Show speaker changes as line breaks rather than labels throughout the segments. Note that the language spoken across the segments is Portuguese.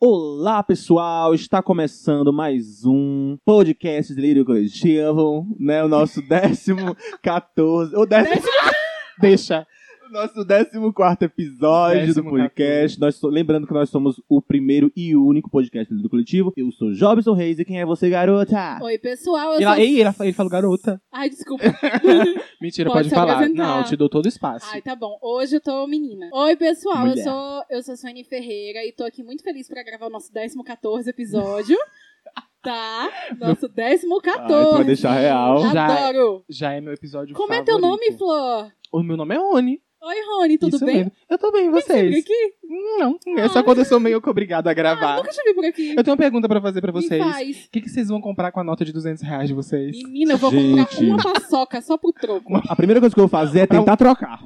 Olá, pessoal! Está começando mais um podcast Delírio Coletivo, né? O nosso décimo 14, ou décimo,
Deixa.
o nosso décimo quarto episódio
Décimo
do podcast. Nós so- lembrando que nós somos o primeiro e único podcast do Delírio Coletivo. Eu sou Jobson Reis e quem é você, garota?
Oi, pessoal, eu
E
sou...
ela, ei, ela- ele falou garota.
Ai, desculpa.
Mentira,
Pode
pode,
se
falar.
apresentar.
Não, eu te dou todo o espaço.
Ai, tá bom. Hoje eu tô menina. Oi, pessoal, eu
Mulher.
sou, eu sou Sônia Ferreira e tô aqui muito feliz pra gravar o nosso 14 episódio. tá? Nosso 14.
Ai, tu vai deixar real.
Já-
Adoro.
Já é meu episódio
Como é
favorito.
teu nome, Flor?
O meu nome é Oni.
Oi, Rony, tudo
Isso
bem? Ah.
mesmo. Eu tô bem, e
Sempre
vocês?
aqui?
Hum, Não, essa aconteceu meio que obrigado a gravar.
Nunca te vi por aqui.
Eu tenho uma pergunta pra fazer pra vocês.
Ah, Me faz.
O que, que vocês vão comprar com a nota de 200 reais de vocês?
Menina, eu vou
Gente.
comprar uma paçoca só pro troco.
A primeira coisa que eu vou fazer é tentar trocar.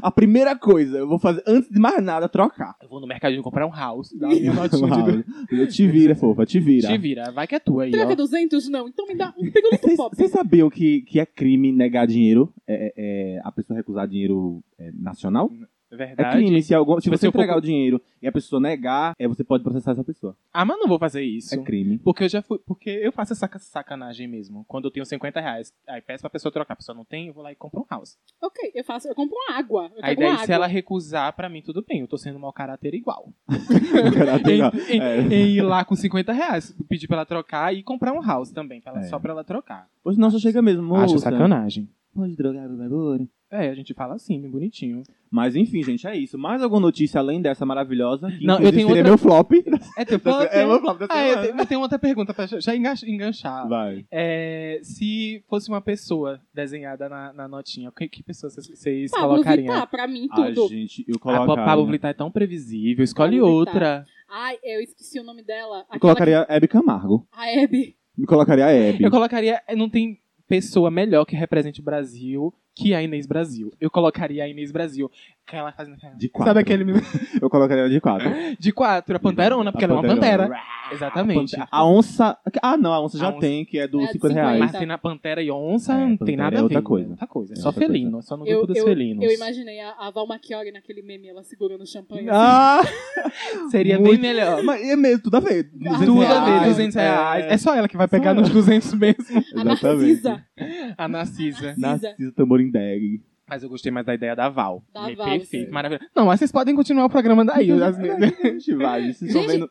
A primeira coisa, eu vou fazer, antes de mais nada, trocar.
Eu vou no mercadinho comprar um house. Dá a minha notinha de du-
Te vira, fofa, te vira.
Te vira, vai que é tua aí,
Troca
ó.
200? Não, então me dá um pirulito
Vocês
pop.
vocês sabiam que, que é crime negar dinheiro? É, é- é a pessoa recusar dinheiro é, nacional?
É
É
Verdade.
crime. Se, algum, se
Vai
você
ser um
entregar
pouco-
o dinheiro e a pessoa negar, é, você pode processar essa pessoa.
Ah, mas não vou fazer isso.
É crime.
Porque eu já fui. Porque eu faço essa saca- sacanagem mesmo. Quando eu tenho 50 reais, aí peço pra pessoa trocar. A pessoa não tem, eu vou lá e compro um house.
Ok, eu faço, eu compro uma água. Eu
Aí
pego uma
daí,
água.
é se ela recusar, pra mim tudo bem, eu tô sendo mau caráter igual.
O cara tem-
em, em-
É.
em ir lá com 50 reais, pedir pra ela trocar e comprar um house também, pra ela-
É.
só pra ela trocar.
Ou senão só chega mesmo. Moça,
Acho sacanagem.
Pode drogar o agora.
É, a gente fala assim, bem bonitinho.
Mas enfim, gente, é isso. Mais alguma notícia além dessa maravilhosa? Que,
Não, eu
inclusive,
tenho outra-
seria meu flop.
É teu
É meu flop da
Ah, eu
semana.
tenho, eu tenho outra pergunta pra já já engan- enganchar.
Vai.
É, se fosse uma pessoa desenhada na, na notinha, que, que pessoa vocês- vocês
Pablo
colocariam?
Vittar, pra
Ah,
mim,
Ai,
tudo.
gente, eu
A pa-
colocaria...
Pablo Vittar é tão previsível, escolhe
Pablo
outra.
Ai, é, eu esqueci o nome dela.
Eu
Aquela
colocaria a Hebe Camargo.
que- A Hebe.
Eu colocaria a Hebe.
Eu colocaria. eh, Não tem pessoa melhor que represente o Brasil que a Inês Brasil. Eu colocaria a Inês Brasil. Que ela faz...
De quatro.
Sabe aquele meme?
Eu colocaria ela de quatro.
De quatro, a Panterona, porque
A
ela é uma pantera.
Ra-
Exatamente.
A, pante- a onça. Ah, não, a onça
A
já
onça.
tem, que é do
É de
50
50.
reais.
Mas tem na Pantera e Onça,
É,
não tem
Pantera
nada
é
a ver.
outra coisa.
é Outra coisa. É
É
só
outra
felino, é só no grupo
Eu,
dos
eu,
felinos.
eu imaginei a, a Val Machiori naquele meme, ela segurando o champanhe. assim.
Ah,
Seria
Muito- Ah,
bem melhor.
mas é mesmo, tudo a ver. 200
Tudo a
reais,
ver, 200 reais. É só ela que vai pegar nos 200 mesmo.
assim. a Narcisa.
A Narcisa.
Narcisa.
Narciso Tamborindeg.
Mas eu gostei mais da ideia da Val.
Da
Me-
Val,
Perfeito,
sim.
maravilhoso. Não, mas vocês podem continuar o programa daí. eu- as-
A gente vai, vocês estão
Gente,
vendo.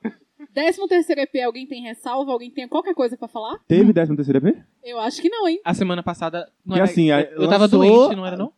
Décimo terceiro EP, alguém tem ressalva? Alguém tem qualquer coisa pra falar?
Teve 13 terceiro EP?
Eu acho que não, hein?
A semana passada. Não
E
era,
assim,
eu,
aí
eu tava
lançou-
doente, não era não?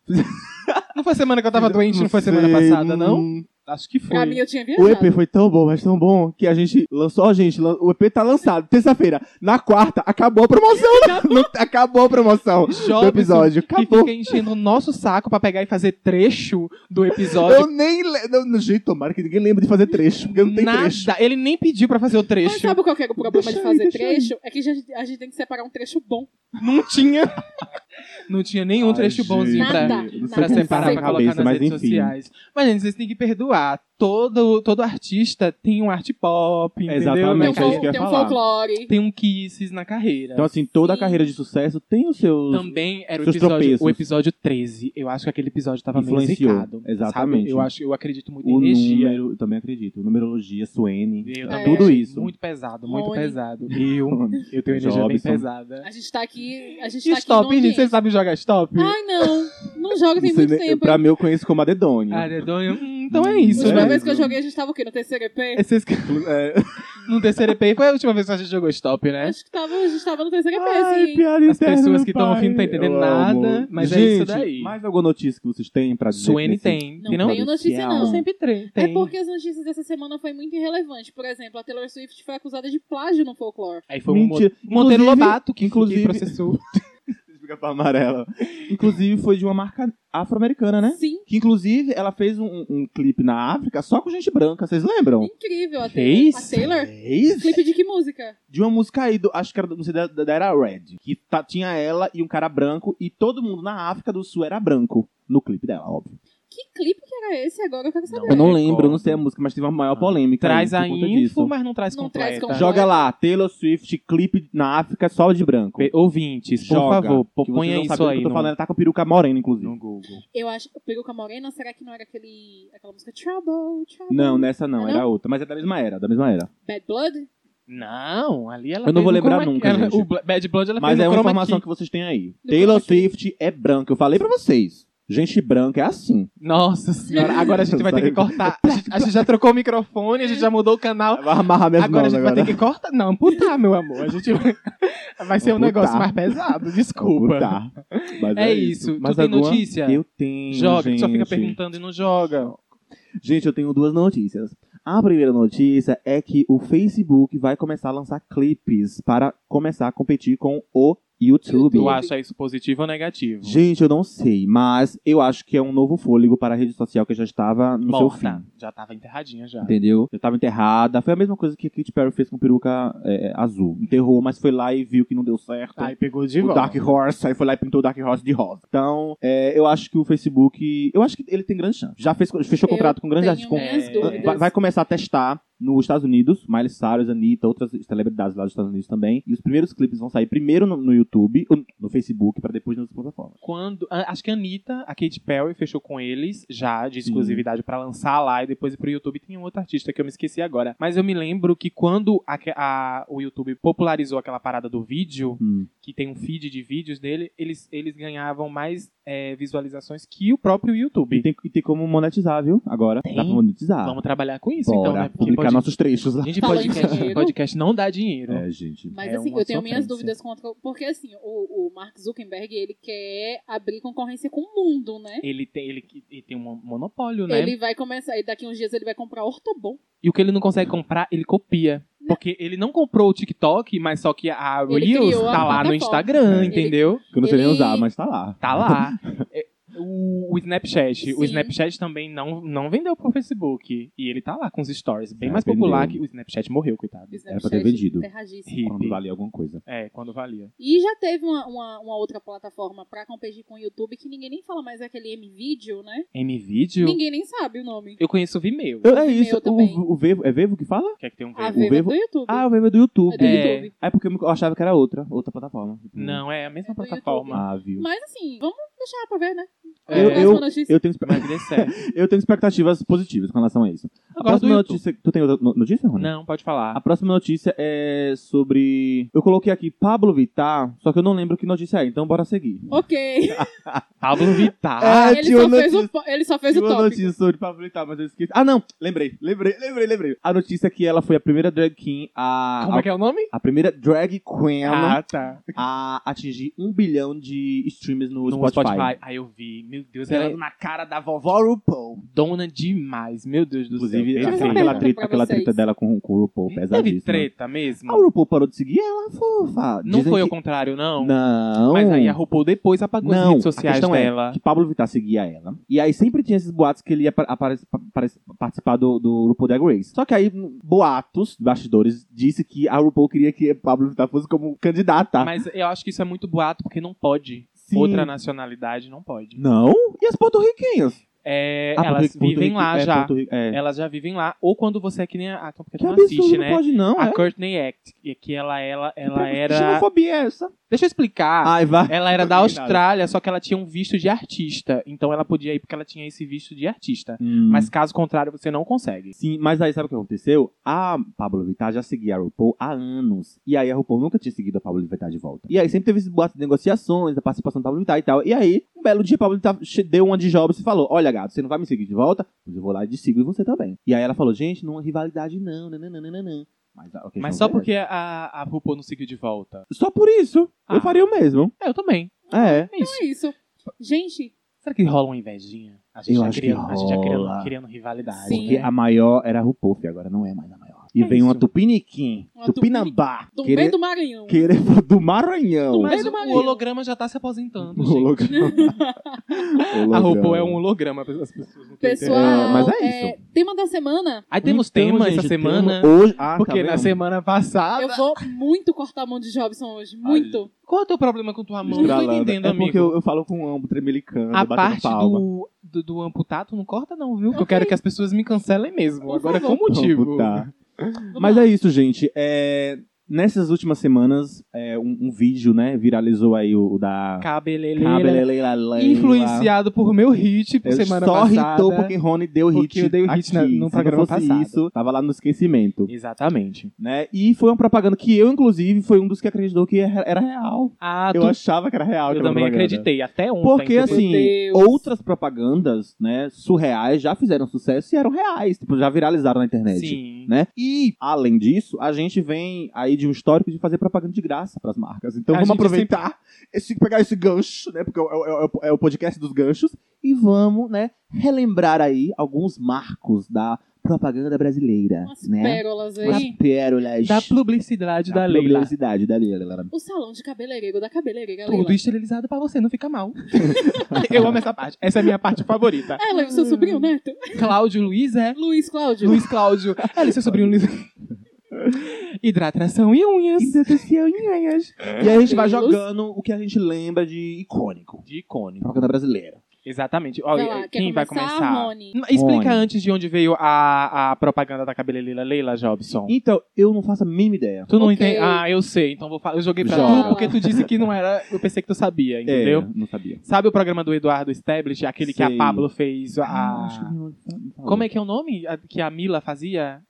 não foi semana que eu tava doente, não, foi semana
sei,
passada, não?
hum.
Acho que
Pra
foi.
mim eu tinha
O
viajado.
EP foi tão bom, mas tão bom, que a gente lançou, ó, gente, lan- o EP tá lançado, terça-feira, na quarta, acabou a promoção, né? Não- acabou a promoção do
Jobson,
episódio,
que
acabou.
fica enchendo o nosso saco pra pegar e fazer trecho do episódio.
Eu nem lembro. Gente, tomara que ninguém lembre de fazer trecho, porque não tem
Nada.
trecho.
Ele nem pediu pra fazer o trecho.
Mas sabe qual que era o problema
Deixa
de
aí,
fazer
deixa
trecho? É que a gente, a gente tem que separar um trecho bom.
Não tinha. não tinha nenhum
Ai,
trecho
gente,
bonzinho pra,
Nada.
eu não sei
pra
como
separar,
sai
pra
da
colocar nas redes
enfim.
sociais. Mas, gente, vocês têm que perdoar. Todo, todo artista tem um art pop, entendeu?
Exatamente,
tem
é
um,
isso que eu ia
tem um
falar.
folclore.
Tem um kisses na carreira.
Então, assim, toda
Sim.
carreira de sucesso tem os seus.
Também era o
seus
episódio,
tropeços.
o episódio 13. Eu acho que aquele episódio tava meio
Influenciou,
zicado.
exatamente.
sabe? Eu, acho, eu acredito muito em
o
energia.
número, eu também acredito. Numerologia, Suene.
É.
Eu
tá
também
tudo
achei
isso.
Muito pesado, muito
Rony.
pesado. Eu, eu tenho energia bem
Jobson.
pesada.
A gente tá aqui. A gente tá
Stop,
aqui.
gente,
no
vocês
ambiente. Ah.
sabem jogar stop?
Ai, não. Não joga tem
Não sei
muito
nem-
tempo.
pra mim, eu conheço como a Dedônia.
Ah, Dedonho, hum, então é isso,
A última
é
né?
vez que eu
mesmo.
joguei, a gente tava o quê? No terceiro EP?
Esses...
É.
no terceiro EP foi a última vez que a gente jogou stop, né?
Acho que tava, a gente tava no terceiro EP,
Ai,
assim. hein?
piada
As
interna
pessoas
do
que tão
pai.
ouvindo não tá entendendo
Eu
nada,
amo.
mas é
gente,
isso daí.
Mais alguma notícia que vocês têm pra dizer?
Suene
nesse-
tem.
Não
tem não?
tenho notícia,
Não.
não.
Sempre tem.
É porque as notícias dessa semana foi muito irrelevante. Por exemplo, a Taylor Swift foi acusada de plágio no folclore.
Aí foi
Mentira.
um Mo- Monteiro
Inclusive-
Lobato que,
inclusive-
que processou.
Explica pra amarela. Inclusive, foi de uma marca afro-americana, né?
Sim,
Que, inclusive, ela fez um, um clipe na África só com gente branca, vocês lembram?
incrível. A
Fez?
Taylor. A Taylor?
Fez?
Clipe de que música?
de uma música aí, do, acho que era, do- não sei, da, da era Red, que tá- tinha ela e um cara branco, e todo mundo na África do Sul era branco, no clipe dela, óbvio.
Que clipe que era esse agora? Eu quero saber.
Eu não
Record.
lembro, eu não sei a música, mas teve uma maior
Ah.
polêmica.
Traz
aí
a
por conta
info,
disso.
mas tá. não traz
Não
completa.
traz completa.
Joga lá, Taylor Swift, clipe na África só de branco.
Pe- Ouvintes, por
Joga,
favor, pô,
que
ponha
vocês não
isso
sabem do
aí
que eu tô
no,
falando, ela tá com peruca morena, inclusive.
no Google.
Eu acho. Peruca Morena, será que não era aquele, aquela música Trouble, Trouble?
Não, nessa não,
Não?
era outra. Mas é da mesma era, da mesma era.
Bad Blood?
Não, ali ela
Eu não
fez
vou
no
lembrar
chroma-
nunca,
ela-
gente.
O Bla- Bad Blood ela
Mas
fez
é
no
uma
chroma
informação
key.
que vocês têm aí.
No
Taylor
chroma key.
Swift é branca. Eu falei pra vocês. Gente branca é assim.
Nossa senhora, agora a gente vai ter que cortar. A gente, a gente já trocou o microfone, a gente já mudou o canal.
Vai amarrar minhas
Agora a
mãos
gente
agora.
vai ter que cortar. Não, amputar, meu amor. A gente vai, vai ser um
Amputar.
negócio mais pesado, desculpa.
Tá. Mas
É isso. Tu
Mas
tem
alguma-
notícia?
Eu tenho.
Joga, tu só fica
gente.
perguntando e não joga.
Gente, eu tenho duas notícias. A primeira notícia é que o Facebook vai começar a lançar clipes para começar a competir com o YouTube.
Tu acha isso positivo ou negativo?
Gente, eu não sei, mas eu acho que é um novo fôlego para a rede social que já estava no seu
Morta.
fim.
Já tava enterradinha já.
Entendeu? Eu tava enterrada. Foi a mesma coisa que a Katy Perry fez com peruca é, azul. Enterrou, mas foi lá e viu que não deu certo.
Aí pegou de
o
volta.
Dark Horse, aí foi lá e pintou o Dark Horse de rosa. Então, é, eu acho que o Facebook. Eu acho que ele tem grande chance. Já fez, fechou
Eu
contrato com grandes
tenho
artistas. com-
minhas
É,
dúvidas.
Vai, vai começar a testar nos Estados Unidos, Miley Cyrus, Anitta, outras celebridades lá dos Estados Unidos também. E os primeiros clipes vão sair primeiro no, no YouTube, ou no Facebook, pra depois nas outras plataformas.
Quando, a- acho que a Anitta, a Katy Perry fechou com eles já de exclusividade pra lançar lá e depois ir pro YouTube. Tem um outro artista que eu me esqueci agora. Mas eu me lembro que quando a- a- o YouTube popularizou aquela parada do vídeo,
Hum.
que tem um feed de vídeos dele, eles, eles ganhavam mais é, visualizações que o próprio
E,
YouTube.
tem, e tem como monetizar, viu? Agora
Tem?
dá pra monetizar.
Vamos trabalhar com isso,
Bora,
então, né? Porque
publicar
pode-
nossos trechos lá.
Gente,
Falando em
podcast,
dinheiro.
podcast não dá dinheiro.
É, gente.
Mas
É
assim,
uma
eu tenho minhas
sofrência.
dúvidas contra. Porque assim, o, o Mark Zuckerberg, ele quer abrir concorrência com o mundo, né?
Ele, tem, ele, ele tem um mon- monopólio, né?
Ele vai começar, e daqui uns dias ele vai comprar Ortobon.
E o que ele não consegue comprar, ele copia. Porque ele não comprou o TikTok, mas só que a
Né? Ele
Reels
criou a
tá lá no
plataforma.
Instagram,
Ele-
entendeu?
Que eu não sei nem
Ele-
usar, mas tá lá.
Tá lá. É, O, o Snapchat. O
Sim.
Snapchat também não, não vendeu pro Facebook. E ele tá lá com os stories. Bem
É,
mais popular que
vendeu.
o Snapchat morreu, coitado.
Era pra ter vendido.
é um Terragista.
Hippie.
Quando valer alguma coisa.
É, quando valia.
E já teve uma, uma, uma outra plataforma pra competir com o YouTube que ninguém nem fala mais, é aquele M-Video, né?
M-Video?
Ninguém nem sabe o nome.
Eu conheço o Vimeo.
Eu- é isso,
também.
o, o Vevo. É Vevo que fala?
Quer que tenha um
A
Vimeo?
Viva
Vevo-
do YouTube.
Ah, o Vevo é do YouTube.
é do
É.
YouTube.
É porque eu achava que era outra, outra plataforma.
Não, é a mesma
É do
plataforma.
Ah, viu.
Mas assim, vamos deixar pra ver, né?
Eu-
É,
Próxima notícia.
Eu tenho, espe-
Mas é que dê certo.
eu tenho expectativas positivas com relação a isso. A
Agora do
próxima
YouTube.
notícia. Tu tem outra no- notícia, Rony?
Não, pode
A
falar.
próxima notícia é sobre. Eu coloquei aqui Pablo Vittar, só que eu não lembro que notícia é, então bora seguir.
Ok.
Pablo Vittar.
Ah,
ele,
tinha
só
uma
fez
notícia-
o, po- ele só fez o
Tinha uma
tópico.
notícia sobre Pablo Vittar, mas eu esqueci. Ah, não! Lembrei, lembrei, lembrei, lembrei. A notícia é que ela foi a primeira drag queen a.
Como é que é o nome?
A primeira drag queen
Ah, tá.
a atingir um bilhão de streams no,
no
Spotify.
Spotify. Aí eu vi, meu Deus, ela é
na cara da vovó RuPaul.
dona demais, meu Deus do
Inclusive,
céu.
Deixa eu fazer uma
aquela,
pergunta
treta,
pra
aquela
vocês.
treta dela com, com o RuPaul,
Teve
pesadíssima.
treta
A
mesmo?
RuPaul parou de seguir ela, fofa.
Não
Dizem
foi
que...
ao contrário, não?
Não.
Mas aí a RuPaul depois apagou as
não,
redes
a
sociais
questão
dela.
é que Pablo Vittar seguia ela. E aí sempre tinha esses boatos que ele ia apa- apare- apare- participar do, do RuPaul Drag Race. Só que aí, hum, boatos, bastidores, disse que a RuPaul queria que Pablo Vittar fosse como candidata.
Mas eu acho que isso é muito boato, porque não pode.
tá. Sim.
Outra nacionalidade não pode.
Não? E as porto-riquinhas?
É,
Ah,
elas
Porto- Porto
vivem
Rico-
lá
é,
já.
Porto Rico- é.
Elas já vivem lá. Ou quando você é que nem a, a porque
Que
tu não
absurdo,
assiste,
não
né?
pode não,
a
é.
Courtney Act, e que ela, ela, ela
Que
era... Ah,
xenofobia é essa?
Deixa eu explicar.
Ai, vai.
Ela era da
Não entendi nada.
Austrália, só que ela tinha um visto de artista. Então ela podia ir porque ela tinha esse visto de artista. é. Mas caso contrário, você não consegue.
Hum. Sim, mas aí sabe o que aconteceu? A Pablo Vittar já seguia a RuPaul há anos. E aí a RuPaul nunca tinha seguido a Pablo Vittar de volta. E aí sempre teve esse boato de negociações, da participação da Pablo Vittar e tal. E aí, um belo dia, a Pablo Vittar che- deu uma de Jobs e falou: Olha, gato, você não vai me seguir de volta? Mas eu vou lá e te sigo e você também. E aí ela falou: Gente, não é rivalidade não, nananana. Mas, a questão
Mas só
é
porque a, a RuPaul não seguiu de volta.
essa. Só por isso. Eu
Ah.
faria o mesmo.
É, eu também.
É.
É isso.
É isso. Gente,
Será que rola uma invejinha? A gente
Eu
já
acho que
criando, A gente já
rola.
criando, criando rivalidade.
Sim.
Porque
né?
a maior era a RuPaul, que agora não é mais a maior. E
É
vem uma
isso.
tupiniquim,
Uma
tupinambá,
Do meio
querer,
do Maranhão.
querer do Maranhão.
Do Maranhão.
Mas
Meio
o,
do
o
Maranhão.
holograma já tá se aposentando, gente.
Holograma.
A
Um Holograma.
RuPaul é um holograma para as pessoas não têm
Pessoal,
interesse.
É, mas é isso.
tema da semana.
Aí temos
Então,
tema
gente,
essa
temos
semana.
Hoje... Ah, tá
Porque na
vendo?
semana passada.
Eu vou muito cortar a mão de Jobson hoje. Muito.
Qual é o teu problema com tua mão? Não tô
Estralando.
entendendo,
é
amigo.
porque eu, eu falo com o ombro tremelicando,
A
batendo
parte
palma.
do, do, do amputado não corta, não, viu? Que eu
Ok.
quero que as pessoas me cancelem mesmo.
Por
Agora, é
favor.
com motivo.
Tá.
Vamos
Mas
lá.
é isso, gente. É, Nessas últimas semanas, é, um, um vídeo, né, viralizou aí o, o da...
Cabeleleira.
Cabeleleira Leila.
Influenciado por meu hit por
Eu
semana
só
passada.
hitou porque Rony deu hit.
Porque eu dei o hit
aqui.
na- no
Se
programa
não fosse
passado.
isso, tava lá no esquecimento,
Exatamente.
né? E foi uma propaganda que eu, inclusive, foi um dos que acreditou que era era real.
Ah,
eu
tu-
achava que era real.
eu
aquela
também
propaganda.
acreditei. Até ontem.
Porque,
inclusive.
assim,
Deus.
outras propagandas, né, surreais já fizeram sucesso e eram reais. Tipo, já viralizaram na internet.
Sim.
Né? E, além disso, a gente vem aí de um histórico de fazer propaganda de graça pras marcas. Então
A
vamos
gente
aproveitar, esse, pegar esse gancho, né? Porque é, o- é o- é o podcast dos ganchos, e vamos, né, relembrar aí alguns marcos da propaganda brasileira.
Umas
né?
pérolas
Umas
aí.
pérolas
Da publicidade da, Leila.
publicidade da Leila.
O salão de cabeleireiro da cabeleireira.
Tudo
Leila.
esterilizado pra você, não fica mal. eu amo essa parte. Essa é a minha parte favorita.
Ela e o seu sobrinho, né? Neto.
Cláudio Luiz é.
Luiz Cláudio.
Luiz Cláudio. Ela e seu sobrinho Luiz. Hidratação e unhas. É.
E aí a gente vai
Deus.
jogando o que a gente lembra de icônico.
De icônico.
Propaganda brasileira.
Exatamente.
Vai
Olha,
lá, Então, quer
quem vai começar?
Rony.
N- Explica
Rony.
antes de onde veio a, a propaganda da cabeleireira Leila Jobson.
Então, eu não faço a mínima ideia.
Tu não
Ok.
entende? Ah, eu sei. Então vou falar. Eu joguei pra
Joga.
tu porque tu disse que não era. Eu pensei que tu sabia, entendeu?
É, não sabia.
Sabe o programa do Eduardo Stablish, aquele que a
Sei.
Pablo fez a. Como
Como
é que é o nome a- que a Mila fazia?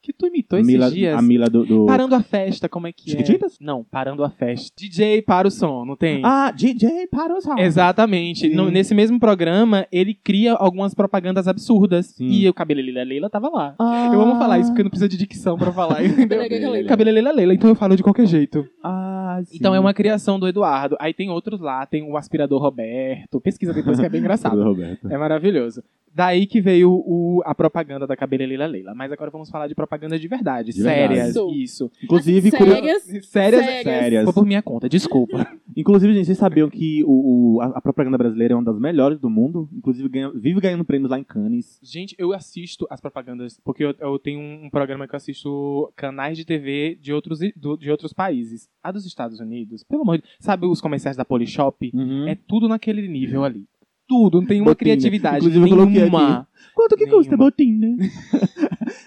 Que tu imitou
é Mila,
esses dias?
A Mila do... do-
Parando a festa, como é que
Chiquititas?
é? Não, parando a festa. DJ para o som, não tem?
Ah, DJ para o sal.
Exatamente.
Sim.
No- nesse mesmo programa, ele cria algumas propagandas absurdas.
Sim.
E o Cabeleleira Leila tava lá.
Ah.
Eu amo falar isso porque eu não preciso de dicção pra falar, entendeu?
Cabeleireira Leila.
Cabeleleira Leila, então eu falo de qualquer jeito.
Ah, sim.
Então é uma criação do Eduardo. Aí tem outros lá, tem o aspirador Roberto. Pesquisa depois que é bem engraçado.
Roberto.
É maravilhoso. Daí que veio o- a propaganda da Cabeleleira Leila. Mas agora vamos falar de propaganda de verdade,
De verdade.
sérias.
Isso.
Isso.
Inclusive,
Sérias?
curio-
Sérias,
Sérias.
Sérias.
Foi por minha conta, desculpa.
é-
Inclusive, gente, vocês sabiam que o, o- a, a propaganda brasileira é uma das melhores do mundo. Inclusive, ganha- vive ganhando prêmios lá em Cannes.
Gente, eu assisto as propagandas, porque eu, eu tenho um programa que eu assisto canais de TV de outros, i- do- de outros países. A dos Estados Unidos, pelo amor de Deus. Sabe os comerciais da Polishop?
Hum?
É tudo naquele nível ali. Tudo, não tem uma
Botinha.
criatividade.
né? Inclusive, eu coloquei aqui.
nenhuma.
Quanto que custa
Nenhuma.
botinha?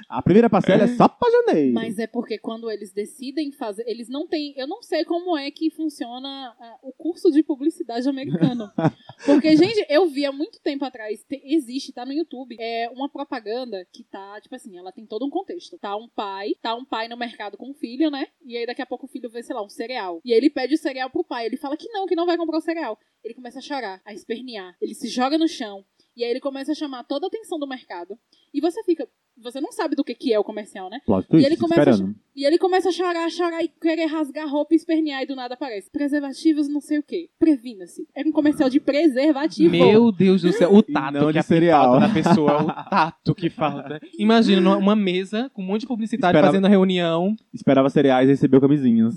a primeira parcela é só pra janeiro.
Mas é porque quando eles decidem fazer, eles não têm. Eu não sei como é que funciona ah, o curso de publicidade americano. Porque, gente, eu vi há muito tempo atrás, te- existe, tá no YouTube, é uma propaganda que tá, tipo assim, ela tem todo um contexto. Tá um pai, tá um pai no mercado com um filho, né? E aí daqui a pouco o filho vê, sei lá, um cereal. E aí ele pede o cereal pro pai. Ele fala que não, que não vai comprar o cereal. Ele começa a chorar, a espernear. Ele se joga no chão. E aí ele começa a chamar toda a atenção do mercado. E você fica. Você não sabe do que, que é o comercial, né?
Plot twist,
E ele
fica
começa a
esperando.
E ele começa a chorar, chorar e querer rasgar a roupa e espernear e do nada aparece. Preservativos não sei o quê. Previna-se. Era um comercial de preservativo.
Meu Deus do céu, o
E
tato
não
que
de
a-
cereal.
falta da pessoa, o tato que falta. Imagina numa- uma mesa com um monte de publicidade
Esperava-
fazendo a reunião.
Esperava cereais e recebeu camisinhas.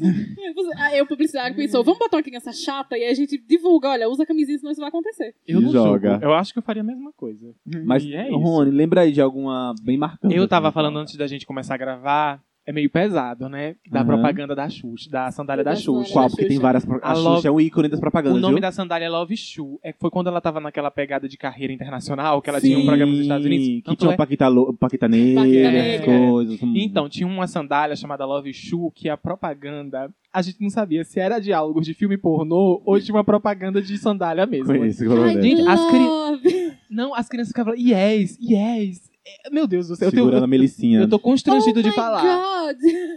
Aí o publicitário pensou, vamos botar uma criança chata e a gente divulga, olha, usa camisinha senão isso vai acontecer.
Eu
E
não
joga.
jogo. Eu acho que eu faria a mesma coisa.
Mas,
e é isso.
Rony, lembra aí de alguma bem marcante.
Eu tava
assim,
falando antes da gente começar a gravar, é meio pesado, né? Da
Aham.
propaganda da Xuxa, da sandália da
Da
Xuxa.
Qual? Porque tem várias. pro-
A
A,
Love-
Xuxa é um ícone das propagandas.
O nome
viu?
da sandália é Love Shoe. É, que foi quando ela tava naquela pegada de carreira internacional, que ela
Sim.
tinha um programa nos Estados Unidos.
Que
Tanto
tinha
é-
o Paquita, Lo... Paquita Negra,
Paquita
essas
Negra.
coisas. hum.
Então, tinha uma sandália chamada Love Shoe, que a propaganda. A gente não sabia se era diálogos de filme pornô ou tinha uma propaganda de sandália mesmo.
Conheço, que problema.
gente, as cri-
love.
Não, as crianças ficavam falando, yes, yes. É, Meu Deus do céu, eu, tenho,
Segurando a Melicinha.
eu tô constrangido
Oh
de
my
falar.
God.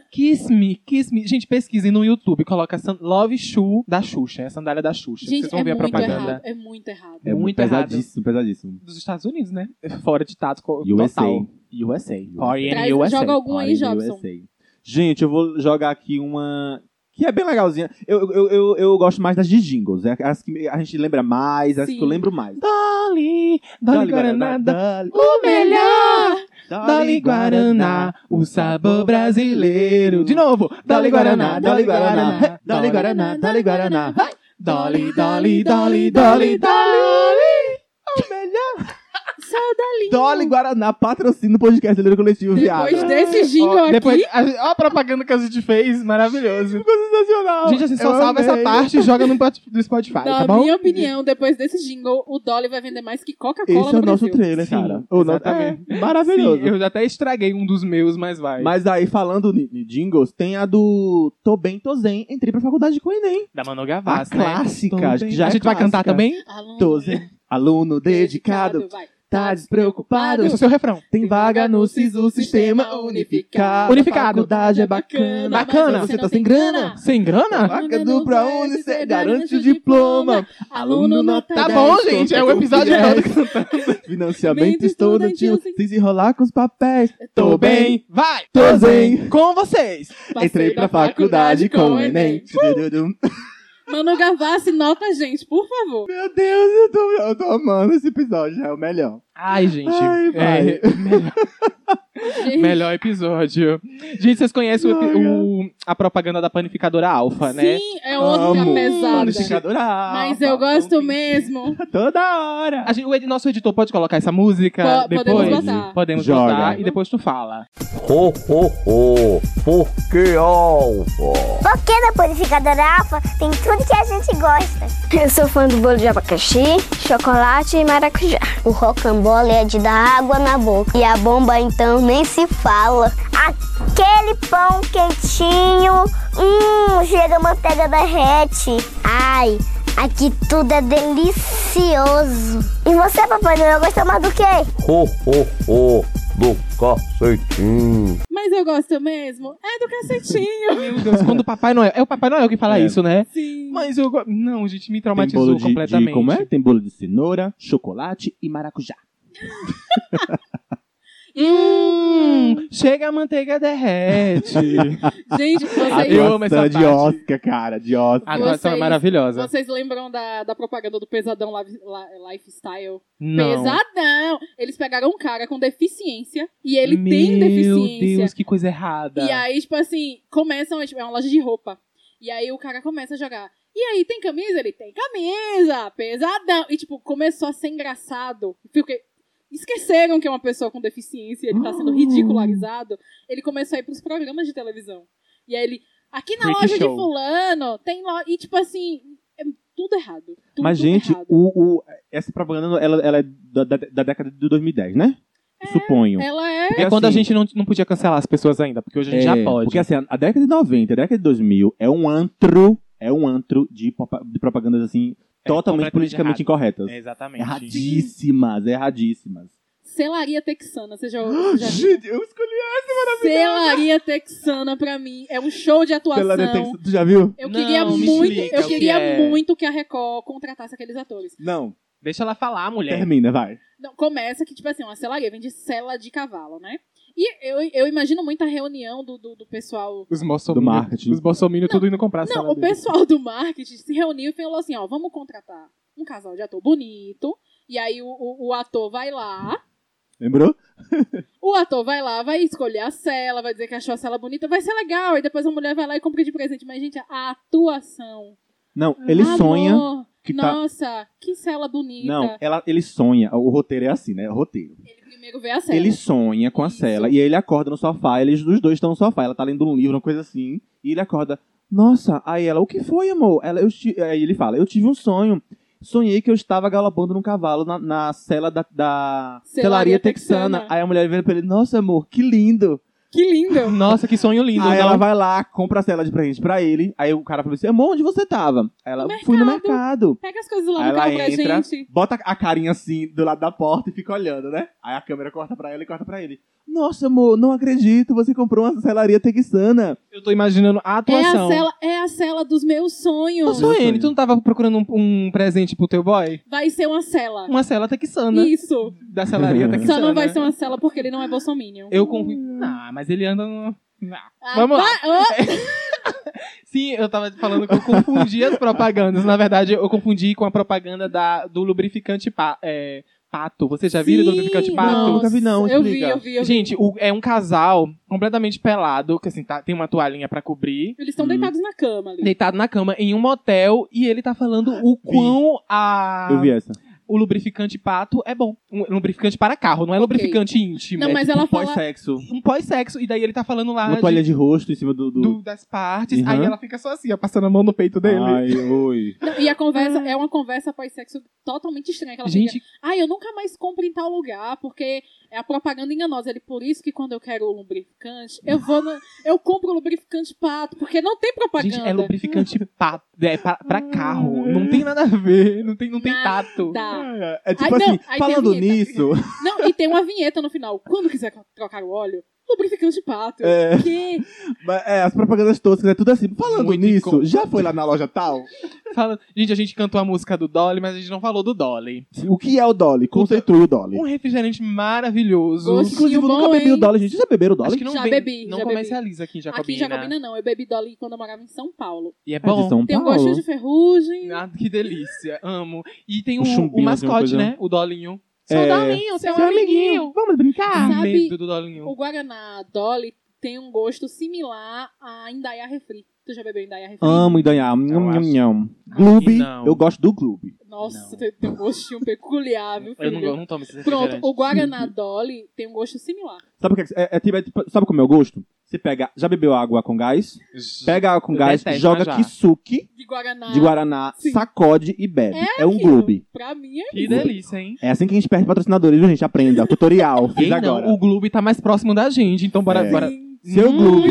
Kiss me, kiss me. Gente, pesquisem no YouTube, coloca san- Love Shoe da Xuxa, é a sandália da Xuxa.
Gente,
Vocês vão
é
ver a
muito
propaganda
errado. É muito errado.
É
muito
muito pesadíssimo, pesadíssimo.
dos Estados Unidos, né? Fora de tato co-
USA.
total. USA.
Traz-
Foreign USA.
joga algum aí,
Olha,
Jobson.
USA. Gente, eu vou jogar aqui uma. Que é bem legalzinha. Eu, eu, eu, eu gosto mais das de jingles. é As que a gente lembra mais, as
Sim.
que eu lembro mais.
Dolly, Dolly Guaraná,
Guaraná, Dolly.
o melhor. Dali Guaraná, o sabor brasileiro. De novo, Dali Guaraná, Dali Guaraná, Dali Guaraná, Dali Guaraná. Vai! Dali, Dali, Dali, Dali, Dali. O melhor.
Só dali.
Dole Guaraná patrocina o podcast Lírio Coletivo, viado.
Depois desse jingle
Ó,
aqui,
Depois, a, gente- ó a propaganda que a gente fez, maravilhoso.
sensacional.
Gente, assim, só
Eu
salva essa
amei.
parte e joga no Pot- do Spotify,
na
tá bom?
minha opinião, depois desse jingle, o Dolly vai vender mais que Coca-Cola
Esse é o
no
nosso
Brasil.
trailer,
Sim,
cara. O nosso-
exatamente.
é, maravilhoso.
Sim, eu até estraguei um dos meus, mas vai.
Mas aí, falando de de jingles, tem a do Tô Bem, Tô Zen. Entrei pra faculdade com o Enem.
da Manu
A
Gavassi, né?
clássica.
Então,
acho que
tem-
já
a
é
gente vai cantar
clássica.
também?
Aluno
Tô Zen. Aluno dedicado,
vai.
tá despreocupado.
Esse é o seu refrão.
Tem vaga no SISU, Sistema Unificado.
Unificado.
Faculdade é bacana.
Bacana.
mas Você tá sem grana?
Sem grana?
Vaga do ProUni, você garante o diploma. Aluno nota
Tá
dez,
bom,
conta
gente, é o
com
episódio
fiéis.
todo
Financiamento estudantil,
estudantil,
sem se enrolar com os papéis.
Tô bem, vai!
Tô zen.
Com vocês!
Entrei pra faculdade com o Enem. Tudurudum.
Manu Gavassi, nota a gente, por favor.
Meu Deus, eu tô, eu tô amando esse episódio, é o melhor.
Ai, gente.
Ai, vai.
é, melhor, melhor episódio. Gente, vocês conhecem o epi-
Ai,
o- a propaganda da panificadora Alfa, né?
Sim, é outra
Amo.
pesada.
Panificadora
Mas
Alfa,
eu gosto
pão
mesmo.
quente Toda hora.
A gente- o ed- nosso editor pode colocar essa música
Po-
depois?
podemos botar.
Podemos
Joga.
botar e depois tu fala.
Ho, ho, ho! Porque alfa!
Porque na Purificadora Alfa tem tudo que a gente gosta.
Eu sou fã do bolo de abacaxi, chocolate e maracujá.
O rocambole é de dar água na boca. E a bomba, então, nem se fala. Aquele pão quentinho. Hum, chega a manteiga derrete. Ai, aqui tudo é delicioso. E você, Papai Noel, gostou mais do quê?
Ho, ho, ho! Do cacetinho!
Mas eu gosto mesmo. É do cacetinho.
Meu Deus, quando o Papai Noel. É o Papai Noel que fala
É.
isso, né?
Sim.
Mas eu. go- Não, gente, me
Tem
traumatizou
bolo de,
completamente.
de, como é? Tem bolo de cenoura, chocolate e maracujá.
Hum, chega a manteiga derrete.
Gente, vocês,
Eu amo essa
de
parte.
Oscar, cara, de Oscar.
a atuação é
Vocês-
maravilhosa.
vocês lembram da, da propaganda do Pesadão Live- La- Lifestyle?
Não.
Pesadão! Eles pegaram um cara com deficiência e ele
Meu
tem deficiência.
Deus, que coisa errada.
E aí, tipo assim, começam, é, tipo, é uma loja de roupa. E aí o cara começa a jogar. E aí, tem camisa? Ele tem camisa, pesadão. E tipo, começou a ser engraçado. Porque esqueceram que é uma pessoa com deficiência, ele tá sendo ridicularizado. Ele começou a ir pros programas de televisão. E aí ele, aqui na
Freak
loja
show.
de fulano, tem loja. E tipo assim, é tudo errado. Tudo
Mas, gente,
errado.
o, o- essa propaganda ela, ela é da, da- da década de 2010, né? Suponho.
Ela é.
É quando a
assim-
gente não, não podia cancelar as pessoas ainda, porque hoje a gente
É,
já pode.
Porque assim, a, a década de 90, a década de 2000 é um antro, é um antro de, popa- de propagandas assim,
É
totalmente
completamente É,
politicamente
assim,
incorretas.
Exatamente.
Erradíssimas, erradíssimas.
Selaria texana. Você já, já
Gente, eu escolhi
Selaria Texana pra mim é um show de atuação.
pela detecção. né? Tu já viu?
Eu
Não,
queria
me
muito,
explica o
eu
que
queria
é.
muito que a Record contratasse aqueles atores.
Não,
Deixa ela falar, mulher.
termina, vai.
Não, começa que tipo assim, uma selaria vem de sela de cavalo, né? E eu, eu imagino muito a reunião do, do, do pessoal.
Os
Do
bolsominions.
marketing.
Os bolsominions tudo indo comprar. a
Não,
sala
o
dele.
pessoal do marketing se reuniu e falou assim, ó, vamos contratar um casal de ator bonito. E aí o, o, o ator vai lá,
Lembrou?
o ator vai lá, vai escolher a cela, vai dizer que achou a cela bonita, vai ser legal. E depois a mulher vai lá e compra de presente. Mas, gente, a atuação.
Não, ele
Amor,
sonha que tá.
Nossa, que cela bonita.
Não, ela, ele sonha. O roteiro é assim, né? O roteiro.
Ele primeiro vê a cela.
Ele sonha com a
Isso.
Cela e ele acorda no sofá, eles os dois estão no sofá, ela tá lendo um livro, uma coisa assim, e ele acorda. Nossa, aí ela, o que foi, amor? Ela, eu ti- aí ele fala, eu tive um sonho. Sonhei que eu estava galopando num cavalo na, na cela da, da
Selaria
selaria texana.
texana.
Aí a mulher vira pra ele, nossa, amor, que lindo.
Que lindo. né?
Nossa, que sonho lindo. né?
aí
não?
ela vai lá, compra a cela de presente pra ele. Aí o cara fala assim, amor, onde você tava? Aí ela,
No
fui no
mercado."
mercado.
Pega as coisas lá
Aí
no
ela
carro pra
entra,
né, gente.
bota a carinha assim do lado da porta e fica olhando, né? Aí a câmera corta pra ela e corta pra ele. Nossa, amor, não acredito, você comprou uma celaria texana.
Eu tô imaginando a
É a,
atuação.
cela, é a cela dos meus
Ô,
sonhos.
Suene, tu não tava procurando um, um presente pro teu boy?
Vai ser uma cela.
Uma cela texana.
Isso.
Da celaria texana.
Só não vai ser uma cela porque ele não é bolsominion.
Eu confio. Ah, mas ele anda no... Ah.
Ah,
Vamos lá.
vai- Ah,
Sim, eu tava falando que eu confundi as propagandas. Na verdade, eu confundi com a propaganda da, do lubrificante pa, é, pato. Vocês já viram o
Sim,
lubrificante pato?
Não, nunca vi não,
Eu vi,
explica.
eu vi, eu vi.
Gente, o- é um casal completamente pelado, que assim, tá- tem uma toalhinha pra cobrir,
Eles estão deitados na cama ali.
deitado na cama em um motel, e ele tá falando o quão a,
Eu vi essa.
o lubrificante pato é bom. Um lubrificante para carro, não é
Ok.
lubrificante íntimo.
Não,
é
mas
tipo
ela
Pós
fala.
sexo.
um pós-sexo, e daí ele tá falando lá
Uma
de-
toalha de rosto em cima do. do...
do- das partes, aí
Uhum.
ela fica só assim, ó, passando a mão no peito dele.
Ai, oi.
Não, E a conversa é uma conversa pós-sexo totalmente estranha. Que ela fica,
Gente,
Ai, eu nunca mais compro em tal lugar, porque é a propaganda enganosa. Ele, por isso que quando eu quero o lubrificante, eu vou no- eu compro o lubrificante pato, porque não tem propaganda.
gente, é lubrificante pato, é pra, pra carro, não tem nada a ver, não tem, não tem
Nada.
tato.
É tipo
Ai, não,
assim,
aí tem a
falando
vinheta.
nisso.
Não, e tem uma vinheta no final. Quando quiser co- trocar o óleo, lubrificante pato.
É.
Que?
Mas, É, as propagandas toscas, é tudo assim. Falando
Muito
nisso,
incômodo.
já foi lá na loja tal?
Fala- Gente, a gente cantou a música do Dolly, mas a gente não falou do Dolly.
O que é o Dolly? Conceitue o Dolly.
Um refrigerante maravilhoso.
Gosto.
Inclusive, eu
bom,
nunca bebi o
hein?
Dolly, gente. Vocês já beberam o
Acho
Dolly?
que não
Já
vem-
bebi,
não
já bebi.
combina aqui em Jacobina.
Aqui em Jacobina não, eu bebi Dolly quando eu morava em São Paulo.
E é
É de
bom.
São
Tem um
Paulo.
gostinho de ferrugem.
Ah, que delícia, amo. E tem
O
o, o
chumbinho,
mascote,
assim, uma coisa-
né? O Dolinho.
É.
Dolinho, seu amiguinho.
vamos brincar.
Sabe-
medo do Dolinho.
O Guaraná Dolly tem um gosto similar a Indaiá Refri. Tu já bebeu Indaiá Refri?
Amo Idanhar. Nham,
acho.
nham, nham. Gloob.
não.
Eu gosto do Gloob.
Nossa,
Não.
tem, tem um gostinho peculiar, viu, filho?
Eu não, eu não tomo esse refrigerante.
Pronto, o Guaraná Dolly tem um gosto similar.
Sabe o que é que- é? é tipo- é tipo- sabe como é o gosto? Você pega. Já bebeu água com gás? Pega água com
Eu
gás,
detesto,
joga
mas já. Ah.
kisuki
De Guaraná.
de Guaraná,
Sim.
sacode e bebe. É, um
aquilo.
Gloob.
Pra mim é
Que delícia, hein?
É assim que a gente perde patrocinadores, viu, gente? Aprenda. Tutorial. Fiz
Quem não?
agora.
O Gloob tá mais próximo da gente, então bora...
É.
bora...
Seu
Hum,
Gloob.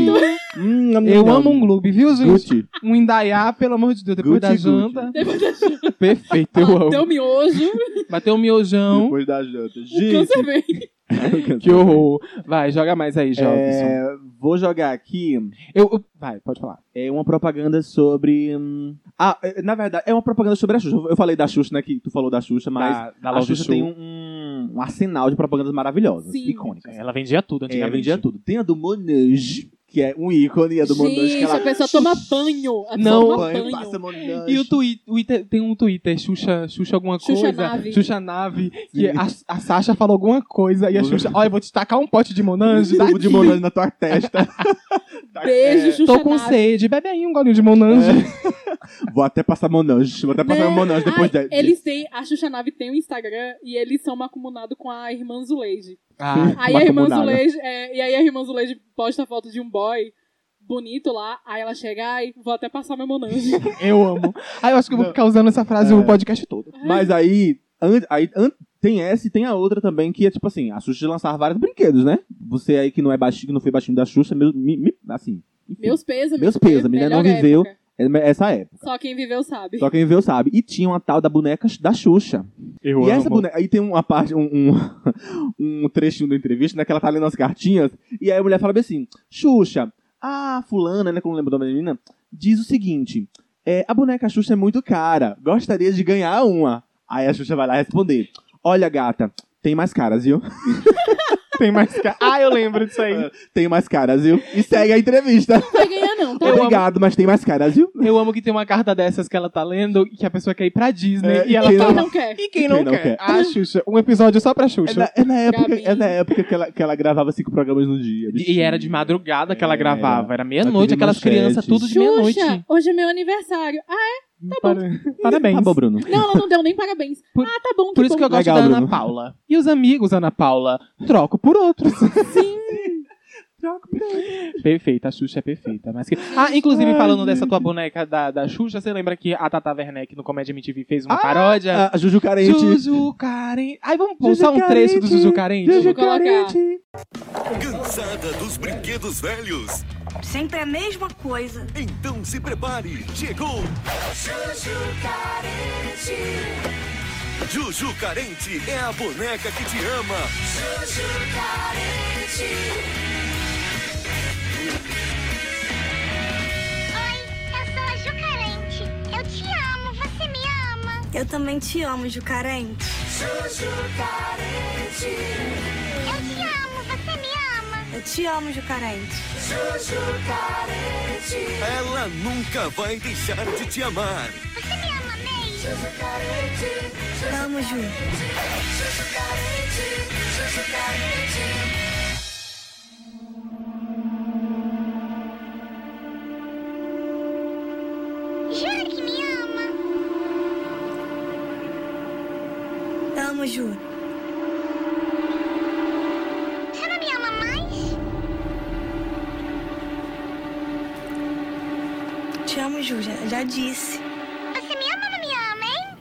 Hum, nham,
Eu
nham.
amo um Gloob, viu, gente?
Gucci.
Um Indaiá, pelo amor de Deus, depois
Gucci,
da
Gucci.
janta.
Depois da janta,
Perfeito, eu amo.
Bateu o Ah, miojo,
Bateu o miojão.
Depois da janta.
cansa
Gente.
bem.
Que horror. Vai, joga mais aí, Jobson.
É, vou jogar aqui
Eu, eu- Vai, pode falar.
é uma propaganda sobre. hum, Ah, é, na verdade, é uma propaganda sobre a Xuxa. Eu falei da Xuxa, né? Que tu falou da Xuxa, mas
da, da
a
Love
Xuxa
Show.
tem um, um- um arsenal de propagandas maravilhosas,
Sim.
icônicas.
Ela vendia tudo
É, ela
antigamente.
vendia tudo. Tem a do Monange, que é um ícone, a do Monange que
Gente,
ela
a pessoa toma banho. A pessoa
Não,
toma
banho,
banho.
passa Monange.
E o twi- Twitter, tem um Twitter, Xuxa, Xuxa alguma
Xuxa
coisa.
Nave.
Xuxa Nave. Que a, a Sasha falou alguma coisa e a Xuxa, olha, eu vou te tacar um pote de Monange.
Suco de
daqui.
Monange na tua testa. Tá-
Beijo, Xuxa
Tô com
Nave.
sede, bebe aí um golinho de Monange.
é, Vou até passar Monange. Vou até passar
Né?
Monange depois
Ai,
de- de-
Eles têm, a Xuxa Nave tem um Instagram e eles são macuminados com a irmã Zuleide.
Ah,
Aí a irmã
macumunada.
Zuleide, é, e aí a irmã Zuleide posta foto de um boy bonito lá, aí ela chega, ai, vou até passar meu monange.
eu amo. Ah, eu acho que eu vou ficar usando essa frase o podcast todo.
Mas aí, an- aí an- tem essa e tem a outra também, que é tipo assim, a Xuxa lançava vários brinquedos, né? Você aí que não é baixinho, que não foi baixinho da Xuxa, meu, me, me- assim,
Meus pêsames.
Meus
porque
pêsames, né? Não
melhor
viveu.
época.
é essa época.
Só quem viveu sabe.
Só quem viveu sabe. E tinha uma tal da boneca da Xuxa.
Eu
e essa boneca. Aí tem uma parte, um, um, um trechinho da entrevista, né? Que ela tá lendo as cartinhas. E aí a mulher fala bem assim: Xuxa, a fulana, né? Como lembro o nome da menina, diz o seguinte: é, a boneca Xuxa é muito cara. Gostaria de ganhar uma. Aí a Xuxa vai lá responder: Olha, gata, tem mais caras, viu?
Tem mais cara. Ah, eu lembro disso aí.
Tem mais caras, viu? E segue a entrevista.
Não vai ganhar, não, tá?
Obrigado, mas tem mais caras, viu?
Eu amo que tem uma carta dessas que ela tá lendo e que a pessoa quer ir pra Disney
É,
e ela
que
fala.
Quem não quer?
E quem não,
não
quer?
quer?
Ah, Xuxa. Um episódio só pra Xuxa.
É na, é na época,
Gabi.
é na época que, ela, que ela gravava cinco programas no dia.
E era de madrugada que ela
Era.
gravava. Era
Ela teve
meia-noite, aquelas
manchete.
crianças tudo de meia-noite.
Xuxa, hoje é meu aniversário. Ah,
Parabéns.
Tá bom, Bruno.
não, ela não deu nem parabéns.
Por-
ah, tá bom,
Por
que
isso
bom.
que eu gosto
Legal,
da Ana
Bruno.
Paula. E os amigos, Ana Paula, troco por outros.
Troca pra
perfeita, a Xuxa é perfeita. Mas que- Ah, inclusive, falando dessa tua boneca da, da Xuxa, você lembra que a Tata Werneck no Comédia MTV fez uma paródia?
Ah, Juju Carente.
Juju Carente. Ai, vamos pôr
Juju
só um trecho do
Carente.
Juju Carente?
Juju
colocar.
Carente.
Cansada dos brinquedos velhos?
Sempre é a mesma coisa.
Então se prepare, chegou
Juju carente,
Juju Carente, é a boneca que te ama.
Juju carente.
Oi, eu sou a Ju Carente. Eu te amo, você me ama.
Eu também te amo, Ju carente. Juju carente.
Eu te amo, você me ama.
Eu te amo, Ju carente. Juju carente.
Ela nunca vai deixar de te amar.
Você me ama mesmo?
Vamos juntos.
Jura que me ama?
Tamo junto.
Você não me ama mais?
Te amo, Ju. Já, já disse.
Você me ama ou não me ama, hein?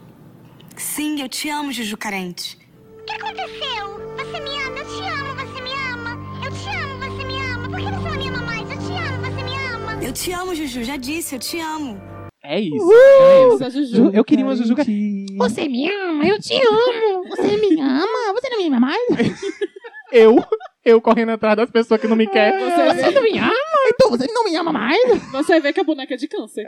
Sim, eu te amo, Juju carente.
O que aconteceu? Você me ama, eu te amo, você me ama. Eu te amo, você me ama. Por que você não me ama mais? Eu te amo, você me ama.
Eu te amo, Juju. Já disse, eu te amo.
É isso. é isso.
Essa Juju.
Ju- Eu queria uma Jujuca.
Você me ama, eu te amo. Você me ama, você não me ama mais?
Eu, eu correndo atrás das pessoas que não
É.
me querem.
Você não me ama? Então você não me ama mais?
Você vê que a boneca é de câncer.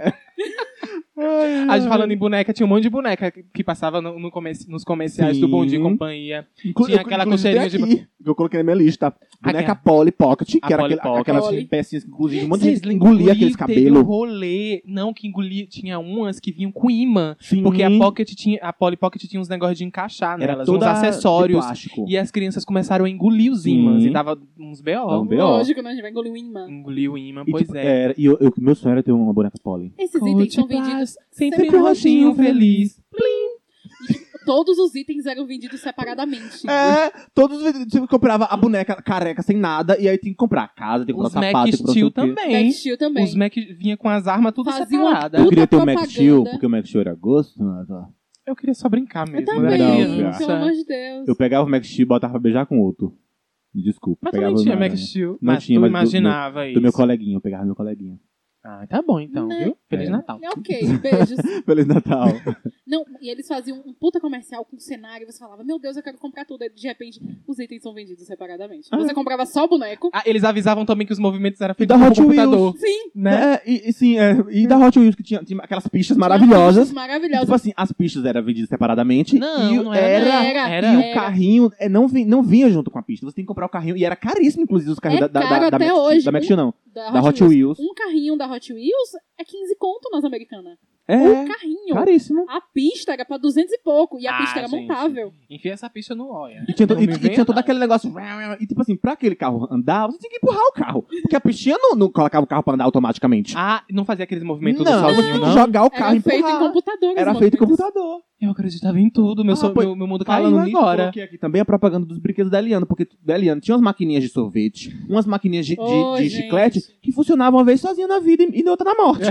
A gente falando em boneca, tinha um monte de boneca que- que passava no, no comerci- nos comerciais
Sim.
do Bom Dia e Companhia. Tinha aquela com cheirinho de-
de... Que eu coloquei na minha lista. Boneca
Aquela.
Polly Pocket, que
A
era
Polly
aquela-
Pocket.
aquelas
Polly.
pecinhas que, inclusive, um monte de
Vocês
gente engolia
lembram?
aqueles
Teve um
cabelos.
rolê. Não, que engolia. Tinha umas que vinham com imã.
Sim.
Porque a Pocket tinha. A Polly Pocket tinha uns negócios de encaixar
era
nelas,
toda
uns acessórios.
de plástico.
E as crianças começaram a engolir os ímãs.
Sim.
E dava uns
Dava
B.O.
um B.O..
Lógico, né? A gente vai engolir um imã.
Engoliu o ímã,
E,
pois
tipo,
é.
era- e eu, eu- meu sonho era ter uma boneca Polly.
Esses itens são vendidos.
sempre um rostinho feliz.
Todos os itens eram vendidos separadamente.
É, todos os vídeos você comprava a boneca careca sem nada, e aí tem que comprar a casa, tem que
Os
comprar sapato,
Mac
tem que comprar não sei
Steel
o quê.
também.
Steel também.
Os Mac vinha com as armas tudo
Fazia uma
separadas.
Eu
Puta
queria ter o Mac
propaganda.
Steel, porque o Mac Steel era gosto, mas, ó.
Eu queria só brincar mesmo.
Eu
né,
também,
criança.
pelo amor de Deus.
Eu pegava o Mac Steel e botava pra beijar com outro. Me desculpa.
Mas tu
pegava
nem tinha
nada,
Max
né?
Steel.
Não
mas
tinha,
tu
mas do-
imaginava isso.
Do meu coleguinha, eu pegava meu coleguinha.
Ah, tá bom então,
Né?
viu? Feliz
É.
Natal.
É ok, beijos.
Feliz Natal.
Não, e eles faziam um puta comercial com cenário. Você falava, meu Deus, eu quero comprar tudo. Aí, de repente, os itens são vendidos separadamente.
Ah.
Você comprava só o boneco.
Ah, eles avisavam também que os movimentos eram feitos
da
por
Hot Wheels.
computador.
Sim.
Né?
É, e, e sim, é, e da Hot Wheels que tinha, tinha aquelas pistas maravilhosas. E,
Maravilhosas.
tipo assim, as pistas eram vendidas separadamente.
Não,
e o-
não era,
era.
era, né?
E o
Era.
carrinho é, não, vi- não vinha junto com a pista. Você tem que comprar o carrinho. E era caríssimo, inclusive, os carrinhos
É
da, da,
caro
da, da
até
Max Steel-
hoje.
Da Max Steel, não.
Da,
da Hot Wheels.
Um carrinho da Hot Wheels é 15 conto nas americanas.
É,
Um carrinho.
caríssimo.
A pista era pra 200 e pouco. E a
Ah,
pista era
gente.
montável.
Enfia essa pista no olha.
E tinha, to-
Não
e-
me
e
venha,
tinha todo
não.
aquele negócio. E tipo assim, pra aquele carro andar, você tinha que empurrar o carro. Porque a pistinha não, não colocava o carro pra andar automaticamente.
Ah, não fazia aqueles movimentos
não,
do
você
sozinho,
tinha
não?
que jogar o carro
Era
e
feito em
empurrar.
computador. os
Era feito em
movimentos.
computador.
Eu acreditava em tudo. Meu,
Ah,
so-
pois-
meu, meu mundo tá
Falando
caiu
nisso,
agora.
Coloquei aqui também é a propaganda dos brinquedos da Eliana, porque da Eliana tinha umas maquininhas de sorvete, umas maquininhas de, de-
Ô,
de
gente.
chiclete que funcionavam uma vez sozinha na vida e, e na outra na morte.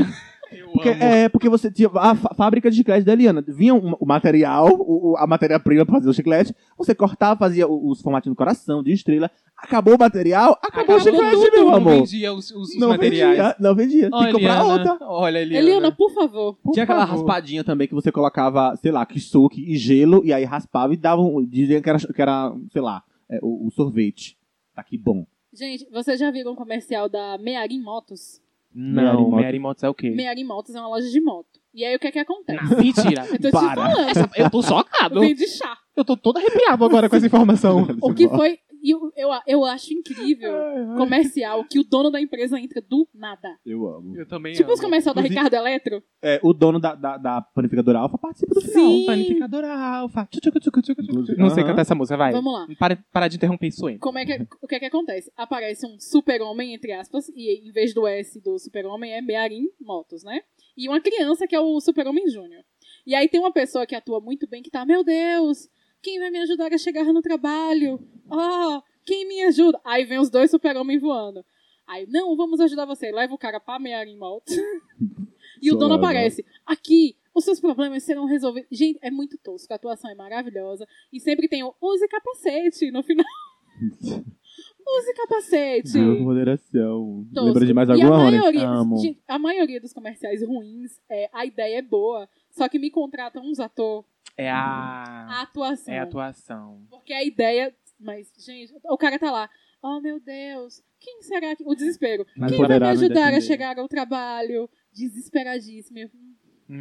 Porque, é, porque você tinha a fá- fábrica de chiclete da Eliana. Vinha um- o material, o- o- a matéria-prima pra fazer o chiclete, você cortava, fazia o- os formatinhos do coração, de estrela. Acabou o material, acabou,
Acabou
o chiclete,
tudo,
meu
não
amor.
vendia é os, os- os materiais.
vendia, não vendia. Tem
Olha,
que comprar
né?
Eliana.
outra.
Olha, Eliana.
Eliana,
né?
por favor.
Tinha aquela
favor.
raspadinha também que você colocava, sei lá, kisuke e gelo, e aí raspava e dava um, dizia que era, que era sei lá, é, o, o sorvete. Tá que bom.
Gente, vocês já viram um comercial da Mearim Motos?
Mary
Não,
Motos.
Mary Motos é o quê?
Mearim Motos é uma loja de moto. E aí, o que é que acontece?
Não, mentira.
Eu tô
Para. Tá
te falando.
eu tô chocado.
Vende chá.
Eu tô todo arrepiado agora com essa informação.
O que foi. e Eu, eu, eu acho incrível comercial que o dono da empresa entra do nada.
Eu amo.
Eu também
Tipo os
amo.
comercial da
Inclusive-
Ricardo Eletro.
É, o dono da, da, da panificadora Alfa participa do final.
Sim.
Panificadora alfa. Tchucu, tchucu, tchucu, tchucu.
Inclusive-
Não sei
Aham.
cantar essa música, vai.
Vamos lá.
Para, para de interromper isso aí.
Como é que, o que é que acontece? Aparece um super-homem, entre aspas, e em vez do S do super-homem é Mearim Motos, né? E uma criança que é o super-homem júnior. E aí tem uma pessoa que atua muito bem que tá, meu Deus, quem vai me ajudar a chegar no trabalho? Oh, quem me ajuda? Aí vem os dois super-homem voando. Aí, não, vamos ajudar você. Leva o cara pra Mearim Motos. e o
Só
dono
leva.
aparece. Aqui, os seus problemas serão resolvidos. Gente, é muito tosco. A atuação é maravilhosa. E sempre tem o use capacete no final. Use capacete.
Viu com moderação.
Tosco.
Lembra de mais
e a
alguma, Rony?
maioria,
Amo.
gente, a maioria dos comerciais ruins, é, a ideia é boa, só que me contratam uns ator,
É a.
Ah,
a atuação.
É a atuação.
Porque a ideia. Mas, gente, o cara tá lá. Oh, meu Deus, quem será que. O desespero.
Mas
quem vai me
poderá me
ajudar a
defender.
chegar ao trabalho? Desesperadíssimo. Eu, hum,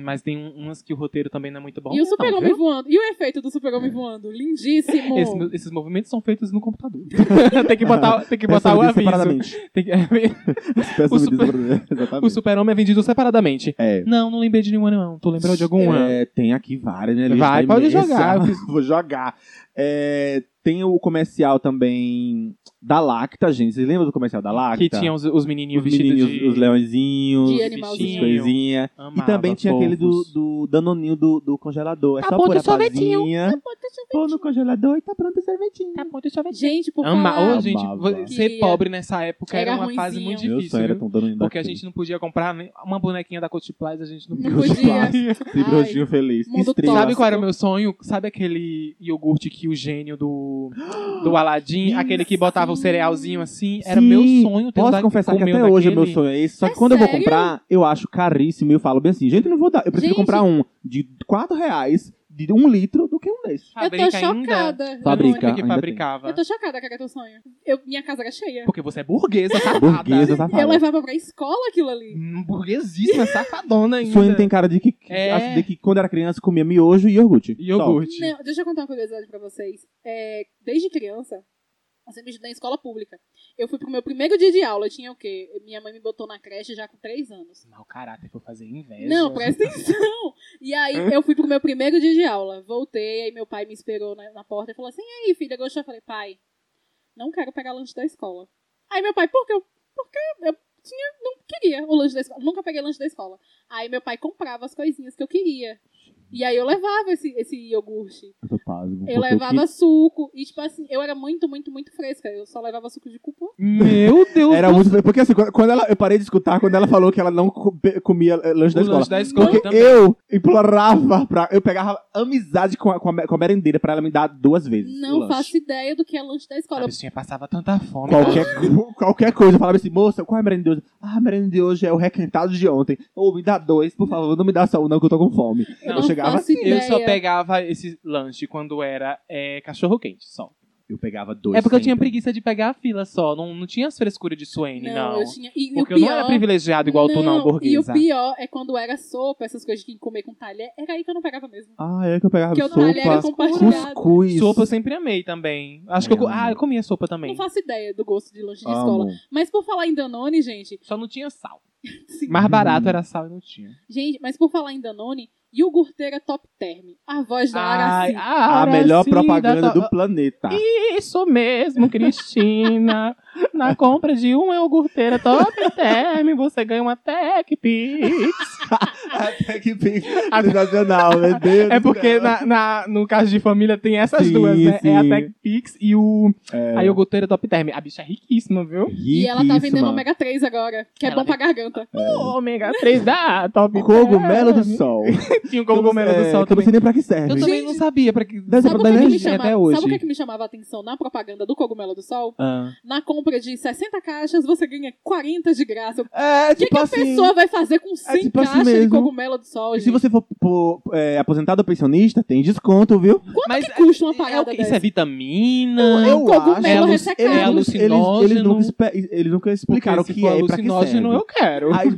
Mas tem um- umas que o roteiro também não é muito bom.
E o super-homem
viu?
voando. E o efeito do
É.
super-homem voando? Lindíssimo.
Esse- esses movimentos são feitos no computador. tem que botar, tem que botar
Pensando
o aviso.
nisso é separadamente.
Tem que-
Pensando
O
nisso
super-
separadamente.
o
Exatamente.
super-homem é vendido separadamente.
É.
Não, não lembrei de nenhuma, não. Tu lembrou de alguma?
É, tem aqui várias, né? Lista
Vai, pode
imensa.
jogar.
Vou jogar. É, tem o comercial também da Lacta, gente. Vocês lembram do comercial da Lacta?
que tinha os, os menininhos
ah, tá. os
vestidos
menininhos,
de...
os leõezinhos,
De
as
animalzinho.
coisinhas. E
Amava,
também tinha aquele do,
fofos.
do danoninho do, do congelador. É
Tá
só
bom,
pôr
do
a
sorvetinho.
pazinha, pôr no congelador e tá pronto o sorvetinho.
Tá bom, deixa eu ver.
Gente, por
Ama...
falar...
Ô, gente,
Amava.
vo- ser
Que
pobre nessa época era,
era
uma fase
ruinzinho.
muito
Meu
difícil.
sonho era
viu?
tão danoninho
Porque a
daquele.
gente não podia comprar nem- uma bonequinha da Cotiplies, a gente não
Não
podia.
podia.
Esse brotinho feliz.
mundo
Estrela.
Sabe
Nossa.
qual era o meu sonho? Sabe aquele iogurte que o gênio do, do Aladdin, aquele que botava o cerealzinho assim? Era
Sim.
meu sonho ter um
Posso
da-
confessar que
comer
até
um
hoje o meu
daquele?
sonho é esse. Só que
É
quando eu vou
sério?
comprar, eu acho caríssimo. E eu falo bem assim, gente, eu não vou dar. Eu prefiro
Gente.
comprar um de 4 reais, de um litro, do que um desse.
Eu
Fabrica
tô
ainda. é
chocada.
Fabrica.
Que
ainda
fabricava.
Eu tô chocada, cara, que é teu sonho. Eu, minha casa era cheia.
Porque você é burguesa, safada.
Burguesa
Eu
safada.
levava pra escola aquilo ali.
Hum, Burguesíssima, safadona ainda.
Sonho tem cara de que,
É.
acho de que quando era criança comia miojo e iogurte.
Iogurte.
Não, deixa eu contar uma curiosidade pra vocês. É, desde criança, eu sempre estudei em escola pública. Eu fui pro meu primeiro dia de aula, eu tinha o quê? Minha mãe me botou na creche já com 3 anos.
Mau caráter, foi fazer inveja.
Não, presta atenção. E aí eu fui pro meu primeiro dia de aula. Voltei, aí meu pai me esperou na, na porta e falou assim: E aí, filha, gostou? Eu falei, pai, não quero pegar lanche da escola. Aí meu pai, por quê? Porque eu tinha, não queria o lanche da escola. Nunca peguei lanche da escola. Aí meu pai comprava as coisinhas que eu queria. E aí eu levava esse, esse iogurte.
Eu tô pasmo, porque
Eu
o
levava suco. E tipo assim, eu era muito, muito, muito fresca. Eu só levava suco de cupuaçu.
Meu Deus
que- Era
do
muito. Porque assim, quando quando ela. Eu parei de escutar quando ela falou que ela não co- pe- comia eh, lanche
O
da escola.
lanche da escola
Porque
também.
eu implorava pra. Eu pegava amizade com a, com a, me- com a merendeira pra ela me dar duas vezes. o
Não
lanche.
faço ideia do que é lanche da
A
escola.
bichinha passava tanta fome.
Qualquer, co- qualquer coisa. Eu falava assim, moça, qual é a merenda de hoje? Ah, a merenda de hoje é o requentado de ontem. Ou me dá dois, por favor, não me dá só um, não, que eu tô com fome.
Eu
eu
não
chegava
faço ideia.
Eu só pegava esse lanche quando era é, cachorro-quente, só.
Eu pegava dois.
É porque eu tinha
sempre.
preguiça de pegar a fila só. Não, não tinha as frescuras de Suene, não.
Não, eu tinha. E, e o
Porque eu
pior,
não era privilegiado igual tu, não,
E o
burguesa.
pior é quando era sopa, essas coisas que tinha que comer com talher, era aí que eu não pegava mesmo.
Ah, é que eu pegava
Que eu não
sopa,
era compartilhado.
cuscuz.
um né? Sopa eu sempre amei também. Acho que eu. co-
Ai, eu
Ah, eu comia sopa também.
Não faço ideia do gosto de lanche de escola.
Amo.
Mas por falar em Danone, gente.
Só não tinha sal.
sim.
Mais barato era sal e não tinha.
Gente, mas por falar em Danone, iogurteira top term. A voz da
Ai,
Araci.
A
Araci
melhor
da
propaganda
to-
do planeta.
Isso mesmo, Cristina. Na compra de uma iogurteira top term, você ganha uma Tech Pix.
Até que bem sensacional, meu Deus.
É
do
porque
céu.
na, na- no caso de família tem essas
Sim,
duas, né? É a
sim.
Tech Pix e o,
É.
a iogurteira top term. A bicha é riquíssima, viu?
E ela tá vendendo
Riquíssima.
ômega 3 agora, que é
Ela
bom pra garganta.
O ômega 3 da top term.
Cogumelo do sol.
Tinha o É. cogumelo do sol
É, que Eu não
também.
sei nem pra que serve.
Eu também não sabia. Pra que...
Deve ser
Sabe
pra
o,
dar
que
é
que me
energia
chamava,
até hoje.
sabe o que, que me chamava a atenção na propaganda do cogumelo do sol?
Ah.
Na compra de 60 caixas, você ganha 40 de graça. O
É,
que,
tipo
que a
assim.
pessoa vai fazer com 100
tipo assim
caixas de
mesmo.
cogumelo do sol?
E se
gente?
você for pô, é, aposentado ou pensionista, tem desconto, viu?
Mas
custa uma
é o
parada
que-
dessa?
Isso é vitamina?
cogumelo
é alu-
ressecado.
é
eles, eles,
alucinógeno.
eles nunca, espe- eles nunca explicaram o
Porque se
que
for
é e pra que serve.
alucinógeno, eu quero.
Aí,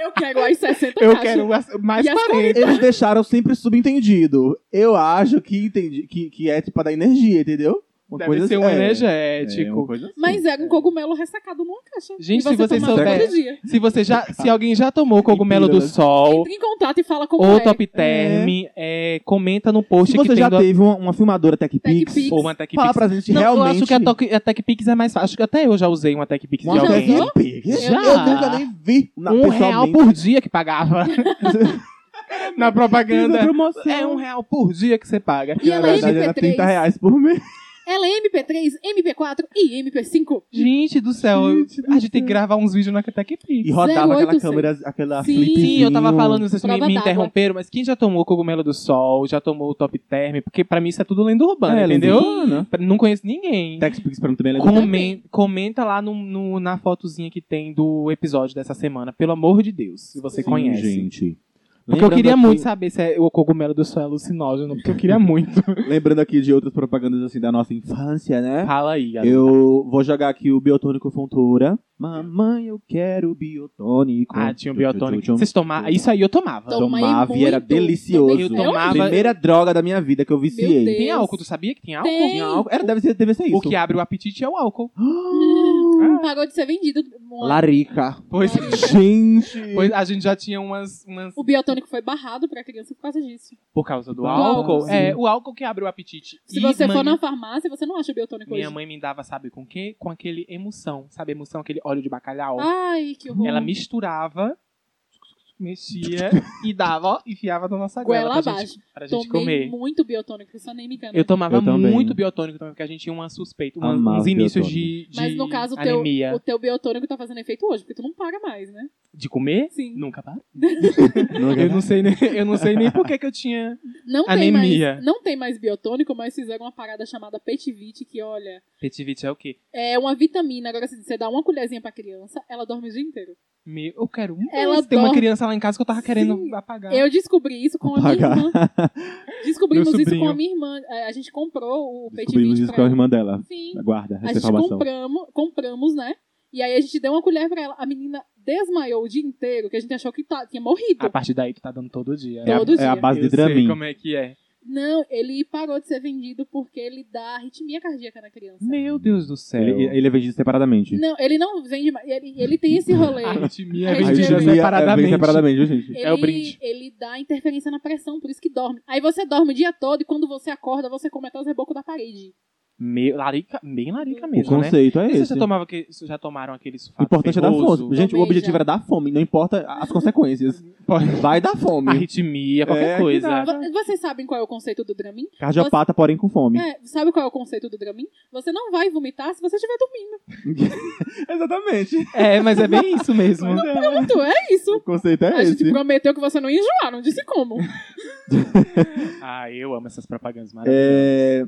Eu quero as 60
eu
caixas.
quero as- mais
E as
40.
eles deixaram sempre subentendido. Eu acho que, entendi, que, que é tipo pra dar energia, entendeu? Uma
Deve ser um
é, É, uma
energético.
coisa assim.
Mas era um cogumelo ressecado numa caixa.
Gente,
E
se vocês
tomava
souberem-
todo dia.
Se você já, se alguém já tomou cogumelo do
Mentiras.
sol
Entre em contato e fala como
ou
é.
top term, é, comenta no post
Se você
que tem
já
do-
teve uma, uma filmadora TechPix,
TechPix.
ou uma Tech
fala
Pix.
pra gente
assim, Não,
realmente...
eu acho que a, Toc- a Tech Pix é mais fácil. Acho que até eu já usei uma Tech Pix de
Uma
Já
alguém.
usou?
TechPix?
Já.
Eu nunca nem vi na,
Um real
pessoalmente.
por dia que pagava. Na
Fiz a
propaganda.
promoção.
É um real por dia que você paga.
E
Na
ela é
verdade, era 30
MP3.
reais por mês.
Ela é MP3, MP4 e MP5.
Gente do céu,
Gente do
a gente tem que gravar uns vídeos na Tech Pix.
E rodava aquela
0800.
câmera, aquela
Sim,
flipzinho.
Sim, eu tava falando, vocês me,
Prova
me
d'água.
interromperam, mas quem já tomou cogumelo do sol, já tomou o top term, porque pra mim isso é tudo lenda urbana,
É, lenda
entendeu?
urbana.
Pra- Não conheço ninguém.
TechPix pra mim também é legal.
Comen- comenta lá no, no- na fotozinha que tem do episódio dessa semana, pelo amor de Deus, se você
Sim,
conhece.
gente.
Porque eu
Lembrando
queria
aqui-
muito saber se é o cogumelo do sol é alucinógeno, porque eu queria muito.
Lembrando aqui de outras propagandas assim da nossa infância, né?
Fala aí, galera.
Eu vou jogar aqui o biotônico Fontoura. Mamãe, eu quero biotônico.
Ah, tinha um
Tchum, tchum,
biotônico.
tchum, tchum.
Vocês tomavam? Isso aí eu tomava.
Tomava. Tomei
Tomava e
muito.
era delicioso.
Tomei
Eu
até hoje.
tomava-
Primeira droga da minha vida que eu
Meu
viciei.
Deus.
Tem álcool, tu sabia que tem álcool?
Tem.
Tinha álcool. Era, deve ser, deve ser isso.
O que abre o apetite é o álcool.
Parou de ser vendido. Uma-
Larica.
Pois,
É.
Gente.
pois a gente já tinha umas, umas
O biotônico foi barrado pra criança por causa disso.
Por causa do
Do
álcool?
álcool,
É,
sim.
o álcool que abre o apetite.
Se
E
você
mãe-
for na farmácia, você não acha biotônico
Minha
hoje.
mãe me dava, sabe com quê? Com aquele emoção. Sabe emoção? Aquele óleo de bacalhau.
Ai, que horror.
Ela misturava, mexia e dava, ó, enfiava na nossa goela,
Goela
pra
abaixo.
gente, pra gente
Tomei
comer.
muito biotônico, isso nem me engano.
Eu tomava
Eu também.
muito biotônico também, porque a gente tinha uma suspeita, uma-
Amava
uns inícios de,
biotônico.
de
Mas no caso, o teu,
anemia.
o teu biotônico tá fazendo efeito hoje, porque tu não paga mais, né?
De comer?
Sim.
Nunca para.
Nunca
Eu não sei nem, eu não sei nem por que que eu tinha
Não tem
Anemia.
mais. Não tem mais biotônico, mas fizeram uma parada chamada Petivite, que olha.
Petivite é o quê?
É uma vitamina. Agora, se você dá uma colherzinha pra criança, ela dorme o dia inteiro.
Me- Eu quero um.
Ela
Tem uma
dorme-
criança lá em casa que eu tava querendo apagar.
Eu descobri isso com a minha
Apagar.
irmã. Descobrimos
Meu
isso com
sobrinho.
a minha irmã. É, A gente comprou o
Descobrimos
Petivite.
isso com a
Pra...
irmã dela.
Sim.
Aguarda
A
essa
gente
informação.
compramos, compramos, né? E aí a gente deu uma colher pra ela. A menina desmaiou o dia inteiro, que a gente achou que tá- tinha morrido.
A partir daí tu tá dando todo dia.
É a-
todo
é a,
dia.
base de
Eu sei
Dramin.
como é que é.
Não, ele parou de ser vendido porque ele dá arritmia cardíaca na criança.
Meu Deus do céu.
Ele, ele é vendido separadamente.
Não, ele não vende mais. Ele, ele tem esse rolê.
Arritmia
é
Aí
Ele vendida
já
é
via- É bem separadamente, viu, gente?
Ele,
Ah, É o brinde.
ele dá interferência na pressão, por isso que dorme. Aí você dorme o dia todo e quando você acorda, você come até os rebocos da parede.
Meio, larica, bem larica
O
mesmo, né?
conceito é
E
esse.
vocês já, tomava que, vocês já tomaram aquele
O
sulfato
importante é dar
ferroso?
fome. Gente, o
Também
objetivo
já.
era dar fome, não importa as consequências.
Pode-
Vai dar fome.
Arritmia, qualquer
É, que
coisa.
dá.
Vo- Vocês sabem qual é o conceito do Dramin?
Cardiopata, porém com fome.
É, sabe qual é o conceito do Dramin? Você não vai vomitar se você estiver dormindo.
Exatamente.
É, mas é bem isso mesmo.
Pronto, é isso.
O conceito é
A gente
esse.
prometeu que você não ia enjoar, não disse como.
ah, eu amo essas propagandas maravilhosas.
É,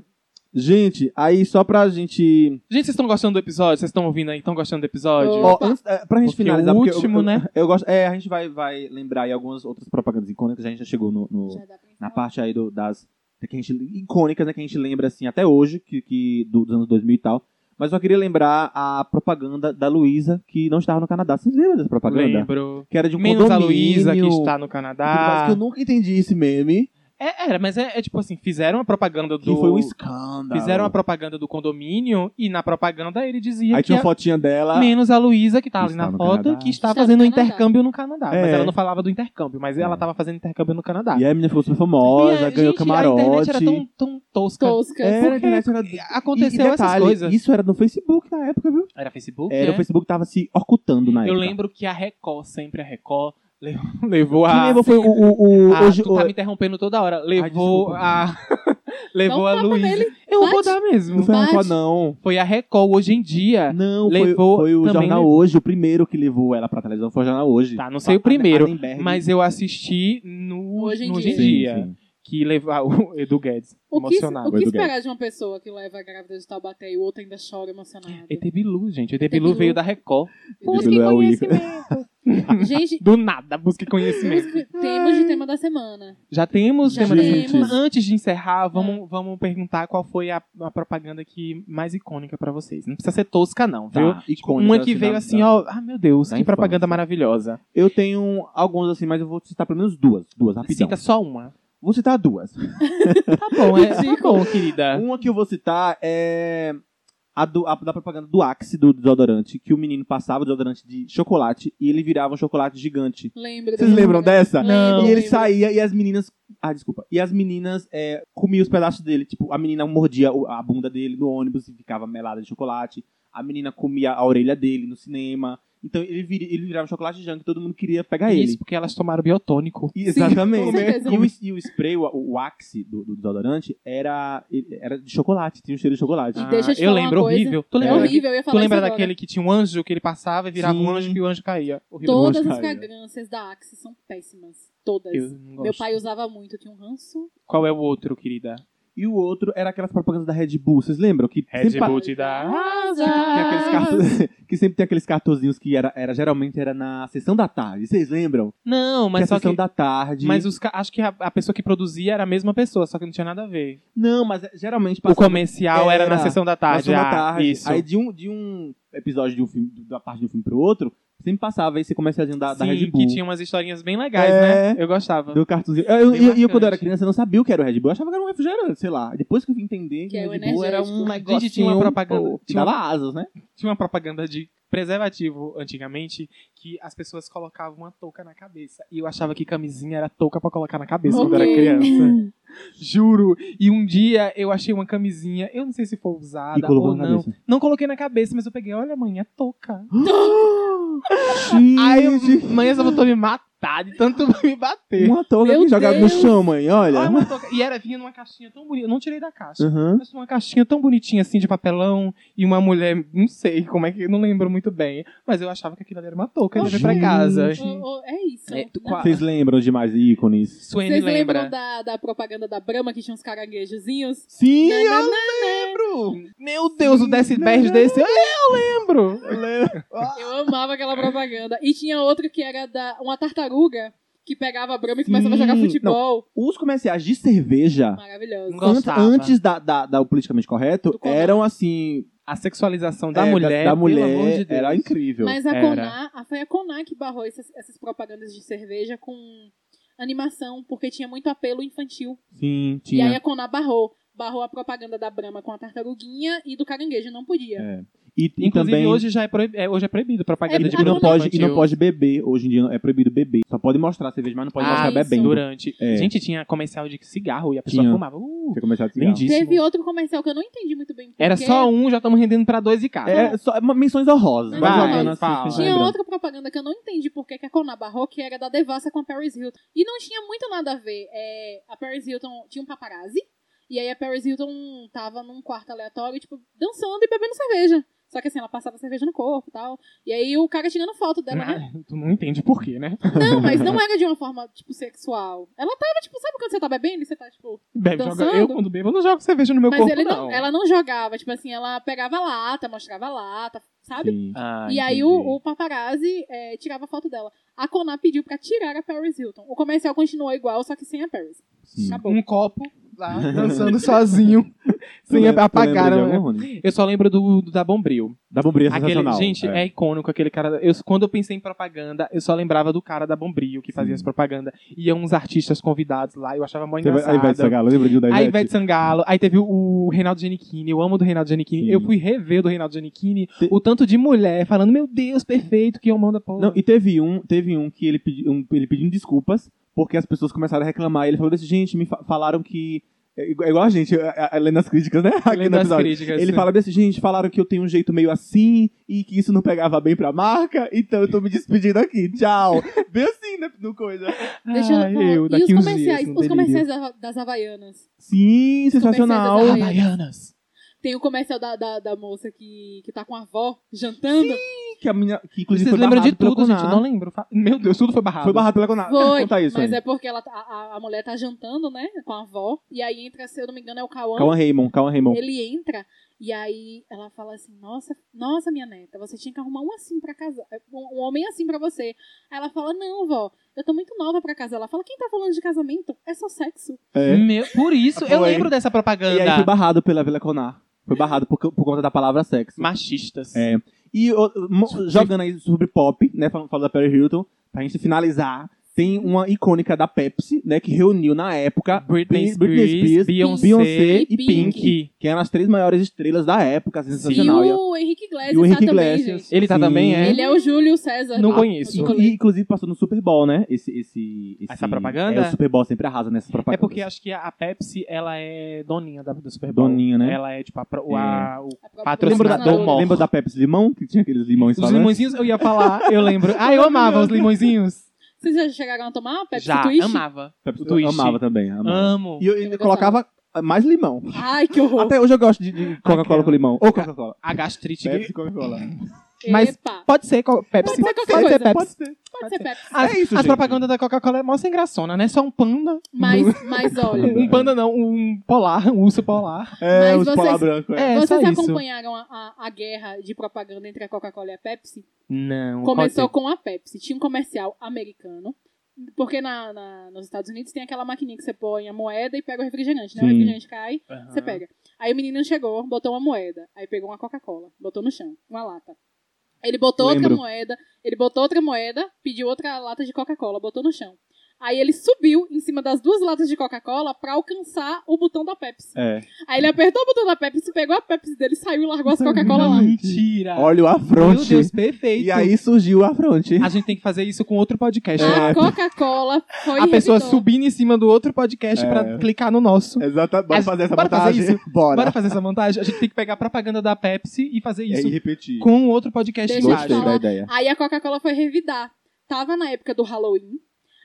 Gente, aí só pra gente.
Gente, vocês estão gostando do episódio? Vocês estão ouvindo aí? Estão gostando do episódio?
Ó,
Ó,
Opa.
antes- é, pra gente
Porque
finalizar.
o
porque eu-
último,
eu-
né?
Eu gosto. É, a gente vai, vai lembrar aí algumas outras propagandas icônicas. A gente já chegou no, no-
Já dá pra
na
ensinar.
parte aí do- das né, que a gente, icônicas, né, que a gente lembra assim até hoje, que, que do- dos anos 2000 e tal. Mas eu só queria lembrar a propaganda da Luísa, que não estava no Canadá. Vocês lembram dessa propaganda?
Lembro.
Que era de um
Menos a
condomínio.
Luísa, que está no
Mas
Canadá.
que um eu nunca entendi esse meme.
É, era, mas é, é tipo assim, fizeram a propaganda do...
Que foi um escândalo.
Fizeram a propaganda do condomínio e na propaganda ele dizia
Aí
que
tinha uma
a-
fotinha dela.
menos a Luísa que tá
Que
ali
está
na
no
foto
Canadá.
que está,
Está no
fazendo um
Canadá.
intercâmbio no Canadá. Mas
É.
ela não falava do intercâmbio, mas ela
É.
tava fazendo intercâmbio no Canadá.
E aí a menina ficou super
E a-
famosa, ganhou
gente,
camarote.
A internet era tão, tão tosca.
Tosca.
Era, a
Porque
internet era...
Aconteceu
E
essas
detalhe,
coisas.
Isso era no Facebook na época, viu?
Era Facebook?
Era,
né?
o Facebook tava se ocultando na
Eu
época.
lembro que a Record, sempre a Record, le- levou
Quem
a...
lembra foi o... o, o-
a-
hoje,
Ah, tu tá
o-
me interrompendo toda hora. Levou
desculpa.
a... levou
Dá um
a
tapa
Luísa.
nele.
Eu vou
Bate.
dar mesmo.
Não foi a
Bate.
Record, não.
Foi a Record, hoje em dia...
Não, foi-
É. Levou-
foi, o
também
Jornal
levou.
Hoje, o primeiro que levou ela pra televisão foi o Jornal Hoje.
Tá, não sei o primeiro,
Annenberg.
mas eu assisti no
Hoje em
no
Dia.
Sim, É sim.
que leva o Edu Guedes
O que,
emocionado.
o que
Eduardo
esperar de uma pessoa que leva a grávida de Taubaté e o outro ainda chora emocionado?
ET Bilu, gente. ET Bilu
Bilu.
veio da Record.
Ele
Busque
não é o Ica.
conhecimento.
Gente,
Do nada, busque conhecimento.
temos de tema da semana.
Já temos
Já É.
tema da
temos.
semana. Antes de encerrar, vamos, vamos perguntar qual foi a, a propaganda que mais icônica pra vocês. Não precisa ser tosca, não, viu?
Tá, icônica,
Tipo, Uma que
assim,
veio
da-
assim,
da-
ó. Ah, meu Deus,
da
que propaganda
infância.
maravilhosa.
Eu tenho alguns assim, mas eu vou citar pelo menos duas. Duas, rapidão.
Cita só uma.
Vou citar duas.
Tá bom, é. Tá bom, querida.
Uma que eu vou citar é a, do- a da propaganda do Axe, do desodorante, que o menino passava o desodorante de chocolate e ele virava um chocolate gigante.
Lembra
Vocês
dessa
lembram
propaganda?
dessa?
Lembro,
E ele
lembro.
saía e as meninas. Ah, desculpa. E as meninas é, comiam os pedaços dele. Tipo, a menina mordia o- a bunda dele no ônibus e ficava melada de chocolate. A menina comia a orelha dele no cinema. Então ele, vira- ele virava um chocolate junk e todo mundo queria pegar É ele.
É Isso, porque elas tomaram biotônico.
Exatamente.
com certeza.
e, o, e o spray, o, o axe do, do desodorante, era, ele- era de chocolate, tinha um cheiro de chocolate.
E deixa eu te
Ah, eu
falar uma
lembro
coisa.
horrível. Tu
É
lembra, daquele,
horrível, eu ia falar
tu lembra
isso agora.
daquele que tinha um anjo que ele passava e virava um
Sim.
anjo e o anjo caía? Horrível.
Todas
Não
as
gostaria.
fragrâncias da Axe são péssimas. Todas.
Eu não gosto.
Meu pai usava muito, eu tinha um ranço.
Qual é o outro, querida?
E o outro era aquelas propagandas da Red Bull. Vocês lembram? Que
Red
sempre pa-
Bull te dá.
que, tem aqueles cartões- que sempre tem aqueles cartãozinhos que era, era- geralmente era na sessão da tarde. Vocês lembram?
Não,
que
mas
a
só
sessão
que.
da tarde.
Mas os, ca- acho que a, a pessoa que produzia era a mesma pessoa, só que não tinha nada a ver.
Não, mas é, geralmente
O
passava
comercial era, na
Era,
sessão da
é, na
tarde.
sessão da
ah,
tarde.
Isso.
Aí de um, de um episódio de um filme, de uma parte de um filme pro outro, sempre passava esse comercialzinho da, da
Sim,
Red Bull.
que tinha umas historinhas bem legais,
É.
né? Eu gostava.
Do cartãozinho. Eu, eu-
Bem
eu- eu, quando eu era
marcante.
criança, eu não sabia o que era o Red Bull. Eu achava que era um refrigerante, sei lá. Depois que eu vim entender que,
Que é
o
o
Red Bull era um
energético.
negócio.
Gente, tinha uma propaganda- tinha
dava asas, né?
Tinha uma propaganda de preservativo antigamente que as pessoas colocavam uma touca na cabeça. E eu achava que camisinha era touca pra colocar na cabeça quando eu era
Ok.
criança. Juro. E um dia eu achei uma camisinha, eu não sei se foi usada ou
na
Ah, não. Não coloquei na cabeça, mas eu peguei, olha, mãe, é touca. Ai, eu-
Gente,
mãe, essa voltou a me matar de tanto me bater.
uma touca
Meu
um aqui jogada no
Deus.
chão, mãe, olha.
Ai, uma touca. E era vinha numa caixinha tão bonita. Eu não tirei da caixa.
Aham.
Mas uma caixinha tão bonitinha assim de papelão e uma mulher, não sei como é que, não lembro muito bem, mas eu achava que aquilo ali era uma touca e levei pra
Gente.
casa.
Ô, ô, é isso.
É, tu-
Não,
qua-
Vocês lembram de mais ícones?
Suene
Vocês
lembra.
lembram da, da propaganda da Brahma que tinha uns caranguejozinhos?
Sim,
Na- na-
eu lembro!
Meu Deus, o Desce
Não,
Pés
não,
desse. Eu lembro!
Eu lembro.
Eu amava aquela propaganda. E tinha outra que era da uma tartaruga que pegava a Brahma e começava a jogar
Sim.
futebol.
Os comerciais de cerveja,
Maravilhoso.
Não
an-
gostava.
antes da, da, da- o politicamente correto,
Do Conar.
eram assim...
A sexualização da
é,
mulher, pelo
da,
amor de
mulher
Deus.
era incrível.
Mas a
Era.
Conar, a- foi a Conar que barrou essas, essas propagandas de cerveja com animação, porque tinha muito apelo infantil.
Sim,
E
tinha.
aí a Conar barrou. Barrou a propaganda da Brahma com a tartaruguinha e do caranguejo, não podia.
É. E, e
Inclusive,
também...
hoje já é, proib- é, hoje é proibido propaganda
É,
de
e não
produto
pode E não
infantil.
pode beber. Hoje em dia é proibido beber. Só pode mostrar cerveja, mas não pode
Ah,
mostrar
isso.
bebendo.
Durante.
É.
Gente, tinha comercial de cigarro e a pessoa
Tinha.
fumava. Uh,
Tinha comercial de cigarro.
lindíssimo.
Teve outro é comercial que eu não entendi muito bem.
Era
porque
só um, já estamos rendendo pra dois e cada.
É, só, é uma- menções horrorosas.
Mas
Vai
vai,
jogando assim,
fala.
vocês
Tinha
lembram.
outra propaganda que eu não entendi porque que a Conar barrou, que era da Devassa com a Paris Hilton. E não tinha muito nada a ver. É, a Paris Hilton tinha um paparazzi, e aí a Paris Hilton tava num quarto aleatório, tipo, dançando e bebendo cerveja. Só que assim, ela passava cerveja no corpo e tal. E aí o cara tirando foto dela, né?
Ah, tu não entende por quê, né?
Não, mas não era de uma forma, tipo, sexual. Ela tava, tipo, sabe quando você tá bebendo e você tá, tipo.
Bebe,
Dançando?
joga- eu, quando bebo, eu não jogo cerveja no meu
mas
corpo,
ele
não.
ela não jogava, tipo assim, ela pegava a lata, mostrava a lata, sabe?
Sim.
Ah,
e aí
entendi.
o, o paparazzi é, tirava foto dela. A Conar pediu pra tirar a Paris Hilton. O comercial continuou igual, só que sem a Paris.
Sim.
Acabou.
Um copo lá, dançando sozinho. sem
Tu lembra- tu lembra de
apagaram. né?
algum, Rony?
Eu só lembro do, do da Bombril.
Da Bombril é
Aquele,
sensacional.
gente, é. icônico aquele cara. Eu, quando eu pensei em propaganda, eu só lembrava do cara da Bombril que fazia
Sim.
as propagandas. Iam uns artistas convidados lá, eu achava mó
Você vai- A Ivete
engraçado.
Sangalo, lembra de um da
A
Ivete?
Ivete Sangalo, aí teve o Reinaldo Giannichini, eu amo do Reinaldo Giannichini.
Sim.
Eu fui rever do Reinaldo Giannichini
Te-
o tanto de mulher falando, meu Deus, perfeito, que eu mando a porra.
Não, e teve um, teve um que ele, pedi, um- ele pedindo desculpas, porque as pessoas começaram a reclamar. E ele falou assim, gente, me fa- falaram que... É igu- é igual a gente, a- a- lendo as críticas, né? Aqui
Lendo
no
as
episódio.
críticas,
Ele
né?
fala assim, gente, falaram que eu tenho um jeito meio assim e que isso não pegava bem pra marca, então eu tô me despedindo aqui, tchau. Bem assim, né? No coisa.
Deixa
"Ah,
Ai,
falar.
eu,
e
Ah, daqui
os
uns
comerciais,
dias, no
os
delírio.
comerciais da- das Havaianas.
Sim, sensacional.
Super
assim,
sensacional.
Havaianas.
Tem o comercial da, da, da moça que, que tá com a avó jantando.
Que, a menina, que inclusive
Vocês
foi
lembram de
barrado pela
tudo, gente? Eu
Conar.
não lembro. Fa- Meu Deus, tudo foi barrado.
Foi barrado pela Conar.
Foi,
Conta isso
mas
aí.
é porque ela, tá- a, a- a mulher tá jantando, né? Com a avó. E aí entra, se eu não me engano, é o Cauã.
Calma Raymond, Calma Raymond.
Ele entra e aí ela fala assim: "Nossa, nossa minha neta, você tinha que arrumar um assim pra casar, um, um homem assim pra você". Aí ela fala: "Não, vó, eu tô muito nova pra casar". Ela fala: "Quem tá falando de casamento? É só sexo".
É.
Meu, por isso, eu
Foi.
lembro dessa propaganda.
E aí foi barrado pela Vila Conar. Foi barrado por, por conta da palavra sexo.
Machistas.
É. E ó, mo- jogando aí sobre pop, né? Falando falando da Perry Hilton, pra gente finalizar, tem uma icônica da Pepsi, né? Que reuniu na época
Britney,
Bri- Britney
Spears,
Spears,
Beyoncé,
Beyoncé e
e
Pink,
Pink.
que eram as três maiores estrelas da época,
E
sensacional. E, a-
o Henrique Iglesias
e o Henrique
tá também,
Iglesias.
gente.
Ele tá
Sim.
também, é?
Ele tá é o Júlio César.
Não
do-
conheço.
do
E,
colégio.
inclusive passou no Super Bowl, né? Esse, esse, esse-
Essa propaganda?
É, o Super Bowl sempre arrasa nessas
É
propagandas.
porque acho que a Pepsi, ela é doninha da, do Super Bowl.
Doninha, né?
Ela é, tipo, a, pro- a- o-
A própria
Lembra da,
patrocinador
patrocinadora.
mor.
lembra da Pepsi Limão? Que tinha aqueles limões
Os
falantes?
limõezinhos, eu ia falar, eu lembro. Ah, eu amava os limõezinhos.
Vocês já chegaram a tomar Pepsi
Já,
Twist?
amava.
Pepsi, eu
Twist.
amava também. Amava.
Amo.
E eu, eu colocava mais limão.
Ai, que horror.
Até hoje eu gosto de, de Coca-Cola
Aquela.
com limão. Ou Coca-Cola.
A gastrite.
Pepsi Coca-Cola.
Mas
Epa.
pode ser co- Pepsi.
Pode ser qualquer
ser
coisa.
Pepsi.
Pode ser Pepsi.
As,
É isso,
as
gente.
propagandas da Coca-Cola é mó sem graçona, né? Só um panda.
Mas, mas olha,
Um panda não, um polar, um urso polar.
É,
Mas
os
vocês-
polar branco.
É,
É.
só
vocês
isso.
acompanharam a, a- a guerra de propaganda entre a Coca-Cola e a Pepsi?
Não.
Começou com a Pepsi. Tinha um comercial americano. Porque na, na- nos Estados Unidos tem aquela maquininha que você põe a moeda e pega o refrigerante, né? O
Sim.
refrigerante cai,
Aham.
Você pega. Aí o menino chegou, botou uma moeda. Aí pegou uma Coca-Cola, botou no chão, uma lata. Ele botou
Lembro.
outra moeda, ele botou outra moeda, pediu outra lata de Coca-Cola, botou no chão. Aí ele subiu em cima das duas latas de Coca-Cola pra alcançar o botão da Pepsi.
É.
Aí ele apertou o botão da Pepsi, pegou a Pepsi dele, saiu e largou as Coca-Cola lá.
Mentira.
Olha o
Meu
afronte.
Deus, perfeito.
E aí surgiu o afronte.
A gente tem que fazer isso com outro podcast. né?
A Coca-Cola É. foi então.
A pessoa
revidou.
subindo em cima do outro
É.
podcast pra clicar no nosso.
Exatamente. Bora
As-
fazer essa
bora fazer
montagem? Bora. É
Bora fazer essa montagem? A gente tem que pegar a propaganda da Pepsi e fazer
E
isso
repetir.
com outro podcast
Deixa eu
embaixo.
Gostei
falar.
da ideia.
Aí a Coca-Cola foi revidar. Tava na época do Halloween.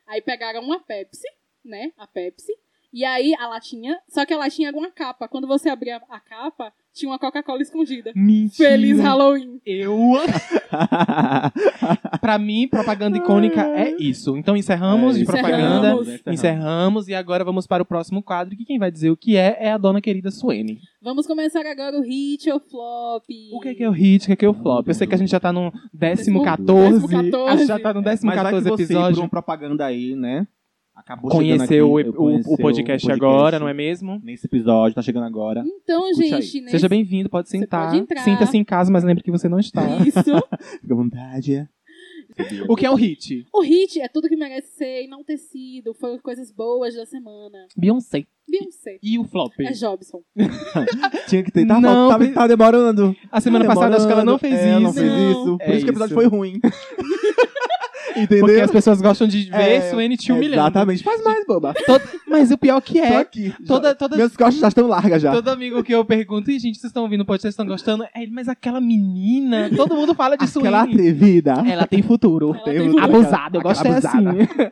Aí pegaram uma Pepsi, né? A Pepsi. E aí a latinha. Só que a latinha era uma capa. Quando você abria a capa, tinha uma Coca-Cola escondida.
Mentira.
Feliz Halloween.
Eu. pra mim, propaganda icônica é isso. Então encerramos
É,
de
isso.
propaganda.
Encerramos.
Encerramos e agora vamos para o próximo quadro, que quem vai dizer o que é é a dona querida Suene.
Vamos começar agora o hit ou flop.
O que é, que é o hit, o que é, que é o flop? Eu sei que a gente já tá no décimo
Décimo-
14.
décimo 14.
A gente já tá no décimo
Mas vai que
14
você,
episódio.
por uma propaganda aí, né? Acabou chegando aqui,
Conheceu o,
eu
o-
conheceu
o podcast agora, não é mesmo?
Nesse episódio, tá chegando agora.
Então,
Escute aí.
gente, né?
Seja bem-vindo, pode sentar.
pode entrar.
Sinta-se em casa, mas lembre que você não está.
Isso.
Fica à vontade.
o que é o hit?
O hit é tudo que merece ser enaltecido. Foram coisas boas da semana.
Beyoncé.
Beyoncé.
E o flop?
É Jobson.
Tinha que ter. Tava,
Não,
tava,
pre-
tava demorando.
A semana passada acho que ela não fez
É,
isso.
não fez
Não.
isso. Por
É
isso que o episódio
isso.
foi ruim.
Porque
Entendeu?
as pessoas gostam de ver
É,
Suene te humilhando.
Exatamente. Faz mais, boba.
Todo- mas o pior que
Tô
é,
aqui.
toda-
Já-
toda-
Meus costas já estão largas já.
todo amigo que eu pergunto, e gente, vocês estão ouvindo o podcast, vocês estão gostando? É, ele, mas aquela menina, todo mundo fala de
Aquela
Suene.
atrevida.
Ela tem futuro.
Ela tem futuro.
Abusada, eu
Aquela
gosto é assim.
abusada.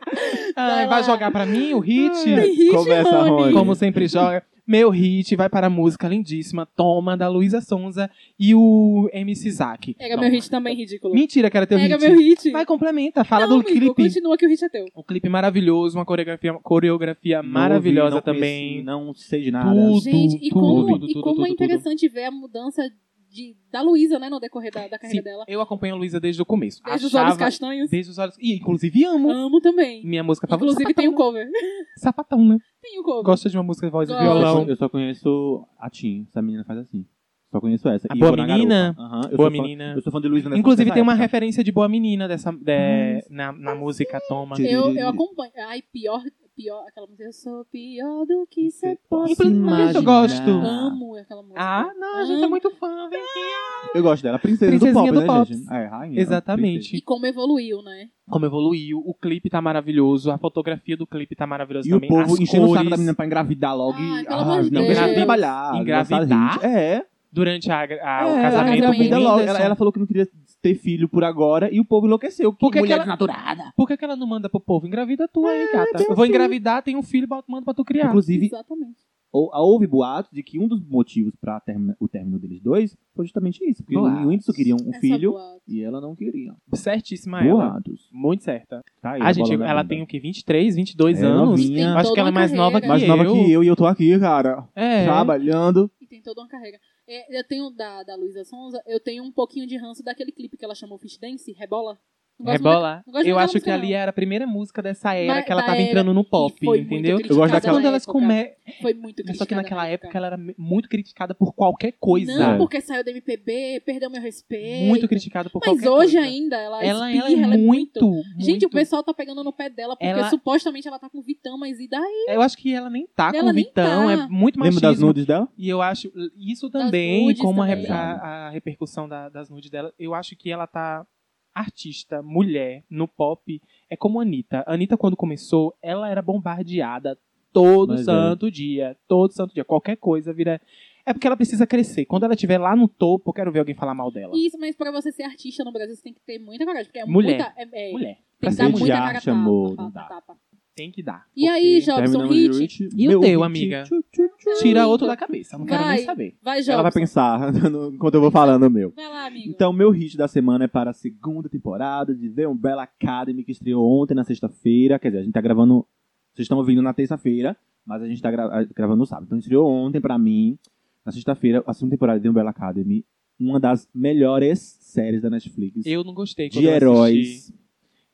Ai,
Vai
Ah, vai
lá.
jogar pra mim o hit?
Tem hit,
Começa, Rony.
Como sempre joga. Meu hit vai para a música lindíssima Toma, da Luísa Sonza e o MC Zack.
Era
Toma.
meu hit também ridículo.
Mentira que era teu
Era
é hit.
meu hit.
Vai, complementa. Fala
Não,
do
amigo,
clipe.
Continua que o hit é teu.
Um clipe maravilhoso, uma coreografia, coreografia
Não
maravilhosa
ouvi, não
também.
conheci, não sei de nada.
Tudo.
Gente, e
tudo,
como,
tudo,
e
tudo,
como
tudo,
é interessante ver a mudança de, da Luísa, né, no decorrer da, da
Sim,
carreira dela.
eu acompanho a Luísa desde o começo.
Desde os
Achava-
olhos castanhos.
Desde os olhos. E inclusive amo.
Amo também.
Minha música favorita.
Inclusive tem um cover.
Sapatão, né?
Tem um cover.
Gosta de uma música voz e
Gosto.
violão.
Eu só conheço a Tim. Essa menina faz assim. Só conheço essa.
A
E
Boa
eu vou na
Menina?
garupa. Aham, eu
Boa
sou fã-
Menina.
eu sou fã de Luísa nessa
Inclusive
nessa
tem uma
época. Hum.
referência de Boa Menina dessa, de- na, na música Toma.
Sim.
Eu, eu acompanho. Ai, pior, pior. Aquela música. Eu sou pior do que você pode
Inclusive,
imaginar.
eu gosto.
Amo aquela música.
tá. Ah, não, a gente
Hum.
é muito fã, vem aqui.
Eu gosto dela. Princesa do
Princesinha
pop,
do
né,
pop.
gente? É, rainha.
Exatamente.
E como evoluiu, né?
Como evoluiu, o clipe tá maravilhoso, a fotografia do clipe tá maravilhosa
E
também.
o povo
as
enchendo o saco
cores
da menina pra engravidar logo. e,
Ai, Ah,
ah,
pelo amor de
não,
Deus.
deixa trabalhar.
Engravidar?
engraçar a gente. É.
durante a, a-
é,
Ah, o
ela
casamento.
engravida
com o
logo.
Whindersson.
Ela, ela falou que não queria ter filho por agora e o povo enlouqueceu. Que
Por que que
mulher É,
ela-
desnaturada.
Por que, que ela não manda pro povo? Engravida tu aí, gata. Eu vou engravidar, tenho um filho, boto- mando pra tu criar.
Inclusive,
Exatamente.
Ou- houve boatos de que um dos motivos para o término deles dois foi justamente isso. Porque
Boatos.
o Whindersson queria um
Essa
filho
boa-
e ela não queria.
Certíssima Ah, ela.
Boatos.
Muito certa.
Tá aí,
Ah, gente,
bola na
ela
bunda.
tem o quê? 23, 22
É,
anos?
novinha.
Tem
Eu Acho
toda
que ela é
uma
mais nova que
carreira.
mais
eu.
nova que eu e eu tô aqui, cara.
É.
Trabalhando.
E tem toda uma carreira. É, eu tenho da, da Luísa Sonza, eu tenho um pouquinho de ranço daquele clipe que ela chamou Fit Dance, Rebola. Não gosto muito
Rebola.
não gosto
eu
daquela
acho que
música,
ali
não.
era a primeira música dessa era
Mas-
que ela
da
tava
era,
entrando no pop,
e foi muito
entendeu?
criticada
gosto daquela-
Quando elas
época.
come...
Foi muito criticada.
Só que naquela
na
época, ela era me- muito criticada por qualquer coisa.
Não,
É.
porque saiu da MPB, perdeu meu respeito.
Muito criticada por
Mas
qualquer
hoje
coisa.
ainda ela,
ela,
espirra,
ela é muito,
Gente,
muito-
o pessoal tá pegando no pé dela porque
Ela-
supostamente ela tá com Vitão, mas e daí?
Eu acho que ela nem tá com
Ela
o
nem
Vitão,
tá.
é muito
Lembra
machismo.
das nudes dela?
E eu acho isso também,
nudes
como a
também.
re- A, a repercussão da- das nudes dela, eu acho que ela tá artista, mulher, no pop, é como a Anitta. A Anitta, quando começou, ela era bombardeada todo
Mas é.
santo dia, todo santo dia, qualquer coisa vira... É porque ela precisa crescer. Quando ela estiver lá no topo, eu quero ver alguém falar mal dela.
Isso, mas pra você ser artista no Brasil, você tem que ter muita coragem. Porque é
Mulher.
muita. É, é,
Mulher,
Tem
pra
que
ser
dar
de
muita
arte,
cara
amor,
tapa,
não
tapa, tapa.
tem que dar.
E aí,
Porque-
Jobson
Terminamos de
Hit?
Rich.
E o
Meu
teu,
hit.
amiga?
Tchu, tchu,
Tira outro da cabeça, não quero
Vai.
nem saber.
Vai,
Ela vai
Jobs.
pensar no- enquanto eu vou falando o meu.
Vai lá, amigo.
Então, meu hit da semana é para a segunda temporada de The Umbrella Academy, que estreou ontem na sexta-feira. Quer dizer, a gente tá gravando. Vocês estão ouvindo na terça-feira, mas a gente tá gra- ah, gravando no sábado. Então, estreou ontem pra mim, na sexta-feira, a segunda temporada de The Umbrella Academy. Uma das melhores séries da Netflix.
Eu não gostei quando
de
eu assisti.
heróis,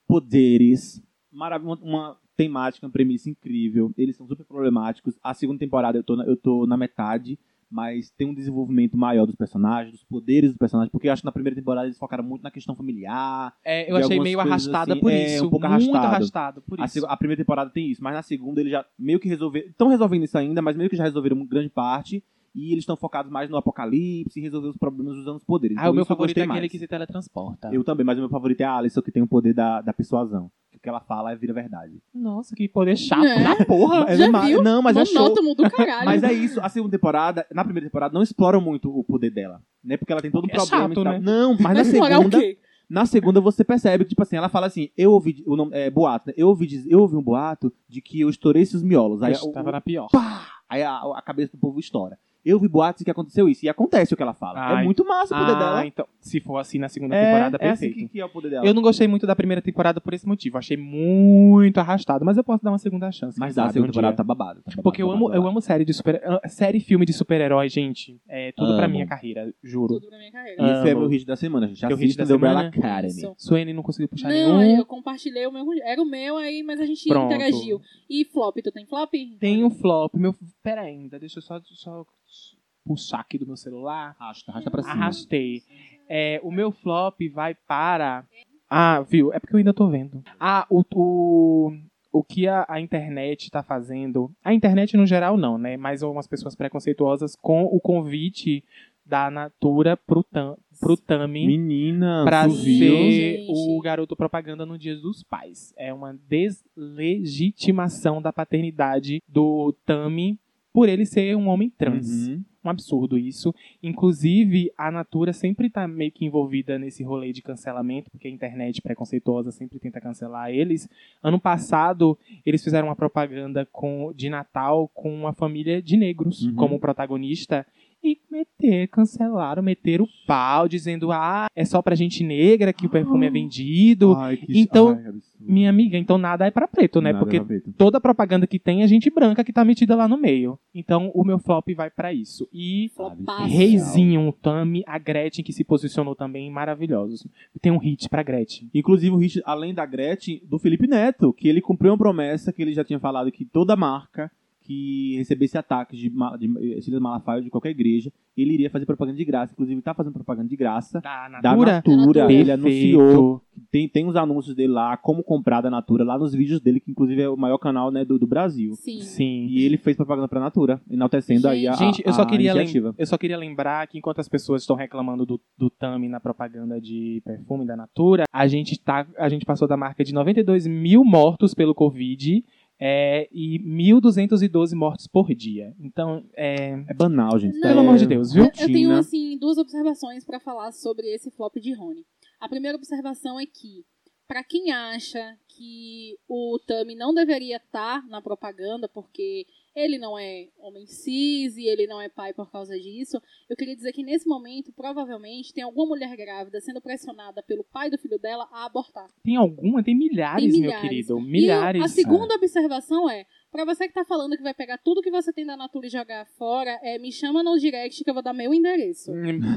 poderes, marav- uma, uma temática, uma premissa incrível. Eles são super problemáticos. A segunda temporada eu tô na, eu tô na metade, mas tem um desenvolvimento maior dos personagens, dos poderes dos personagens, porque eu acho que na primeira temporada eles focaram muito na questão familiar.
É, eu
de
achei
algumas
meio
coisas
arrastada
assim.
por
É,
isso.
um pouco
muito
arrastado.
arrastado por
A,
isso.
seg- a primeira temporada tem isso, mas na segunda eles já meio que resolveram. Estão resolvendo isso ainda, mas meio que já resolveram grande parte. E eles estão focados mais no apocalipse, em resolver os problemas usando os poderes.
Ah,
Então
o meu
isso eu
favorito é
gostei
aquele
mais.
que se teletransporta.
Eu também, mas o meu favorito é a Alison, que tem o poder da, da persuasão. Que o que ela fala é vira verdade.
Nossa, que poder chato
É.
da porra.
Mas
Já
é ma-
viu?
Não, mas é show.
Monótono do caralho.
Mas é isso, a segunda temporada, na primeira temporada, não exploram muito o poder dela. Né? Porque ela tem todo o
Porque é
problema
chato,
e tal.
né?
Não, mas na
Vai explorar o
segunda,
quê?
na segunda você percebe que, tipo assim, ela fala assim, eu ouvi, de- o nome, é, boato, né? eu ouvi, diz- eu ouvi um boato de que eu estourei seus miolos. Aí,
Eu
o-
tava na pior.
pá! Aí a, a cabeça do povo estoura. Eu vi boatos de que aconteceu isso, e acontece o que ela fala.
Ai.
É muito massa o poder
Ah,
dela.
então, se for assim na segunda
É,
temporada,
é assim
perfeito.
que, que é o poder dela.
Eu não gostei muito da primeira temporada por esse motivo. Achei muito arrastado, mas eu posso dar uma segunda chance.
Mas
quem
dá, a
sabe,
segunda
um
temporada
dia.
tá babado. tá babado,
Porque eu
babado,
amo, eu amo série de super. ah, Série e filme de super-herói, gente. É tudo pra
Amo.
minha carreira, juro.
Tudo pra minha carreira.
Esse é
Amo.
meu hit da semana, gente.
Teu hit
Assista
da
The Umbrella
semana? é
Academy.
Isso.
Suene não conseguiu puxar
Não,
nenhum.
eu compartilhei o meu. com- Era o meu aí, mas a gente
Pronto.
interagiu. E flop, tu tem flop?
Tem um flop. Meu. Pera ainda, deixa eu só, só puxar aqui do meu celular.
Arrasta, arrasta pra cima.
Arrastei. É, o meu flop vai para. Ah, viu? É porque eu ainda tô vendo. Ah, o. o... O que a, a internet tá fazendo, a internet no geral não, né? Mas algumas pessoas preconceituosas com o convite da Natura pro, tam, pro Tami
Menina, Uhum.
pra
tu viu?
ser
Gente.
o garoto propaganda no Dia dos Pais. É uma deslegitimação da paternidade do Tami por ele ser um homem trans.
Uhum.
Um absurdo isso. Inclusive, a Natura sempre tá meio que envolvida nesse rolê de cancelamento, porque a internet preconceituosa sempre tenta cancelar eles. Ano passado, eles fizeram uma propaganda com, de Natal com uma família de negros
Uhum.
como protagonista. E meter, cancelaram, meter o pau, dizendo, ah, é só pra gente negra que o perfume é vendido.
Ai, que
Então,
ai, absurdo.
Minha amiga, então nada é pra preto, né?
Nada
Porque
feito.
toda a propaganda que tem é gente branca que tá metida lá no meio. Então o meu flop vai pra isso. E
Flopaço.
Reizinho, o Tami, a Gretchen que se posicionou também, maravilhosos. Tem um hit pra Gretchen.
Inclusive o hit, além da Gretchen, do Felipe Neto, que ele cumpriu uma promessa que ele já tinha falado que toda marca que recebesse ataques de, ma- de eh, Silas Malafaia ou de qualquer igreja, ele iria fazer propaganda de graça. Inclusive, tá fazendo propaganda de graça
Da
da
Natura.
Natura.
Natura.
Ele
Perfeito.
anunciou tem, tem os anúncios dele lá, como comprar da Natura, lá nos vídeos dele, que inclusive é o maior canal né, do, do Brasil.
Sim.
Sim.
E ele fez propaganda pra Natura, enaltecendo aí a,
Gente, eu só,
a
queria lem-
iniciativa.
eu só queria lembrar que enquanto as pessoas estão reclamando do, do Tami na propaganda de perfume da Natura, a gente, tá, a gente passou da marca de 92 mil mortos pelo Covid é, e 1.212 mortos por dia. Então, é,
É banal, gente.
Não.
tá?
pelo amor de Deus, viu?
Eu- Eu tenho,
Tina?
assim, duas observações pra falar sobre esse flop de Rony. A primeira observação é que, pra quem acha que o Tami não deveria estar na propaganda, porque ele não é homem cis e ele não é pai por causa disso, eu queria dizer que nesse momento, provavelmente, tem alguma mulher grávida sendo pressionada pelo pai do filho dela a abortar.
Tem alguma? Tem milhares,
Tem
meu
milhares.
querido.
E a
Milhares. é.
segunda observação é, pra você que tá falando que vai pegar tudo que você tem da Natura e jogar fora, é, me chama no direct que eu vou dar meu endereço.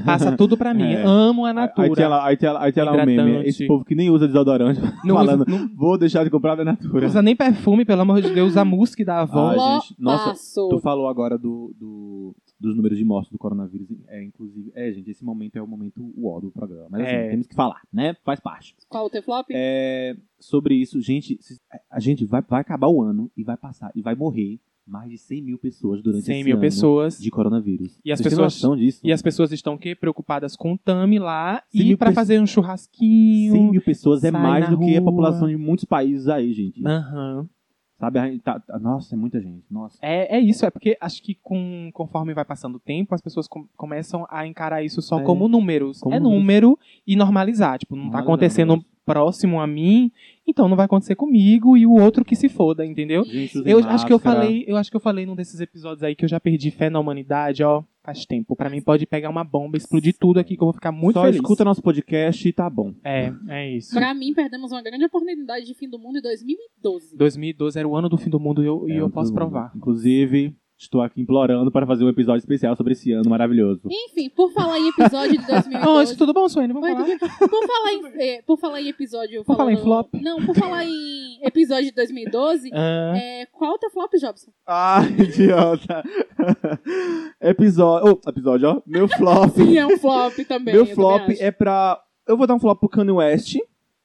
Passa tudo pra mim.
É.
Amo a Natura.
Aí tinha lá, aí tinha lá, aí tinha lá um
Hidratante.
meme. Esse povo que nem usa desodorante,
não, usa,
falando,
não
vou deixar de comprar da Natura.
usa nem perfume, pelo amor de Deus. Usa musk da avó.
Ai,
Ló
gente, nossa,
passo.
Tu falou agora do, do- dos números de mortes do coronavírus. É, inclusive, é, gente, esse momento é o momento uó do programa. Mas assim,
É.
temos que falar, né? Faz parte.
Qual o teu flop?
É, sobre isso, gente, se- a gente vai, vai acabar o ano e vai passar, e vai morrer mais de 100 mil pessoas durante
100
esse
mil
ano
pessoas.
de coronavírus.
E as
Vocês têm
pessoas-
noção disso?
E as pessoas estão o quê? Preocupadas com o Tami lá.
100
E
mil
pra
pessoas.
fazer um
100
churrasquinho.
mil pessoas é
sai
mais
na
do que a
rua.
população de muitos países aí, gente.
Aham.
Sabe? a gente tá- tá- nossa, é muita gente. Nossa.
É, é isso, é porque acho que com, conforme vai passando o tempo, as pessoas com- começam a encarar isso só
É.
como números.
Como
é
números.
número e normalizar. Tipo, não tá
Normalizar,
acontecendo
negócio.
próximo a mim, então não vai acontecer comigo e o outro que se foda, entendeu?
Gente, usem
Eu acho que eu
máscara.
falei, eu acho que eu falei num desses episódios aí que eu já perdi fé na humanidade, ó, faz tempo. Pra mim pode pegar uma bomba, explodir tudo aqui que eu vou ficar muito
Só
feliz.
escuta nosso podcast e tá bom.
É, é isso.
Pra mim, perdemos uma grande oportunidade de fim do mundo em 2012.
2012 era o ano do fim do mundo e eu, e
É,
eu
todo
posso
mundo.
provar.
Inclusive, estou aqui implorando para fazer um episódio especial sobre esse ano maravilhoso.
Enfim, por falar em episódio de
Ah, isso
2012.
tudo bom, Suene? Vamos
Oi,
falar?
tudo bem? por, falar em, eh, por falar em episódio.
Por falar em
falando-
flop.
Não, por falar em episódio de 2012.
Ah,
É, qual o teu flop, Jobson?
Ah, idiota! episódio. Oh, episódio, ó. Meu flop.
Sim, é um flop também.
Meu
eu também
flop
acho.
é pra. Eu vou dar um flop pro Kanye West.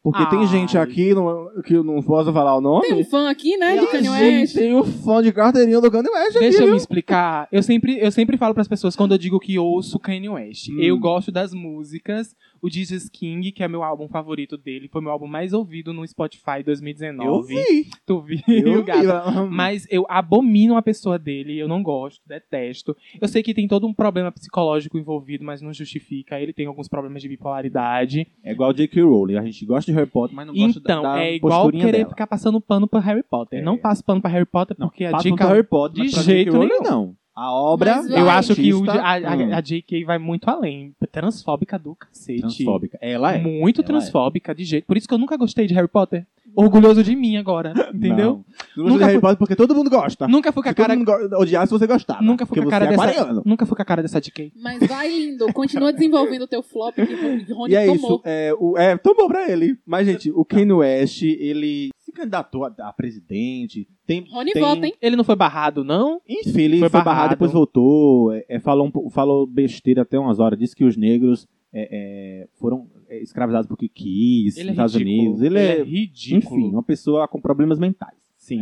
Porque tem
Ai.
gente aqui no- que eu não posso falar o nome.
Tem um fã aqui,
é
né, de
Ah,
Kanye
gente,
West.
Tem um fã de carteirinha do Kanye West
Deixa
aqui,
eu
viu?
me explicar. Eu sempre, eu sempre falo pras pessoas quando eu digo que ouço Kanye West.
Hum.
Eu gosto das músicas. O Jesus King, que é meu álbum favorito dele, foi meu álbum mais ouvido no Spotify 2019.
Eu vi.
Tu viu,
Eu vi.
gato?
Uhum.
Mas eu abomino a pessoa dele, eu não gosto, detesto. Eu sei que tem todo um problema psicológico envolvido, mas não justifica. Ele tem alguns problemas de bipolaridade.
É igual J.K. Rowling. A gente gosta de Harry Potter, mas não gosta da,
então,
da
é igual
posturinha
querer
dela.
ficar passando pano pra Harry Potter.
É.
Não passo pano pra Harry Potter
Não,
porque a
passa
dica
pro Harry Potter,
de
mas pra
jeito
J.K. Rowling,
nenhum.
não. A obra... é
Mas vai.
Eu acho que o, a, a-
Hum.
a JK vai muito além. Transfóbica do cacete.
Transfóbica. Ela é.
Muito
Ela é.
transfóbica, de jeito. Por isso que eu nunca gostei de Harry Potter. Orgulhoso de mim agora, entendeu?
Não, não gosta
Nunca
de Harry
fui-
Potter porque todo mundo gosta.
Nunca fui com a
Se todo
cara.
mundo go- odiar se você gostava.
Nunca fui
porque
com a cara
você é
dessa.
aquariano.
Nunca fui com a cara dessa JK.
Mas vai lindo, continua desenvolvendo o teu flop que o Rony
E é
tomou.
isso. É, o, é, tomou pra ele. Mas, gente, o Kanye West, ele se candidatou a, a presidente. Tem,
Rony
tem-
volta, hein?
Ele não foi barrado, não?
Enfim, ele
Foi
foi,
barrado.
barrado, depois voltou. é, é, falou, um pou- falou besteira até umas horas. Disse que os negros é, é, foram é, escravizados porque quis
Ele
nos
é
Estados
ridículo.
Unidos. Ele, é,
ridículo.
enfim, uma pessoa com problemas mentais.
Sim.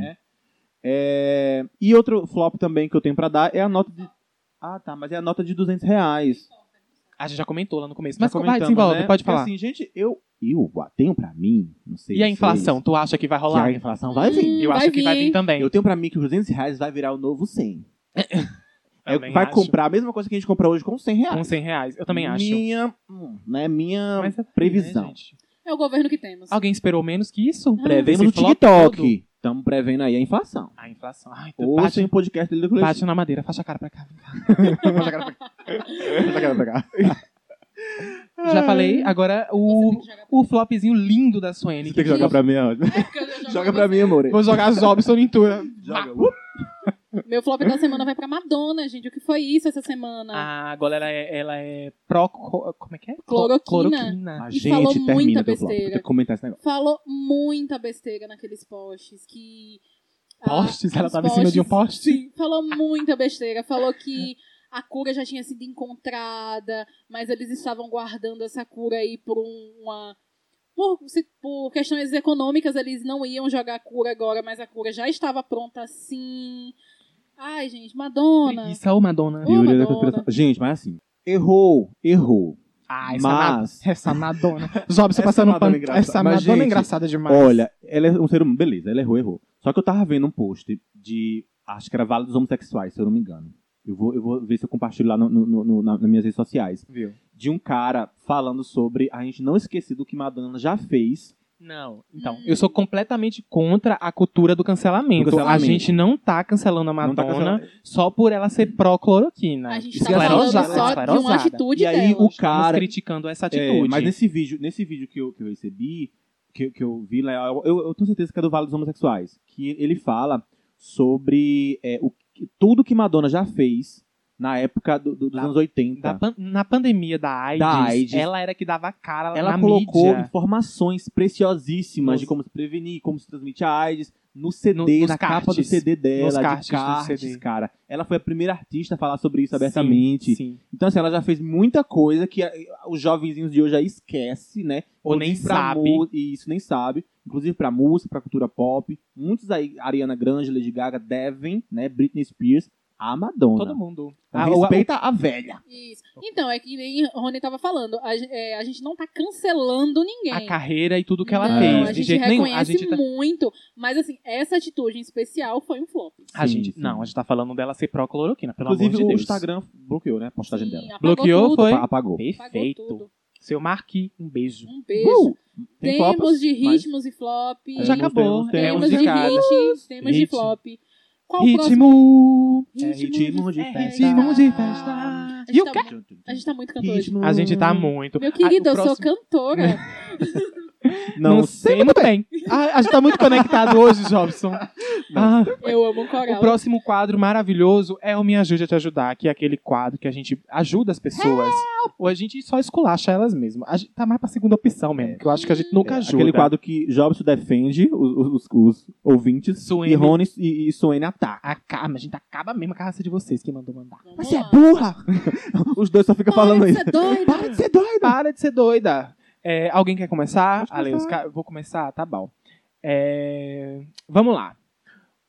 É, e outro flop também que eu tenho pra dar é a nota de. Ah, tá, mas é a nota de 200 reais.
A gente Ah, já comentou lá no começo.
Já
Mas vai,
comentamos,
desenvolve,
né?
pode
Porque
falar.
Assim, gente, eu, eu tenho pra mim, não sei.
e a
vocês,
inflação, Tá tu acha que vai
que a
rolar?
inflação vai vir.
Hum,
Eu acho
vai
que vai
vir,
vir
hein?
também.
Eu tenho pra mim que os 200 reais vai virar o novo 100. É,
Também
vai
acho.
comprar a mesma coisa que a gente compra hoje com 100 reais.
Com 100 reais. Eu também acho.
Minha, hum, né, minha
Mas é-
previsão.
né, gente?
É o governo que temos.
Alguém esperou menos que isso?
Prevemos
Esse
o
flop todo?
TikTok. Estamos prevendo aí a inflação.
A inflação. Ai, tu
Ouça
bate,
o podcast dele do Cleitinho.
bate na madeira, faz a cara pra cá.
Pra cá, pra cá.
Já falei, agora o, o flopzinho lindo da Suene.
Você tem que jogar pra mim, ó.
É
Joga pra mim, amor.
Vou jogar as Robson em tura.
Joga.
Meu flop da semana vai pra Madonna, gente. O que foi isso essa semana?
Ah, agora ela é, ela é pró... co- Como é que é?
Cloroquina.
Cloroquina.
A
E falou
gente
muita
termina do flop.
besteira.
Tem que comentar esse negócio.
Falou muita besteira naqueles posts que. ah,
Postes? Ela
os
tava em cima de um poste?
Sim, falou muita besteira. Falou que a cura já tinha sido encontrada, mas eles estavam guardando essa cura aí por um- uma. Por, se- por questões econômicas, eles não iam jogar a cura agora, mas a cura já estava pronta sim. Ai, gente, Madonna.
Preguiça, né? ô é Madonna.
Ô,
Teoria da
Madonna.
conspiração. Gente, mas assim. Errou, errou.
Ah,
Mas-
ma- essa é Madonna. Jobson
Essa
passando
Madonna
pano.
engraçada.
Essa
Mas,
Madonna é
gente,
engraçada demais.
Olha, ela é um ser humano, beleza, ela errou, errou. Só que eu tava vendo um post de. Acho que era Vale dos Homossexuais, se eu não me engano. Eu vou, eu vou ver se eu compartilho lá no- no- no- no- na- nas minhas redes sociais.
Viu?
De um cara falando sobre a gente não esquecer do que Madonna já fez.
Não, então, eu sou completamente contra a cultura do cancelamento.
Do cancelamento.
A gente não tá cancelando a
Não tá
Madonna
cancelando.
só por ela ser pró-cloroquina. é
A gente tá falando
Esclerosada,
só de uma
esclerosada.
atitude
E aí
dela.
o
Estamos
cara.
criticando essa
É,
atitude.
mas nesse vídeo, nesse vídeo que eu, que eu recebi, que, que eu vi lá, eu, eu, eu tenho certeza que é do Vale dos Homossexuais. Que ele fala sobre é, o, que- tudo que Madonna já fez na época do- do- dos
Da-
anos 80.
Da pan- na pandemia da AIDS,
tá. Da AIDS.
ela era que dava a cara
Ela
na
colocou
mídia.
informações preciosíssimas
Nos-
de como se prevenir, como se transmitir a AIDS no CD,
No- nos
na capa do
cartes.
CD dela,
Nos
de
cartes
cartes,
do CD.
cara. Ela foi a primeira artista a falar sobre isso
Sim,
abertamente.
sim.
Então, assim, ela já fez muita coisa que eh, os jovenzinhos de hoje já esquece, né?
Ou
Inclusive
nem
pra
sabe.
mu- e Isso, nem sabe. Inclusive pra música, pra cultura pop. Muitos aí, Ariana Grande, Lady Gaga, devem, né? Britney Spears, a Madonna.
Todo mundo.
Então,
Ah, o-
respeita a velha.
Isso. Então, é que nem o Rony tava falando. A, gen- é, a gente não tá cancelando ninguém.
a carreira e tudo que ela
Não,
fez.
A
de
gente
jeito
reconhece
nenhum. A gente, tá-
muito, mas assim, essa atitude em especial foi um flop.
a
Sim,
gente-
sim.
Não, a gente tá falando dela ser pró-cloroquina, pelo
Inclusive,
amor de
o
Deus.
Instagram bloqueou, né? A postagem
Sim,
dela.
apagou
Bloqueou,
tudo,
foi?
Apagou.
apagou
Perfeito.
tudo.
Seu Marquis, um beijo.
Um beijo.
Uh! Tem
temos
copas,
de
mas-
ritmos e flop.
É, Já acabou.
temos,
Temos
Temas
de
de
cada.
hit, temas de
Ritmo.
flop. Qual o próximo?
Ritmo.
É ritmo de
É
festa.
Ritmo de festa.
A
E
gente,
o
tá,
quê?
a gente tá muito cantor hoje.
Ritmo.
A gente tá muito.
Meu querido,
Ah, o
eu sou
próximo-
cantora.
Não sei.
muito bem. Ah, a gente tá muito conectado hoje, Jobson. Ah,
Eu amo um
o
coral.
próximo quadro maravilhoso é o Me Ajude a Te Ajudar, que é aquele quadro que a gente ajuda as pessoas. Ou a gente só esculacha elas mesmas. A gente tá mais pra segunda opção mesmo, que eu acho que a gente nunca
É,
ajuda.
aquele quadro que Jobson defende os, os- os ouvintes
Suene.
e Rony e, e Suene ataca.
Acaba, a gente acaba mesmo a carraça de vocês que mandou mandar.
Vamos
Mas você é
lá.
burra! Os dois só ficam
Para
falando
de
isso.
ser doida.
Para de ser doida!
Para de ser doida. É, alguém quer começar?
Pode
Ale,
começar.
os ca- vou começar, tá bom. É, vamos lá.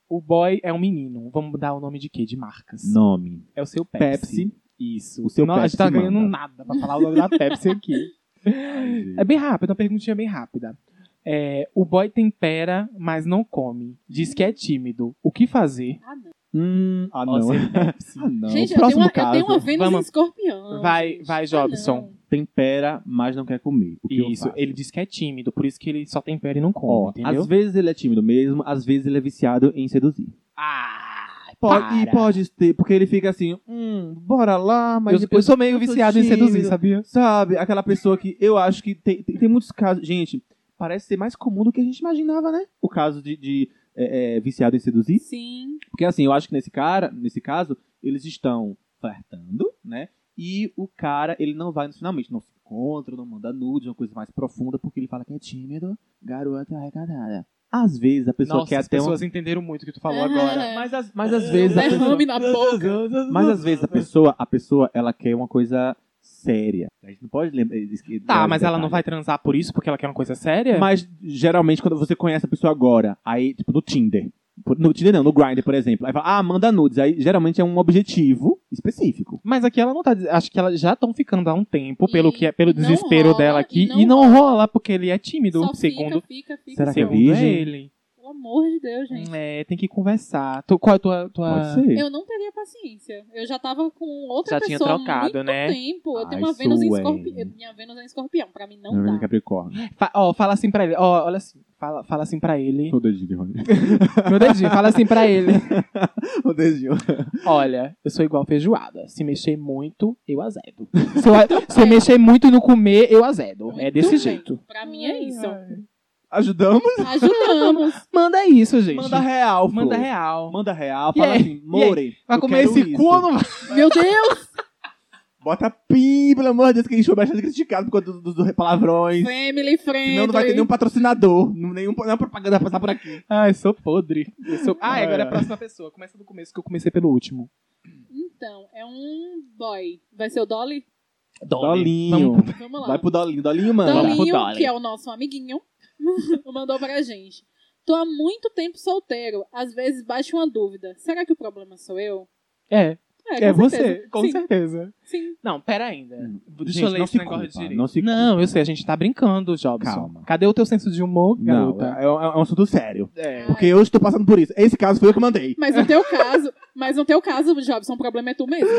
O boy é um menino. Vamos dar o nome de quê? De marcas.
Nome.
É o seu Pepsi.
Pepsi.
Isso.
O seu
Não, A gente
Pepsi
tá ganhando
manda.
nada pra falar o nome da Pepsi aqui. É bem rápido, uma perguntinha bem rápida. É, o boy tempera, mas não come. Diz que é tímido. O que fazer?
Hum, ah,
Ó,
não.
seu Pepsi.
Ah, não.
Gente, eu tenho,
Próximo
uma, eu
caso.
tenho uma Vênus em
Vamos.
escorpião.
Vai,
gente.
vai,
Ah,
Jobson.
não.
Tempera, mas não quer comer. O que eu
Isso,
faço?
ele diz que é tímido, por isso que ele só tempera e não come,
Ó,
entendeu?
às vezes ele é tímido mesmo, às vezes ele é viciado em seduzir.
Ah,
Pode, e pode ter, porque ele fica assim, hum, bora lá, mas
eu,
depois
sou meio viciado em seduzir,
tímido.
sabia?
Sabe, aquela pessoa que eu acho que tem, tem, tem muitos casos. Gente, parece ser mais comum do que a gente imaginava, né? O caso de, de, é, é, viciado em seduzir.
Sim.
Porque assim, eu acho que nesse cara, nesse caso, eles estão flertando, né? E o cara, ele não vai finalmente, não se encontra, não manda nude, uma coisa mais profunda, porque ele fala que é tímido, garota arrecadada. Às vezes a pessoa
Nossa,
quer
as
até uma.
pessoas entenderam muito o que tu falou
Ah,
agora. é
é.
Mas, às- mas às vezes a pessoa.
Derrame na boca.
Mas às vezes a pessoa, a pessoa, ela quer uma coisa séria. A gente não pode lembrar. esque-
Tá,
lembrar
mas
esse
ela não
detalhe.
vai transar por isso, porque ela quer uma coisa séria?
Mas geralmente quando você conhece a pessoa agora, aí, tipo, no Tinder. Por- No Tinder não, no Grindr, por exemplo. Aí fala, ah, manda nudes. Aí geralmente é um objetivo específico.
Mas aqui ela não tá. diz- Acho que elas já estão ficando há um tempo, pelo,
E
que é, pelo
não
desespero
rola,
dela aqui.
e não
E não rola, porque ele é tímido.
Só
segundo
fica, fica, fica.
Será que é
fica.
segundo
virgem?
ele.
Pelo amor de Deus, gente.
É, tem que conversar. Tu- qual é a tua. tua...
Pode ser.
Eu não teria paciência. Eu já tava com outra
Já tinha
pessoa há
trocado,
muito
né?
tempo. Eu tenho
Ai,
uma Vênus em
Suene.
escorpião. Minha Vênus é em escorpião. Pra mim não
Não,
dá.
Capricórnio.
Fa- ó, fala assim pra ele. Ó, olha assim. Fala, fala assim pra ele.
O dedinho, Rony.
Meu dedinho, fala assim pra ele.
O dedinho.
Olha, eu sou igual feijoada. Se mexer muito, eu azedo. Se, eu- se eu mexer muito e não comer, eu azedo. É desse
Muito
jeito.
bem. Pra mim é isso.
Ajudamos?
Ajudamos.
Manda isso, gente.
Manda real,
Manda
Flor.
real.
Manda real.
E
Fala
aí?
assim, More.
Vai
eu
comer
quero
esse
isso.
cu ou não vai?
Meu Deus!
Bota pim, pelo amor de Deus, que a gente foi bastante criticado por conta dos, dos palavrões.
Family friend.
Senão não vai ter nenhum patrocinador, nenhum, nenhuma propaganda a passar por aqui.
Ai, sou podre. Eu sou- Ah,
É.
agora é a próxima pessoa. Começa do começo, que eu comecei pelo último.
Então, é um boy. Vai ser o Dolly?
Dolinho.
Vamos-
Vamos lá.
Vai pro Dolinho. Dolinho, mano.
Vamos pro
Dolinho,
Dolly.
que é o nosso amiguinho, mandou pra gente. Tô há muito tempo solteiro. Às vezes bate uma dúvida. Será que o problema sou eu?
É,
É,
é
com
você,
certeza.
com
Sim,
certeza. Hum,
sim.
Não, pera ainda. Deixa
Gente,
eu ler
não
esse
se
negócio
culpa,
direito.
não se
eu sei, a gente tá brincando, Jobson.
Calma.
Cadê o teu senso de humor,
Não,
garota?
é, é um- é um assunto sério.
É.
Porque eu estou passando por isso. Esse caso foi eu que mandei.
Mas no teu caso, mas no teu caso, Jobson, o problema é tu mesmo.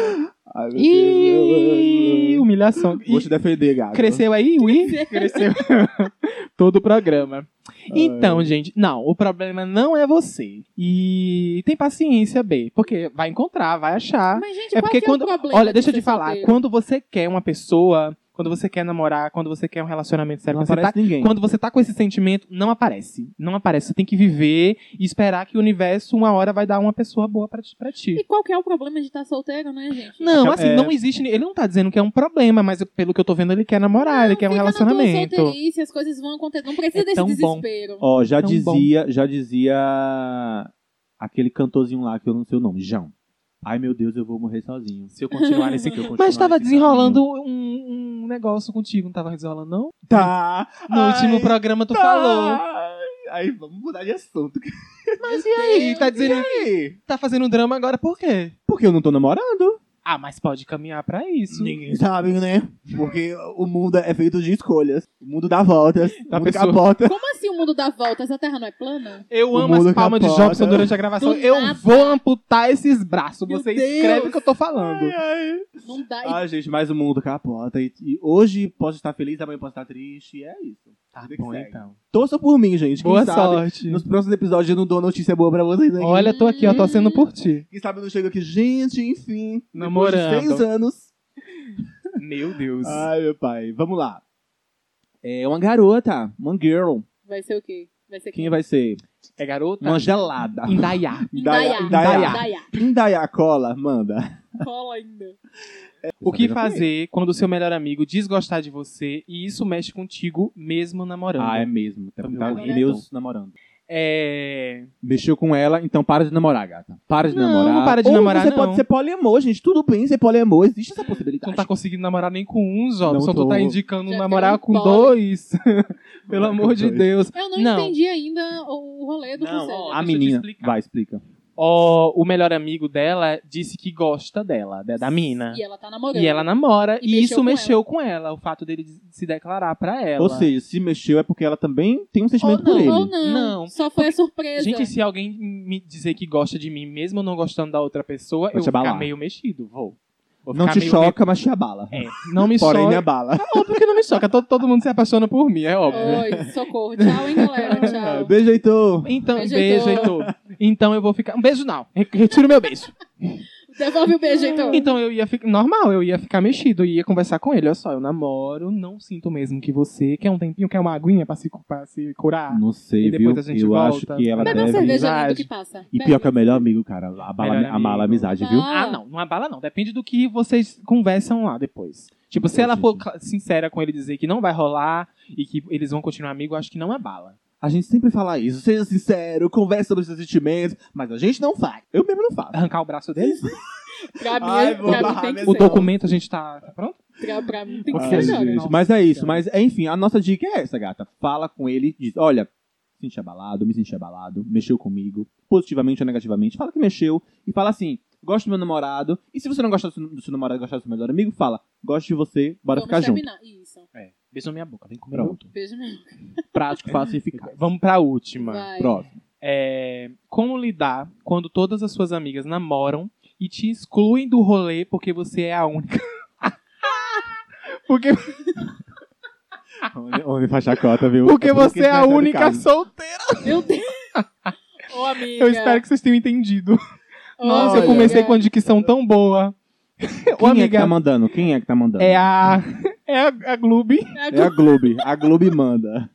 Ai, meu
Ih, humilhação. Ih,
Vou te defender, gato.
Cresceu aí? Ui? Cresceu. Todo o programa. Então, gente, não, o problema não é você. E tem paciência, B, porque vai encontrar, vai achar.
Mas, gente,
É
qual
porque
que
quando-
é o problema?
Olha, deixa eu
de
te
ser
falar,
solteiro?
quando você quer uma pessoa, quando você quer namorar, quando você quer um relacionamento sério,
Não
quando você, tá,
aparece ninguém.
quando você tá com esse sentimento, não aparece. Não aparece. Você tem que viver e esperar que o universo, uma hora, vai dar uma pessoa boa pra ti. Pra ti.
E qual que é o problema de estar solteiro, né, gente?
Não, assim,
É.
não existe. Ele não tá dizendo que é um problema, mas eu- pelo que eu tô vendo, ele quer namorar, ele quer um
Fica na tua
relacionamento.
solteirice, as coisas vão acontecer. Não
É
precisa desse
tão bom.
desespero.
Ó, já
Tão bom.
dizia, já dizia aquele cantorzinho lá que eu não sei o nome, João. Ai meu Deus, eu vou morrer sozinho.
Se eu continuar nesse
eu
Mas tava desenrolando um, um negócio contigo, não tava desenrolando, não?
Tá.
No último programa tu falou.
Aí vamos mudar de assunto. é
Mas e aí? Tá dizendo. Tá fazendo drama agora por quê?
Porque eu não tô namorando.
Ah, mas pode caminhar pra isso.
Ninguém sabe, né? Porque o mundo é feito de escolhas. O mundo dá voltas, o
A
mundo
pessoa-
capota.
Como assim o mundo dá voltas? A Terra não é plana?
Eu
O
amo
mundo
as palmas de
capota.
Jobson durante a gravação.
Do
Eu
nada.
vou amputar esses braços.
Meu
Você
Deus.
escreve o que eu tô falando.
Não dá.
Ah, gente, mas o mundo capota. E, e hoje posso estar feliz, amanhã posso estar triste. E é isso.
Tá
Vida que
bom,
segue.
então.
Torça por mim, gente.
Boa
Quem sabe,
sorte.
Nos próximos episódios eu não dou notícia boa pra vocês aqui.
Olha, tô aqui, ó, torcendo por ti.
Quem sabe eu não chego aqui. Gente, enfim.
Namorando.
Depois de seis anos.
Meu Deus.
Ai, meu pai. Vamos lá. É uma garota, uma girl.
Vai ser o quê? Vai ser
Quem vai ser?
É garota?
Uma gelada. tá
Indaiá.
Indaiá.
Indaiá.
Indaiá.
Indaiá Cola, manda.
Cola ainda.
O que fazer quando o seu melhor amigo desgostar de você e isso mexe contigo mesmo namorando?
Ah, é mesmo. Tá, tá,
Namorando.
meus namorando.
É.
Mexeu com ela, então para de namorar, gata. Para de
Não,
namorar.
não para de
Ou
namorar,
Você
não.
pode ser poliamor, gente. Tudo bem ser poliamor. Existe essa
Tu
possibilidade.
não tá conseguindo namorar nem com um,
Não
Jobson.
tô.
Tu tá indicando
Já
namorar
tem um
com
pole.
dois. Pelo amor de
Dois.
Deus.
Eu não,
Não.
entendi ainda o o rolê do
Não,
conselho.
deixa
a
eu te
menina.
explicar.
Vai, explica.
Ó, o melhor amigo dela disse que gosta dela, da, da mina.
E ela tá namorando.
E ela namora, e,
E mexeu
isso
com
mexeu com ela, o fato dele de- se declarar pra ela.
Ou seja, se mexeu é porque ela também tem um sentimento por
não,
ele.
Ou não.
Não.
Só foi a surpresa.
Gente, se alguém me dizer que gosta de mim, mesmo não gostando da outra pessoa,
Vai
eu vou
te
ficar
abalar.
meio mexido, vou. Vou
Não
ficar
te
meio
choca, mas te abala.
me- É, não me
Porém, né? me
choca.
abala.
É óbvio que não me choca, todo, todo mundo se apaixona por mim, é óbvio.
Oi, socorro. Tchau, hein, galera. Tchau.
É, Beijo, Heitor.
Então,
Beijo,
beijo,
Heitor.
Heitor. Então eu vou ficar. Um beijo não. Re- Retiro meu beijo.
Devolve o beijo, então.
Então eu ia ficar. Normal, eu ia ficar mexido. Eu ia conversar com ele. Olha só, eu namoro, não sinto mesmo que você. Quer um tempinho, quer uma aguinha pra se, cu- pra se
Ah.
curar?
Não sei,
E depois
viu?
a gente
eu
volta.
acho que ela
Bebe uma
né,
deve.
cerveja ali do
amizade.
que passa.
E
Bebe.
pior que é o melhor amigo, cara. Abala,
Melhor
abala a
amigo.
amizade, viu?
Ah, não, não abala não. Depende do que vocês conversam lá depois. Tipo, se ela for cla- sincera com ele dizer que não vai rolar e que eles vão continuar amigos, acho que não é abala.
A gente sempre fala isso. Seja sincero, converse sobre seus sentimentos. Mas a gente não faz. Eu mesmo não faço.
Arrancar o braço dele?
Pra mim,
Ai, vou
pra mim
barrar
tem que
minha
O
ser.
documento a gente tá. tá Pronto?
Pra, pra mim tem que
Ai,
ser
gente.
joga.
Nossa,
Mas é isso.
cara.
Mas, enfim, a nossa dica é essa, gata. Fala com ele. Diz, olha, senti abalado, me senti abalado. Mexeu comigo. Positivamente ou negativamente. Fala que mexeu. E fala assim... Gosto do meu namorado. E se você não gosta do seu, do seu namorado, gostar do seu melhor amigo, fala. Gosto de você, bora
Vamos
ficar junto.
terminar. Isso.
É. Beijou minha boca, vem comer.
Pronto.
Beijo mesmo.
Prático, fácil e eficaz.
Vamos pra última.
Vai.
Próximo.
É, como lidar quando todas as suas amigas namoram e te excluem do rolê porque você é a única? porque,
Homem- Homem faz chacota, viu? tá
porque você é a
sai de
única
casa.
solteira.
Meu Deus. Ô, amiga.
Eu espero que vocês tenham entendido.
Ô,
Nossa,
Olha.
eu comecei
amiga. É
com a dicção tão boa. Ô,
Quem é que
amiga,
tá mandando? Quem é que tá mandando?
é a. É a, a Gloob.
É a Globe. A Globe manda.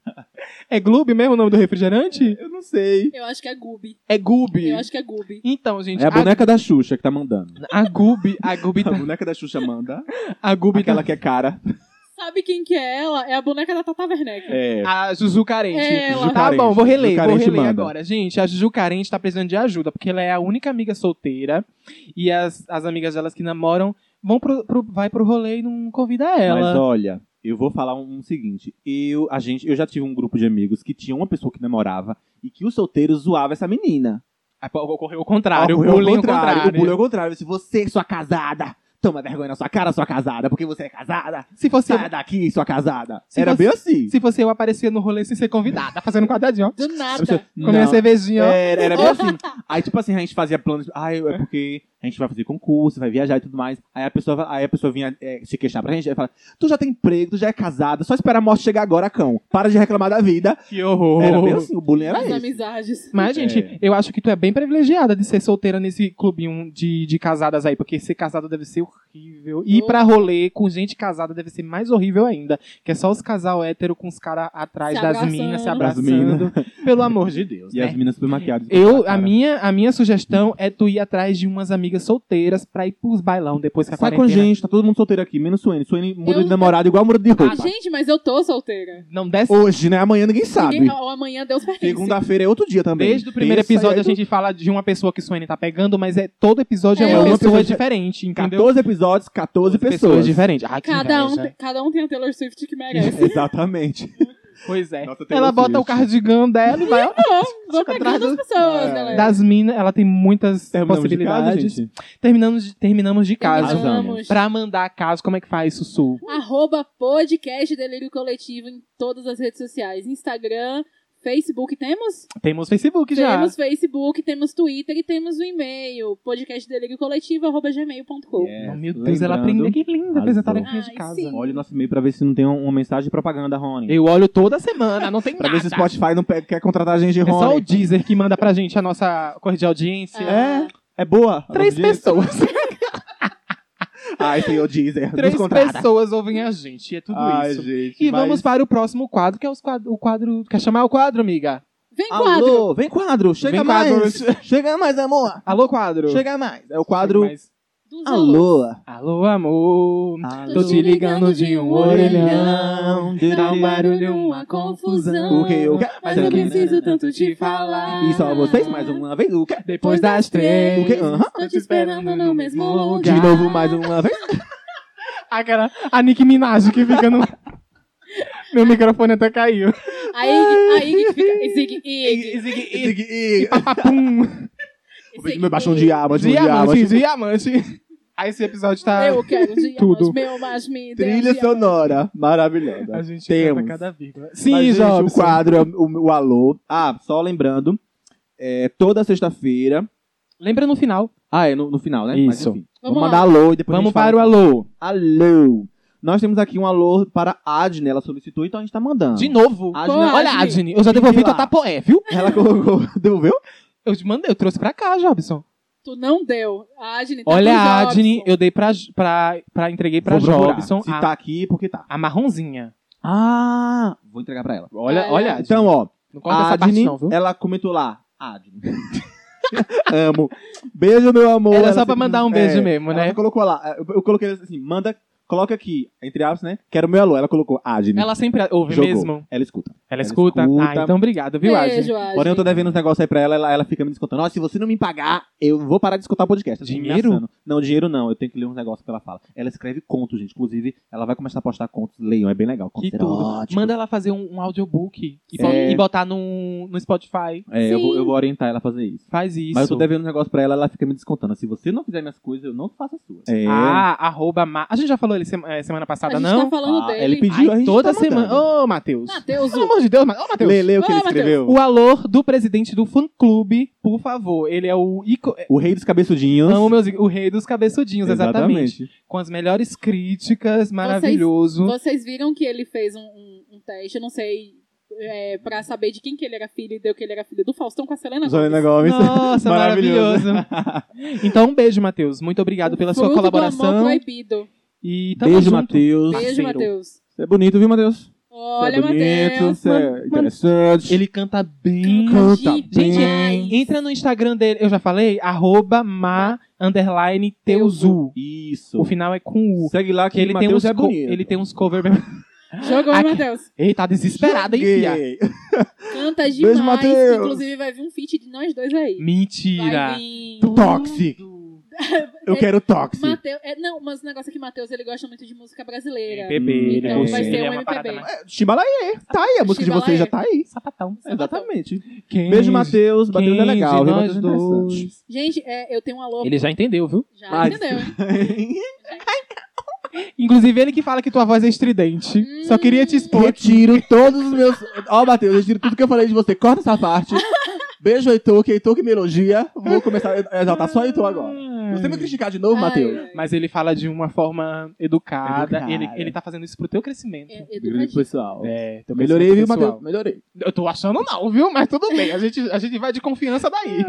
É Gloob mesmo o nome do refrigerante?
Eu não sei.
Eu acho que é Gubi.
É Goob.
Eu acho que é Gubi.
Então, gente,
É a boneca da Xuxa que tá mandando.
a Goob. A Goob
A
tá.
boneca da Xuxa manda.
A Goob tá.
Aquela que é cara.
Sabe quem que é ela? É a boneca da Tata Werneck.
É.
A Juju Carente.
É ela.
Tá
Carente.
bom, vou
Juju
reler, vou
Carente
reler
manda.
agora. Gente, a Juju Carente tá precisando de ajuda, porque ela é a única amiga solteira e as, as amigas delas que namoram vão pro, pro- vai pro rolê e não convida
Mas
ela.
olha, eu vou falar um, um seguinte. Eu, a gente, eu já tive um grupo de amigos que tinha uma pessoa que namorava e que o solteiro zoava essa menina.
Ah, pô, Ocorreu o contrário, o
Ocorreu
bullying
ao
ao contrário.
O bullying ao contrário. Se você, é sua casada, toma vergonha na sua cara, sua casada, porque você é casada.
Se fosse eu,
Saia daqui, sua casada.
Se
Era
você-
bem assim.
Se fosse eu aparecia no rolê sem ser convidada, fazendo um quadradinho, ó.
Do nada.
Com minha
Não.
cervejinha, ó.
É, Era, era bem assim. Aí, tipo assim, a gente fazia planos. Ai, é porque a gente vai fazer concurso, vai viajar e tudo mais. Aí a pessoa, va- aí a pessoa vinha é, se queixar pra gente. Aí fala: Tu já tem emprego, tu já é casada, só espera a morte chegar agora, cão. Para de reclamar da vida.
Que horror.
Era bem assim, o bullying era
As
esse.
amizades.
Mas, gente,
É.
eu acho que tu é bem privilegiada de ser solteira nesse clubinho de, de casadas aí, porque ser casada deve ser horrível. E ir pra rolê com gente casada deve ser mais horrível ainda, que é só os casal hétero com os caras atrás
Se
das
abraçando.
minas se
Das
abraçando. Pelo amor de Deus,
E
né?
as minas super maquiadas.
Eu, a
Cara.
minha, a minha sugestão é tu ir atrás de umas amigas solteiras pra ir pros bailão depois que a
Sai com a
quarentena...
gente, tá todo mundo solteiro aqui, menos Suene. Suene muda
Eu-
de namorado igual muda de
Ah,
roupa.
gente, mas eu tô solteira.
Não desce
Hoje, né? Amanhã ninguém sabe.
Ninguém, ó, amanhã Deus pertence.
Segunda-feira é outro dia também.
Desde o primeiro
Terça, é
episódio a
aí
gente fala de uma pessoa que Suene tá pegando, mas é todo episódio é,
É,
uma
uma
pessoa,
pessoa
diferente, entendeu?
14 episódios, 14 pessoas.
diferentes. Ai, que
Cada um,
inveja.
tem- cada um tem a Taylor Swift que merece.
Exatamente.
Pois é.
Nossa, tem
ela
outro
bota o
isso.
cardigão dela e vai. ó,
Vou
Atrás
pegando as
do-
pessoas,
É.
galera.
Das minas, ela tem muitas
Terminamos de casa,
possibilidades.
gente?
terminamos, de, terminamos de
Terminamos.
caso.
Arrasamos.
Pra mandar caso, como é que faz, Sussu?
Arroba podcast Delírio Coletivo em todas as redes sociais. Instagram, Facebook, temos?
Temos Facebook já.
Temos Facebook, temos Twitter e temos o e-mail, podcastdeliriocoletivo.gmail.com.
Oh,
Yeah.
meu Deus, ela
Lembrando-
aprendeu. Que linda, fez a
Arrasou.
tarefinha de
Ai,
casa.
sim.
Olha o nosso e-mail pra ver se não tem um, uma mensagem de propaganda, Rony.
Eu olho toda semana, não tem
Pra
nada.
ver se o Spotify não pe- quer contratar a gente,
É só o
Rony.
Deezer que manda pra gente a nossa cor de audiência.
Ah.
É boa?
Três pessoas.
Ai, senhor Deezer. nos
Três
contrata.
pessoas ouvem a gente. É tudo
Ai,
isso.
gente.
E
mas-
vamos para o próximo quadro, que é os quadro, o quadro. Quer chamar o quadro, amiga?
Vem quadro!
Alô, vem quadro. Chega
Vem quadro.
mais. Chega mais, amor.
Alô, quadro.
Chega mais. É o quadro...
Mas-
Dos alôs.
Alô.
Alô, amor.
Alô.
Tô te ligando de um orelhão. Dá um barulho, uma confusão.
O que eu quero...
Mas eu
é?
preciso tanto te falar.
E só vocês mais um. uma vez. O que?
Depois das três.
O quê? Aham.
Tô te esperando no mesmo
De
lugar.
novo mais uma vez.
A cara, a Nicki Minaj que fica no. Meu microfone até caiu.
Aí, aí que fica. Zig, ig,
Zig, ig.
Ah, Papum.
zig,
Meu
um
baixão
ig.
diamante, meu
Diamante,
diamante.
diamante. Aí esse episódio tá.
Eu quero diamante,
Tudo.
meu mas
um
me um deu
Trilha
diamante.
sonora. Maravilhosa.
A gente
Temos.
canta cada vírgula. Sim,
Mas, gente, o
Jobson.
quadro, o, o alô. Ah, só lembrando, é, toda sexta-feira.
Lembra no final.
Ah, é no, no final, né? Mas,
Isso.
enfim,
Vamos
vamos mandar
lá.
alô e depois a
Vamos
gente fala.
para o alô.
alô. Nós temos aqui um alô para a Adne. Ela solicitou, então a gente tá mandando.
De novo.
A
Qual
Adne,
a-
Olha,
Adne,
Adne, eu já devolvi
lá.
tua tapoé, viu?
ela colocou. Devolveu?
Eu te mandei, eu trouxe pra cá, Jobson.
Tu não deu. A Adne tá
Olha
com
a
Jobson.
Adne, eu dei pra, pra, pra entreguei pra
Vou procurar.
Jobson Ah,
Se
a,
tá aqui, porque tá.
a marronzinha.
Ah, vou entregar pra ela.
Olha,
Ah,
olha, Adne.
Então, ó,
não corta
a
essa parte
Adne,
não, viu?
ela comentou lá. Adne. Amo. Beijo, meu amor.
Era
Ela
só pra
sempre-
mandar um
é,
beijo mesmo,
Ela
né?
só colocou lá. Eu, eu coloquei assim, manda, coloca aqui, entre aspas, né? Quero meu alô. Ela colocou Adne.
Ela sempre ouve
Jogou.
mesmo.
Ela escuta.
Ela escuta?
escuta.
Ah, então obrigado, viu, Adne?
Beijo, Adne.
Porém, eu tô devendo uns negócios aí pra ela, ela, ela fica me descontando. Nossa, se você não me pagar, eu vou parar de escutar podcast. Ela fica me
Dinheiro?
ameaçando. Não, dinheiro não. Eu tenho que ler uns negócios que ela fala. Ela escreve contos, gente. Inclusive, ela vai começar a postar contos. Leiam, é bem legal. Contos
Que tudo.
eróticos.
Manda ela fazer um, um audiobook e,
É.
bo- e botar no, no Spotify.
É, eu vou,
Sim.
eu vou orientar ela a fazer isso.
Faz isso.
Mas eu tô devendo um negócio pra ela, ela fica me descontando. Se você não fizer minhas coisas, eu não faço as suas. É.
Ah, arroba... Ma... A gente já falou ele sema- eh, semana
A
passada,
gente
não?
tá falando
Ah,
dele.
ele pediu a
Ai,
gente
toda
tá
semana.
mandando.
Ô, Matheus.
Ah, Matheus,
Pelo amor de Deus, Ma- ô, Matheus.
Lê, lê o que
Ô,
ele
Matheus.
escreveu.
O alor do presidente do fã-clube, por favor. Ele é o... Ico...
O rei dos cabeçudinhos.
Amo meus... O rei dos cabeçudinhos, exatamente.
Exatamente.
Com as melhores críticas, maravilhoso.
vocês viram que ele fez um, um- um teste, eu não sei, é, pra saber de quem que ele era filho e deu que ele era filho do Faustão com a Selena
Zolena
Gomez.
Gomes.
Nossa,
Maravilhoso.
maravilhoso. Então, um beijo, Matheus. Muito obrigado pela sua
Fruto do amor
colaboração.
proibido.
E tamo
Beijo,
junto.
Matheus.
Beijo,
Parceiro.
Matheus.
Você é bonito, viu, Matheus?
Olha,
Você é bonito,
Matheus.
você é
Mano,
interessante.
Ele canta bem.
Canta bem.
Gente, entra no Instagram dele, eu já falei, arroba ma underline teuzu.
Isso.
O final é com U.
Segue lá que
Que ele, tem
Matheus
uns
é
co-
bonito.
ele tem uns cover bem...
Jogou,
Aqui.
Matheus.
Ele tá desesperado, hein, fia?
Gay.
Canta
Beijo,
demais.
Matheus.
Inclusive, vai vir um feat de nós dois aí. Vai
Mentira.
vir.
Toxic. Eu quero Toxic.
Mateus, é, não, mas o negócio é que Matheus ele gosta muito de música brasileira.
MPB, ele é.
Então,
curte.
vai ser
Ele
um
é uma
MPB.
parada mais-
Chimalaê. Tá aí, a música de vocês já tá aí.
Sapatão.
Exatamente.
Quem
Beijo, Matheus.
Quem
Matheus é legal.
de
viu?
nós
Matheus é interessante.
dois?
Gente, é, eu tenho um alô.
Ele já entendeu, viu?
Já
Ah,
entendeu? hein?
Inclusive ele que fala que tua voz é estridente.
Hum.
Só queria te expor.
Retiro todos os meus. Ó, Matheus, eu retiro tudo que eu falei de você. Corta essa parte. Beijo, Heitor, que é Heitor que me elogia. Vou começar a exaltar só Heitor agora.
Ah.
Se você me criticar de novo,
Ai,
Matheus.
ai.
Mas ele fala de uma forma educada.
Educada.
Ele, ele tá fazendo isso pro teu crescimento.
É,
Grande
educadinho.
pessoal.
É, teu
então Melhorei, viu,
crescimento pessoal.
Matheus? Melhorei.
Eu tô achando não, viu? Mas tudo bem. A gente, a gente vai de confiança daí.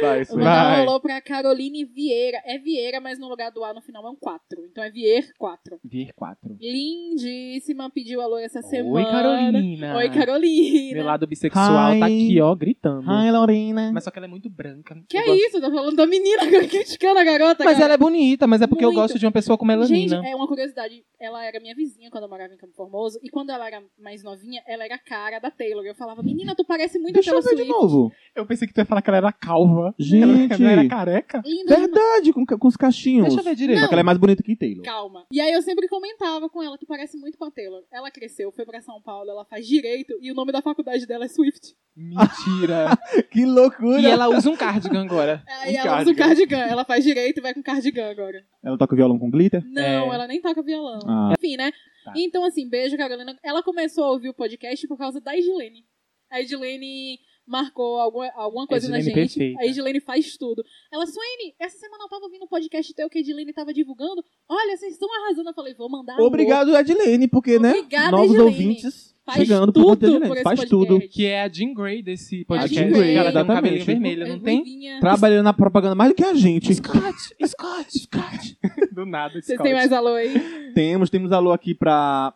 Vai,
Eu vou dar
Vai.
um alô pra Caroline Vieira. É Vieira, mas no lugar do A no final é um 4. Então é Vier 4.
Vir 4.
Lindíssima, pediu alô essa semana.
Oi, Carolina.
Oi, Carolina.
Meu lado bissexual tá
Hi.
aqui, ó, gritando.
Lorena.
Mas só que ela é muito branca.
Que
Eu
é
gosto-
isso? Tá falando da menina que eu criticando. apaixonada na garota,
Mas
cara.
ela é bonita, mas é porque eu
Muito.
gosto de uma pessoa com melanina.
Gente, é uma curiosidade. Ela era minha vizinha quando eu morava em Campo Formoso. E quando ela era mais novinha, ela era a cara da Taylor. Eu falava, menina, tu parece muito
Deixa
a
eu
Taylor
ver de
Swift.
novo.
Eu pensei que tu ia falar que ela era calva.
Gente.
Ela era careca.
Linda demais.
Verdade, com, ca- com os cachinhos.
Deixa eu ver direito.
Só que ela é mais bonita que Taylor.
Calma. E aí eu sempre comentava com ela, tu parece muito com a Taylor. Ela cresceu, foi pra São Paulo, ela faz direito e o nome da faculdade dela é Swift.
Mentira.
Que loucura.
e ela usa um cardigan agora.
Aí
Um
ela usa o cardigan, ela faz direito e vai com cardigan agora.
Ela toca violão com glitter?
Não, ela nem toca violão.
É. Ah.
Enfim, né?
Tá.
Então, assim, beijo, Carolina. Ela começou a ouvir o podcast por causa da Edilene. A Edilene marcou alguma, alguma coisa na
Edilene
gente.
perfeita.
A Edilene faz tudo. Ela, Suene, essa semana eu tava ouvindo o podcast teu que a Edilene tava divulgando. Olha, vocês estão arrasando. Eu falei, vou mandar. alô.
Obrigado, Edilene, porque, né?
Obrigada,
novos
Edilene.
ouvintes
Faz
chegando
tudo
por conta da
por
Edilene.
esse
Faz
podcast.
tudo.
Que é a Jean Grey desse
A
podcast.
Jean Grey,
ela tem um
exatamente.
cabelinho vermelho,
É
não tem?
ruivinha.
Trabalhando na propaganda mais do que a gente.
Scott, Scott, Scott. Do nada,
Vocês
Scott.
têm mais alô aí?
Temos, temos alô aqui pra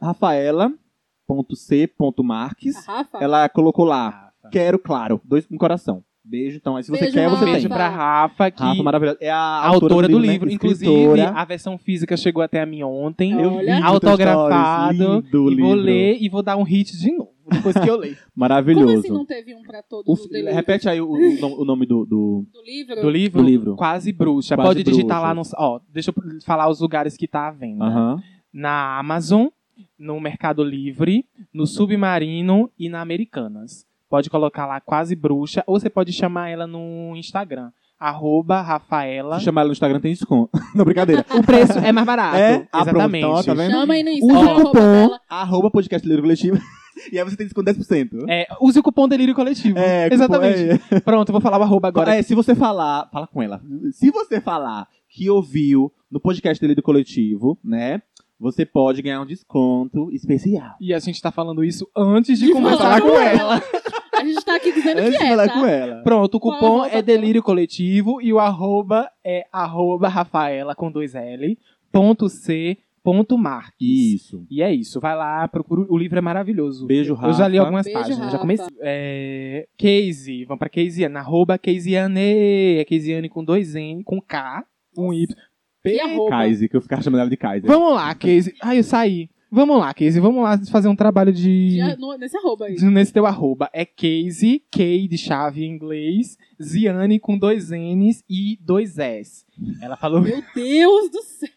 Rafaela.c.marques.
A Rafa?
Ela é colocou lá,
Rafa.
quero, claro, dois com coração. Beijo, então. Aí se você
Beijo,
quer, você
Rafa.
Beijo
tem.
pra é, Rafa, que
Rafa, maravilhosa. É a,
a autora do
né?
livro. Inclusive,
Escritora. É.
a versão física chegou até a mim ontem.
Eu Olha. vi
autografado.
stories, lindo
e vou
livro.
ler e vou dar um hit de novo. Depois que eu leio.
Maravilhoso.
Como assim não teve um pra todos
O
os
fi-
do, livro?
repete aí o, o nom- o nome do, do-
do livro?
Do livro?
do livro.
Quase bruxa.
Quase
Pode digitar
Bruxa.
lá no. Ó, deixa eu falar os lugares que tá à venda.
Aham.
na Amazon, no Mercado Livre, no Submarino e na Americanas. Pode colocar lá quase bruxa, ou você pode chamar ela no Instagram. Arroba Rafaela.
Se chamar ela no Instagram, tem desconto. não, brincadeira.
O preço é mais barato.
É? Ah, pronto,
Exatamente.
então, tá vendo?
Chama aí no
Usa
Instagram.
o
arroba
cupom,
dela.
arroba podcast livro coletivo. e aí você tem desconto 10%.
É, use o cupom Delírio Coletivo.
cupom-
Exatamente.
é.
Pronto, eu vou falar o arroba agora.
É, se você falar, fala com ela. Se você falar que ouviu no podcast dele do coletivo, né? Você pode ganhar um desconto especial.
E a gente tá falando isso antes de,
De
conversar
falar
com
com
ela.
A gente tá aqui dizendo
Antes
que
de
é,
falar
tá?
com ela.
Pronto, o
Qual
cupom
arroba
é Delírio Coletivo e o arroba é arroba Rafaela com dois L, ponto C, ponto Marques.
Isso.
E é isso, vai lá, procura. O livro é maravilhoso.
Beijo,
Eu já li
Rafa.
algumas
Beijo,
páginas,
Rafa.
já comecei. É, Casey, vamos pra Caseyane, arroba Caseyane. É Caseyane com dois N, com K, um Y.
E arroba?
Kaiser, que eu ficava chamando ela de Kaiser.
Vamos lá, Casey. Ai, eu saí. Vamos lá, Casey, vamos lá fazer um trabalho de...
Já no- Nesse arroba aí.
de- Nesse teu arroba é Casey, K de chave em inglês, Ziane com dois N's e dois S. Ela falou
Meu Deus do céu.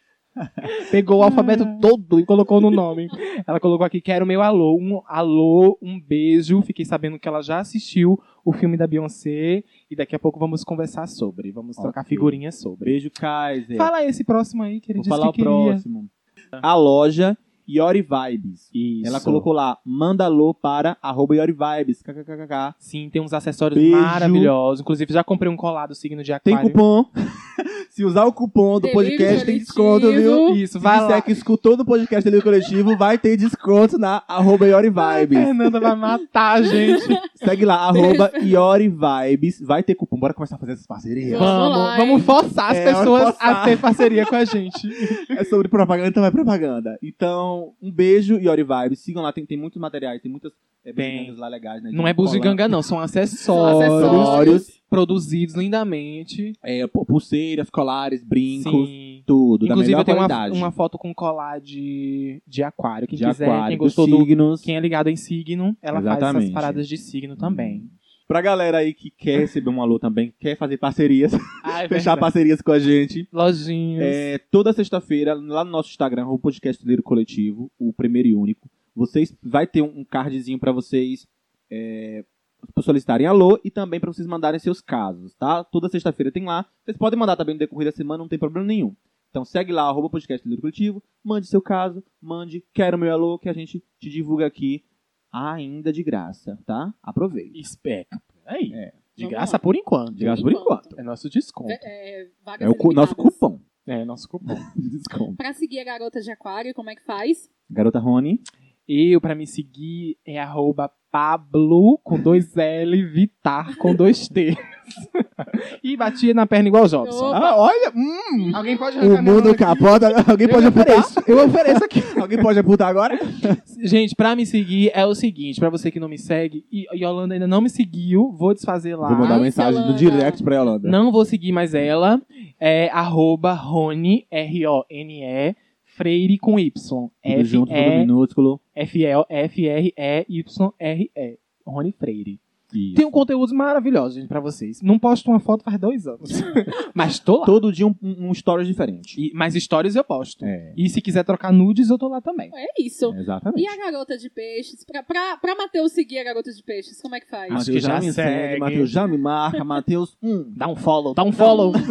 Pegou o alfabeto todo e colocou no nome. Ela colocou aqui, quero meu alô, um alô, um beijo. Fiquei sabendo que ela já assistiu o filme da Beyoncé e daqui a pouco vamos conversar sobre, vamos trocar
Ok.
figurinhas sobre.
Beijo, Kaiser.
Fala esse próximo aí que ele
Vou
disse
falar o
que queria.
próximo. A loja Yori Vibes.
Isso.
Ela colocou lá, manda alô para arroba Yori Vibes. kkkk.
Sim, tem uns acessórios
Beijo.
maravilhosos. Inclusive já comprei um colado signo de
Tem
aquário.
cupom. Se usar o cupom do
Delírio
podcast, tem desconto,
coletivo.
viu?
Isso,
Se
vai
disser
lá.
que escutou do podcast Delírio Coletivo, vai ter desconto na arroba Iori Vibes.
Fernanda vai matar a gente.
Segue lá, arroba Iori Vibes. Vai ter cupom. Bora começar a fazer essas parcerias.
Vamos
vamos,
lá,
vamos
hein?
forçar as
É, vamos
pessoas
forçar.
a ter parceria com a gente.
É sobre propaganda, então é propaganda. Então, um beijo, Iori Vibes. Sigam lá, tem, tem muitos materiais, tem muitas é,
Tem.
bugigangas lá legais, né?
Não é
buziganga
buziganga, não, são acessórios,
acessórios.
produzidos lindamente.
É, pu- pulseiras, colares, brincos,
Sim.
tudo.
Inclusive,
da melhor
eu tenho uma,
qualidade.
uma foto com colar de, de aquário. Quem
de
quiser, quem
aquário, dos
gostou do.
signos.
Quem é ligado em signo, ela faz essas
Exatamente.
paradas de signo também.
Pra galera aí que quer receber um alô também, quer fazer parcerias,
É
fechar parcerias com a gente,
Lojinhas.
É, toda sexta-feira, lá no nosso Instagram, o Podcast Leiro Coletivo, o primeiro e único, vocês vai ter um cardzinho pra vocês é, solicitarem alô e também pra vocês mandarem seus casos, tá? Toda sexta-feira tem lá. Vocês podem mandar também no decorrer da semana, não tem problema nenhum. Então segue lá, arroba Podcast Leiro Coletivo, mande seu caso, mande quero meu alô, que a gente te divulga aqui ainda de graça, tá? Aproveite.
Espectro. Aí.
É.
De
Vamos
graça
lá.
por enquanto.
De graça por enquanto.
É nosso desconto.
É, é, vagas
É o cu- nosso
ilimitadas.
cupom
É, nosso cupom.
de desconto.
Pra seguir a garota de aquário, como é que faz?
Garota Rony,
Eu, pra me seguir, é arroba Pablo com dois L, Vitar com dois T. e batia na perna igual Jobson.
Opa.
Ah, olha,
Alguém pode
O mundo capota. Alguém
Eu
pode apontar?
ofereço, eu ofereço aqui.
Alguém pode apontar agora?
Gente, pra me seguir é o seguinte, pra você que não me segue, e e Yolanda ainda não me seguiu, vou desfazer lá.
Vou mandar
Ai,
mensagem no
Solana.
direct pra Yolanda.
Não vou seguir mais ela. é arroba Rony, R-O-N-E, Freire com Y.
Tudo junto, tudo
F-E,
minúsculo.
F-E-F-R-E-Y-R-E. Rony Freire.
Isso.
Tem um conteúdo maravilhoso, gente, pra vocês. Não posto uma foto faz dois anos. Mas tô lá.
Todo dia um, um um stories diferente.
E, mas histórias eu posto.
É,
E se quiser trocar nudes, eu tô lá também.
É isso.
exatamente.
E a garota de peixes? Pra, pra, pra Matheus seguir a garota de peixes, como é que faz?
Acho
Matheus
que
já,
já
me segue,
segue.
Matheus já me marca, Matheus, hum.
Dá um follow, dá um follow.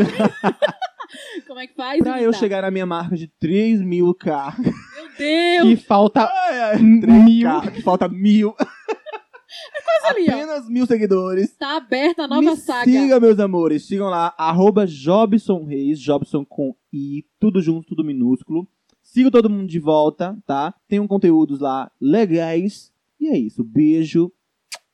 Como é que faz?
Pra eu
Isa?
chegar na minha marca de 3 mil K.
Meu Deus!
que falta um
Mil.
mil.
que falta mil.
ali, ó.
Apenas mil seguidores.
Tá aberta a nova
me
saga.
siga, meus amores. Sigam lá, arroba Jobson Reis, Jobson com I, tudo junto, tudo minúsculo. Siga todo mundo de volta, tá? Tem um conteúdos lá legais. E é isso, beijo.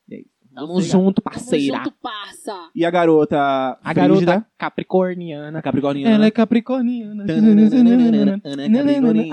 E é isso.
Tamo junto,
Tamo
parceira.
junto, passa.
E a garota
A
Frígida?
garota capricorniana.
a capricorniana.
Ela é capricorniana.
Capricorniana.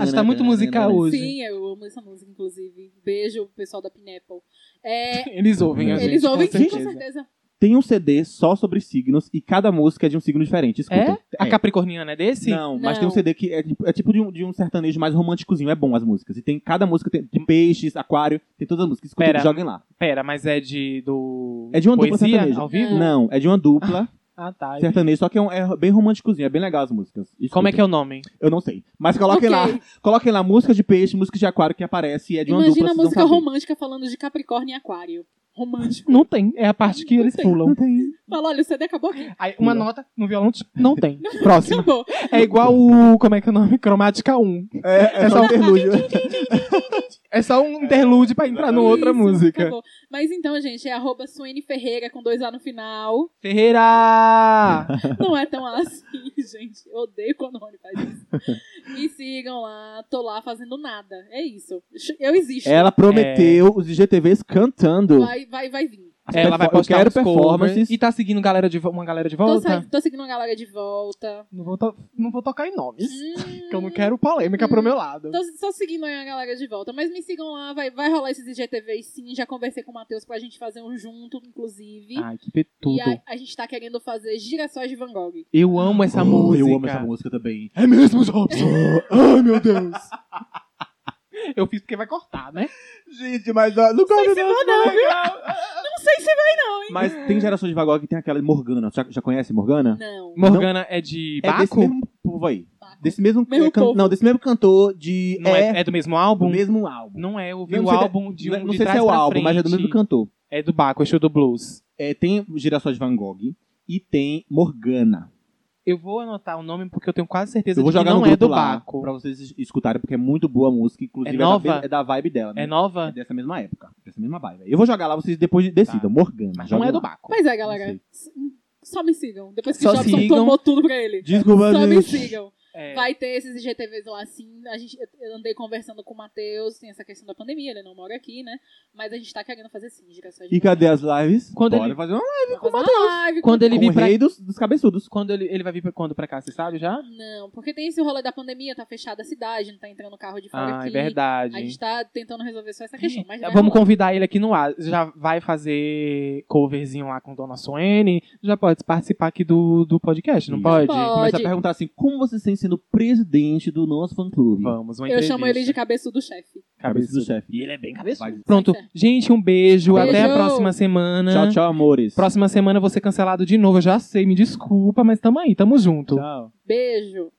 Acho que tá muito musical hoje.
Sim, eu amo essa música, inclusive. Beijo, pessoal da Pineapple. É,
Eles ouvem a gente.
eles ouvem
com
sim, com
certeza.
certeza.
Tem um CD só sobre signos e cada música é de um signo diferente. Escutem.
É? A capricorniana é desse?
Não, mas tem um
Não.
CD que é, tipo- é tipo de um, de um sertanejo mais românticozinho. É bom as músicas. E tem cada música, tem de peixes, aquário, tem todas as músicas. Escutem,
Pera.
joguem lá.
Pera, mas é de do.
É de uma dupla
poesia
sertaneja.
ao
Ah.
vivo?
Não, é de uma dupla
Ah, tá.
sertaneja, só que é, um- é bem românticozinho, é bem legal as músicas. Escutem.
Como é que é o nome?
Eu não sei. Mas coloquem
Ok.
lá. Coloquem lá música de peixe, música de aquário que aparece e é de uma
Imagina
dupla.
a
vocês
música
vão saber.
romântica falando de Capricórnio e Aquário. Romântico.
Não tem. É a parte que eles pulam.
Não tem.
Fala, olha, o CD acabou aqui.
Aí, uma
Pula.
nota no violão. tch, Não tem. Próximo.
Acabou.
É igual o. Como é que é o nome? Cromática 1.
É, é só um interlúdio.
É só um interlude pra entrar numa outra
Isso,
música.
acabou. Mas então, gente, é arroba Suene Ferreira com dois A no final.
Ferreira!
Não é tão assim, gente. Eu odeio quando o Rony faz isso. Me sigam lá, tô lá fazendo nada. É isso. Eu existo.
Ela prometeu os IGTVs cantando.
Vai, vai, vai vir.
As
É, Ela vai
perfo-
postar
eu quero
uns covers
performances.
E tá seguindo galera de, vo- uma galera de
Tô,
volta?
sa- tô seguindo a galera de volta.
Não vou, to- não vou tocar em nomes.
Hum,
Que eu não quero polêmica pro meu lado.
Tô só seguindo a galera de volta. Mas me sigam lá, vai, vai rolar esses IGTVs sim. Já conversei com o Matheus pra gente fazer um junto, inclusive.
Ai, que petudo.
e a, a gente tá querendo fazer girassóis de Van Gogh.
Eu amo essa
Oh,
música.
Eu amo essa música também.
É mesmo, Jobson? Ai, meu Deus. Eu fiz porque vai cortar, né?
Gente, mas ó, não come não, não,
Não sei se vai, não, hein?
Mas tem geração de Vagó que tem aquela Morgana. Já, já conhece Morgana?
Não.
Morgana é de
É desse
Baco?
mesmo povo aí. Desse mesmo,
Mesmo
é, can-
povo.
Não, desse mesmo cantor de.
Não é, é do mesmo álbum?
do mesmo álbum.
Não é, eu vi
Não
o
sei se é-
álbum de um
não
de
sei se
trás
é o
pra
álbum,
frente.
mas é do mesmo cantor.
É do Baco, é show do blues.
É, tem Girassol de Van Gogh e tem Morgana.
Eu vou anotar o nome porque eu tenho quase certeza
Eu vou
de que
jogar
não
no
é
grupo
do
lá
Baco.
pra vocês es- escutarem, porque é muito boa a música. Inclusive,
É nova?
da, é da vibe dela. né?
É nova?
É dessa mesma época. Dessa mesma vibe. Eu vou jogar lá, vocês depois decidam. Morgana.
Mas não
joguem
é do
lá.
Baco.
Pois
Não
é, galera.
sei.
S- Só me sigam. Depois que
Só
o Jobson
sigam.
tomou tudo pra ele.
Desculpa,
Só me
gente.
sigam.
É.
Vai ter esses IGTVs lá sim. A gente, eu andei conversando com o Matheus, tem essa questão da pandemia, ele não mora aqui, né? Mas a gente tá querendo fazer sim, gerações
E cadê as lives?
Quando
Bora
ele-
fazer uma
Quando ele
com o
vir pra...
rei dos, dos cabeçudos.
Quando ele, ele vai vir pra, quando pra cá, você sabe já?
Não, porque tem esse rolê da pandemia, tá fechada a cidade, não tá entrando carro de fora
Ah,
aqui.
é
A gente
verdade.
tá tentando resolver só essa questão. Mas né, vai
Vamos
rolar.
convidar ele aqui no ar. Já vai fazer coverzinho lá com Dona Suene. Já pode participar aqui do, do podcast, não
Isso.
pode?
Pode.
Começa a perguntar assim, como você está sendo presidente do nosso fã-clube?
Vamos, uma
Eu
entrevista.
chamo ele de cabeçudo chefe.
Cabeça do chefe.
E ele é bem
Vai.
cabeçudo. Pronto.
Pois é.
Gente, um beijo.
Beijo.
Até a próxima semana.
Tchau, tchau, amores.
Próxima semana eu vou ser cancelado de novo. Eu já sei, me desculpa, mas tamo aí, tamo junto.
Tchau.
Beijo.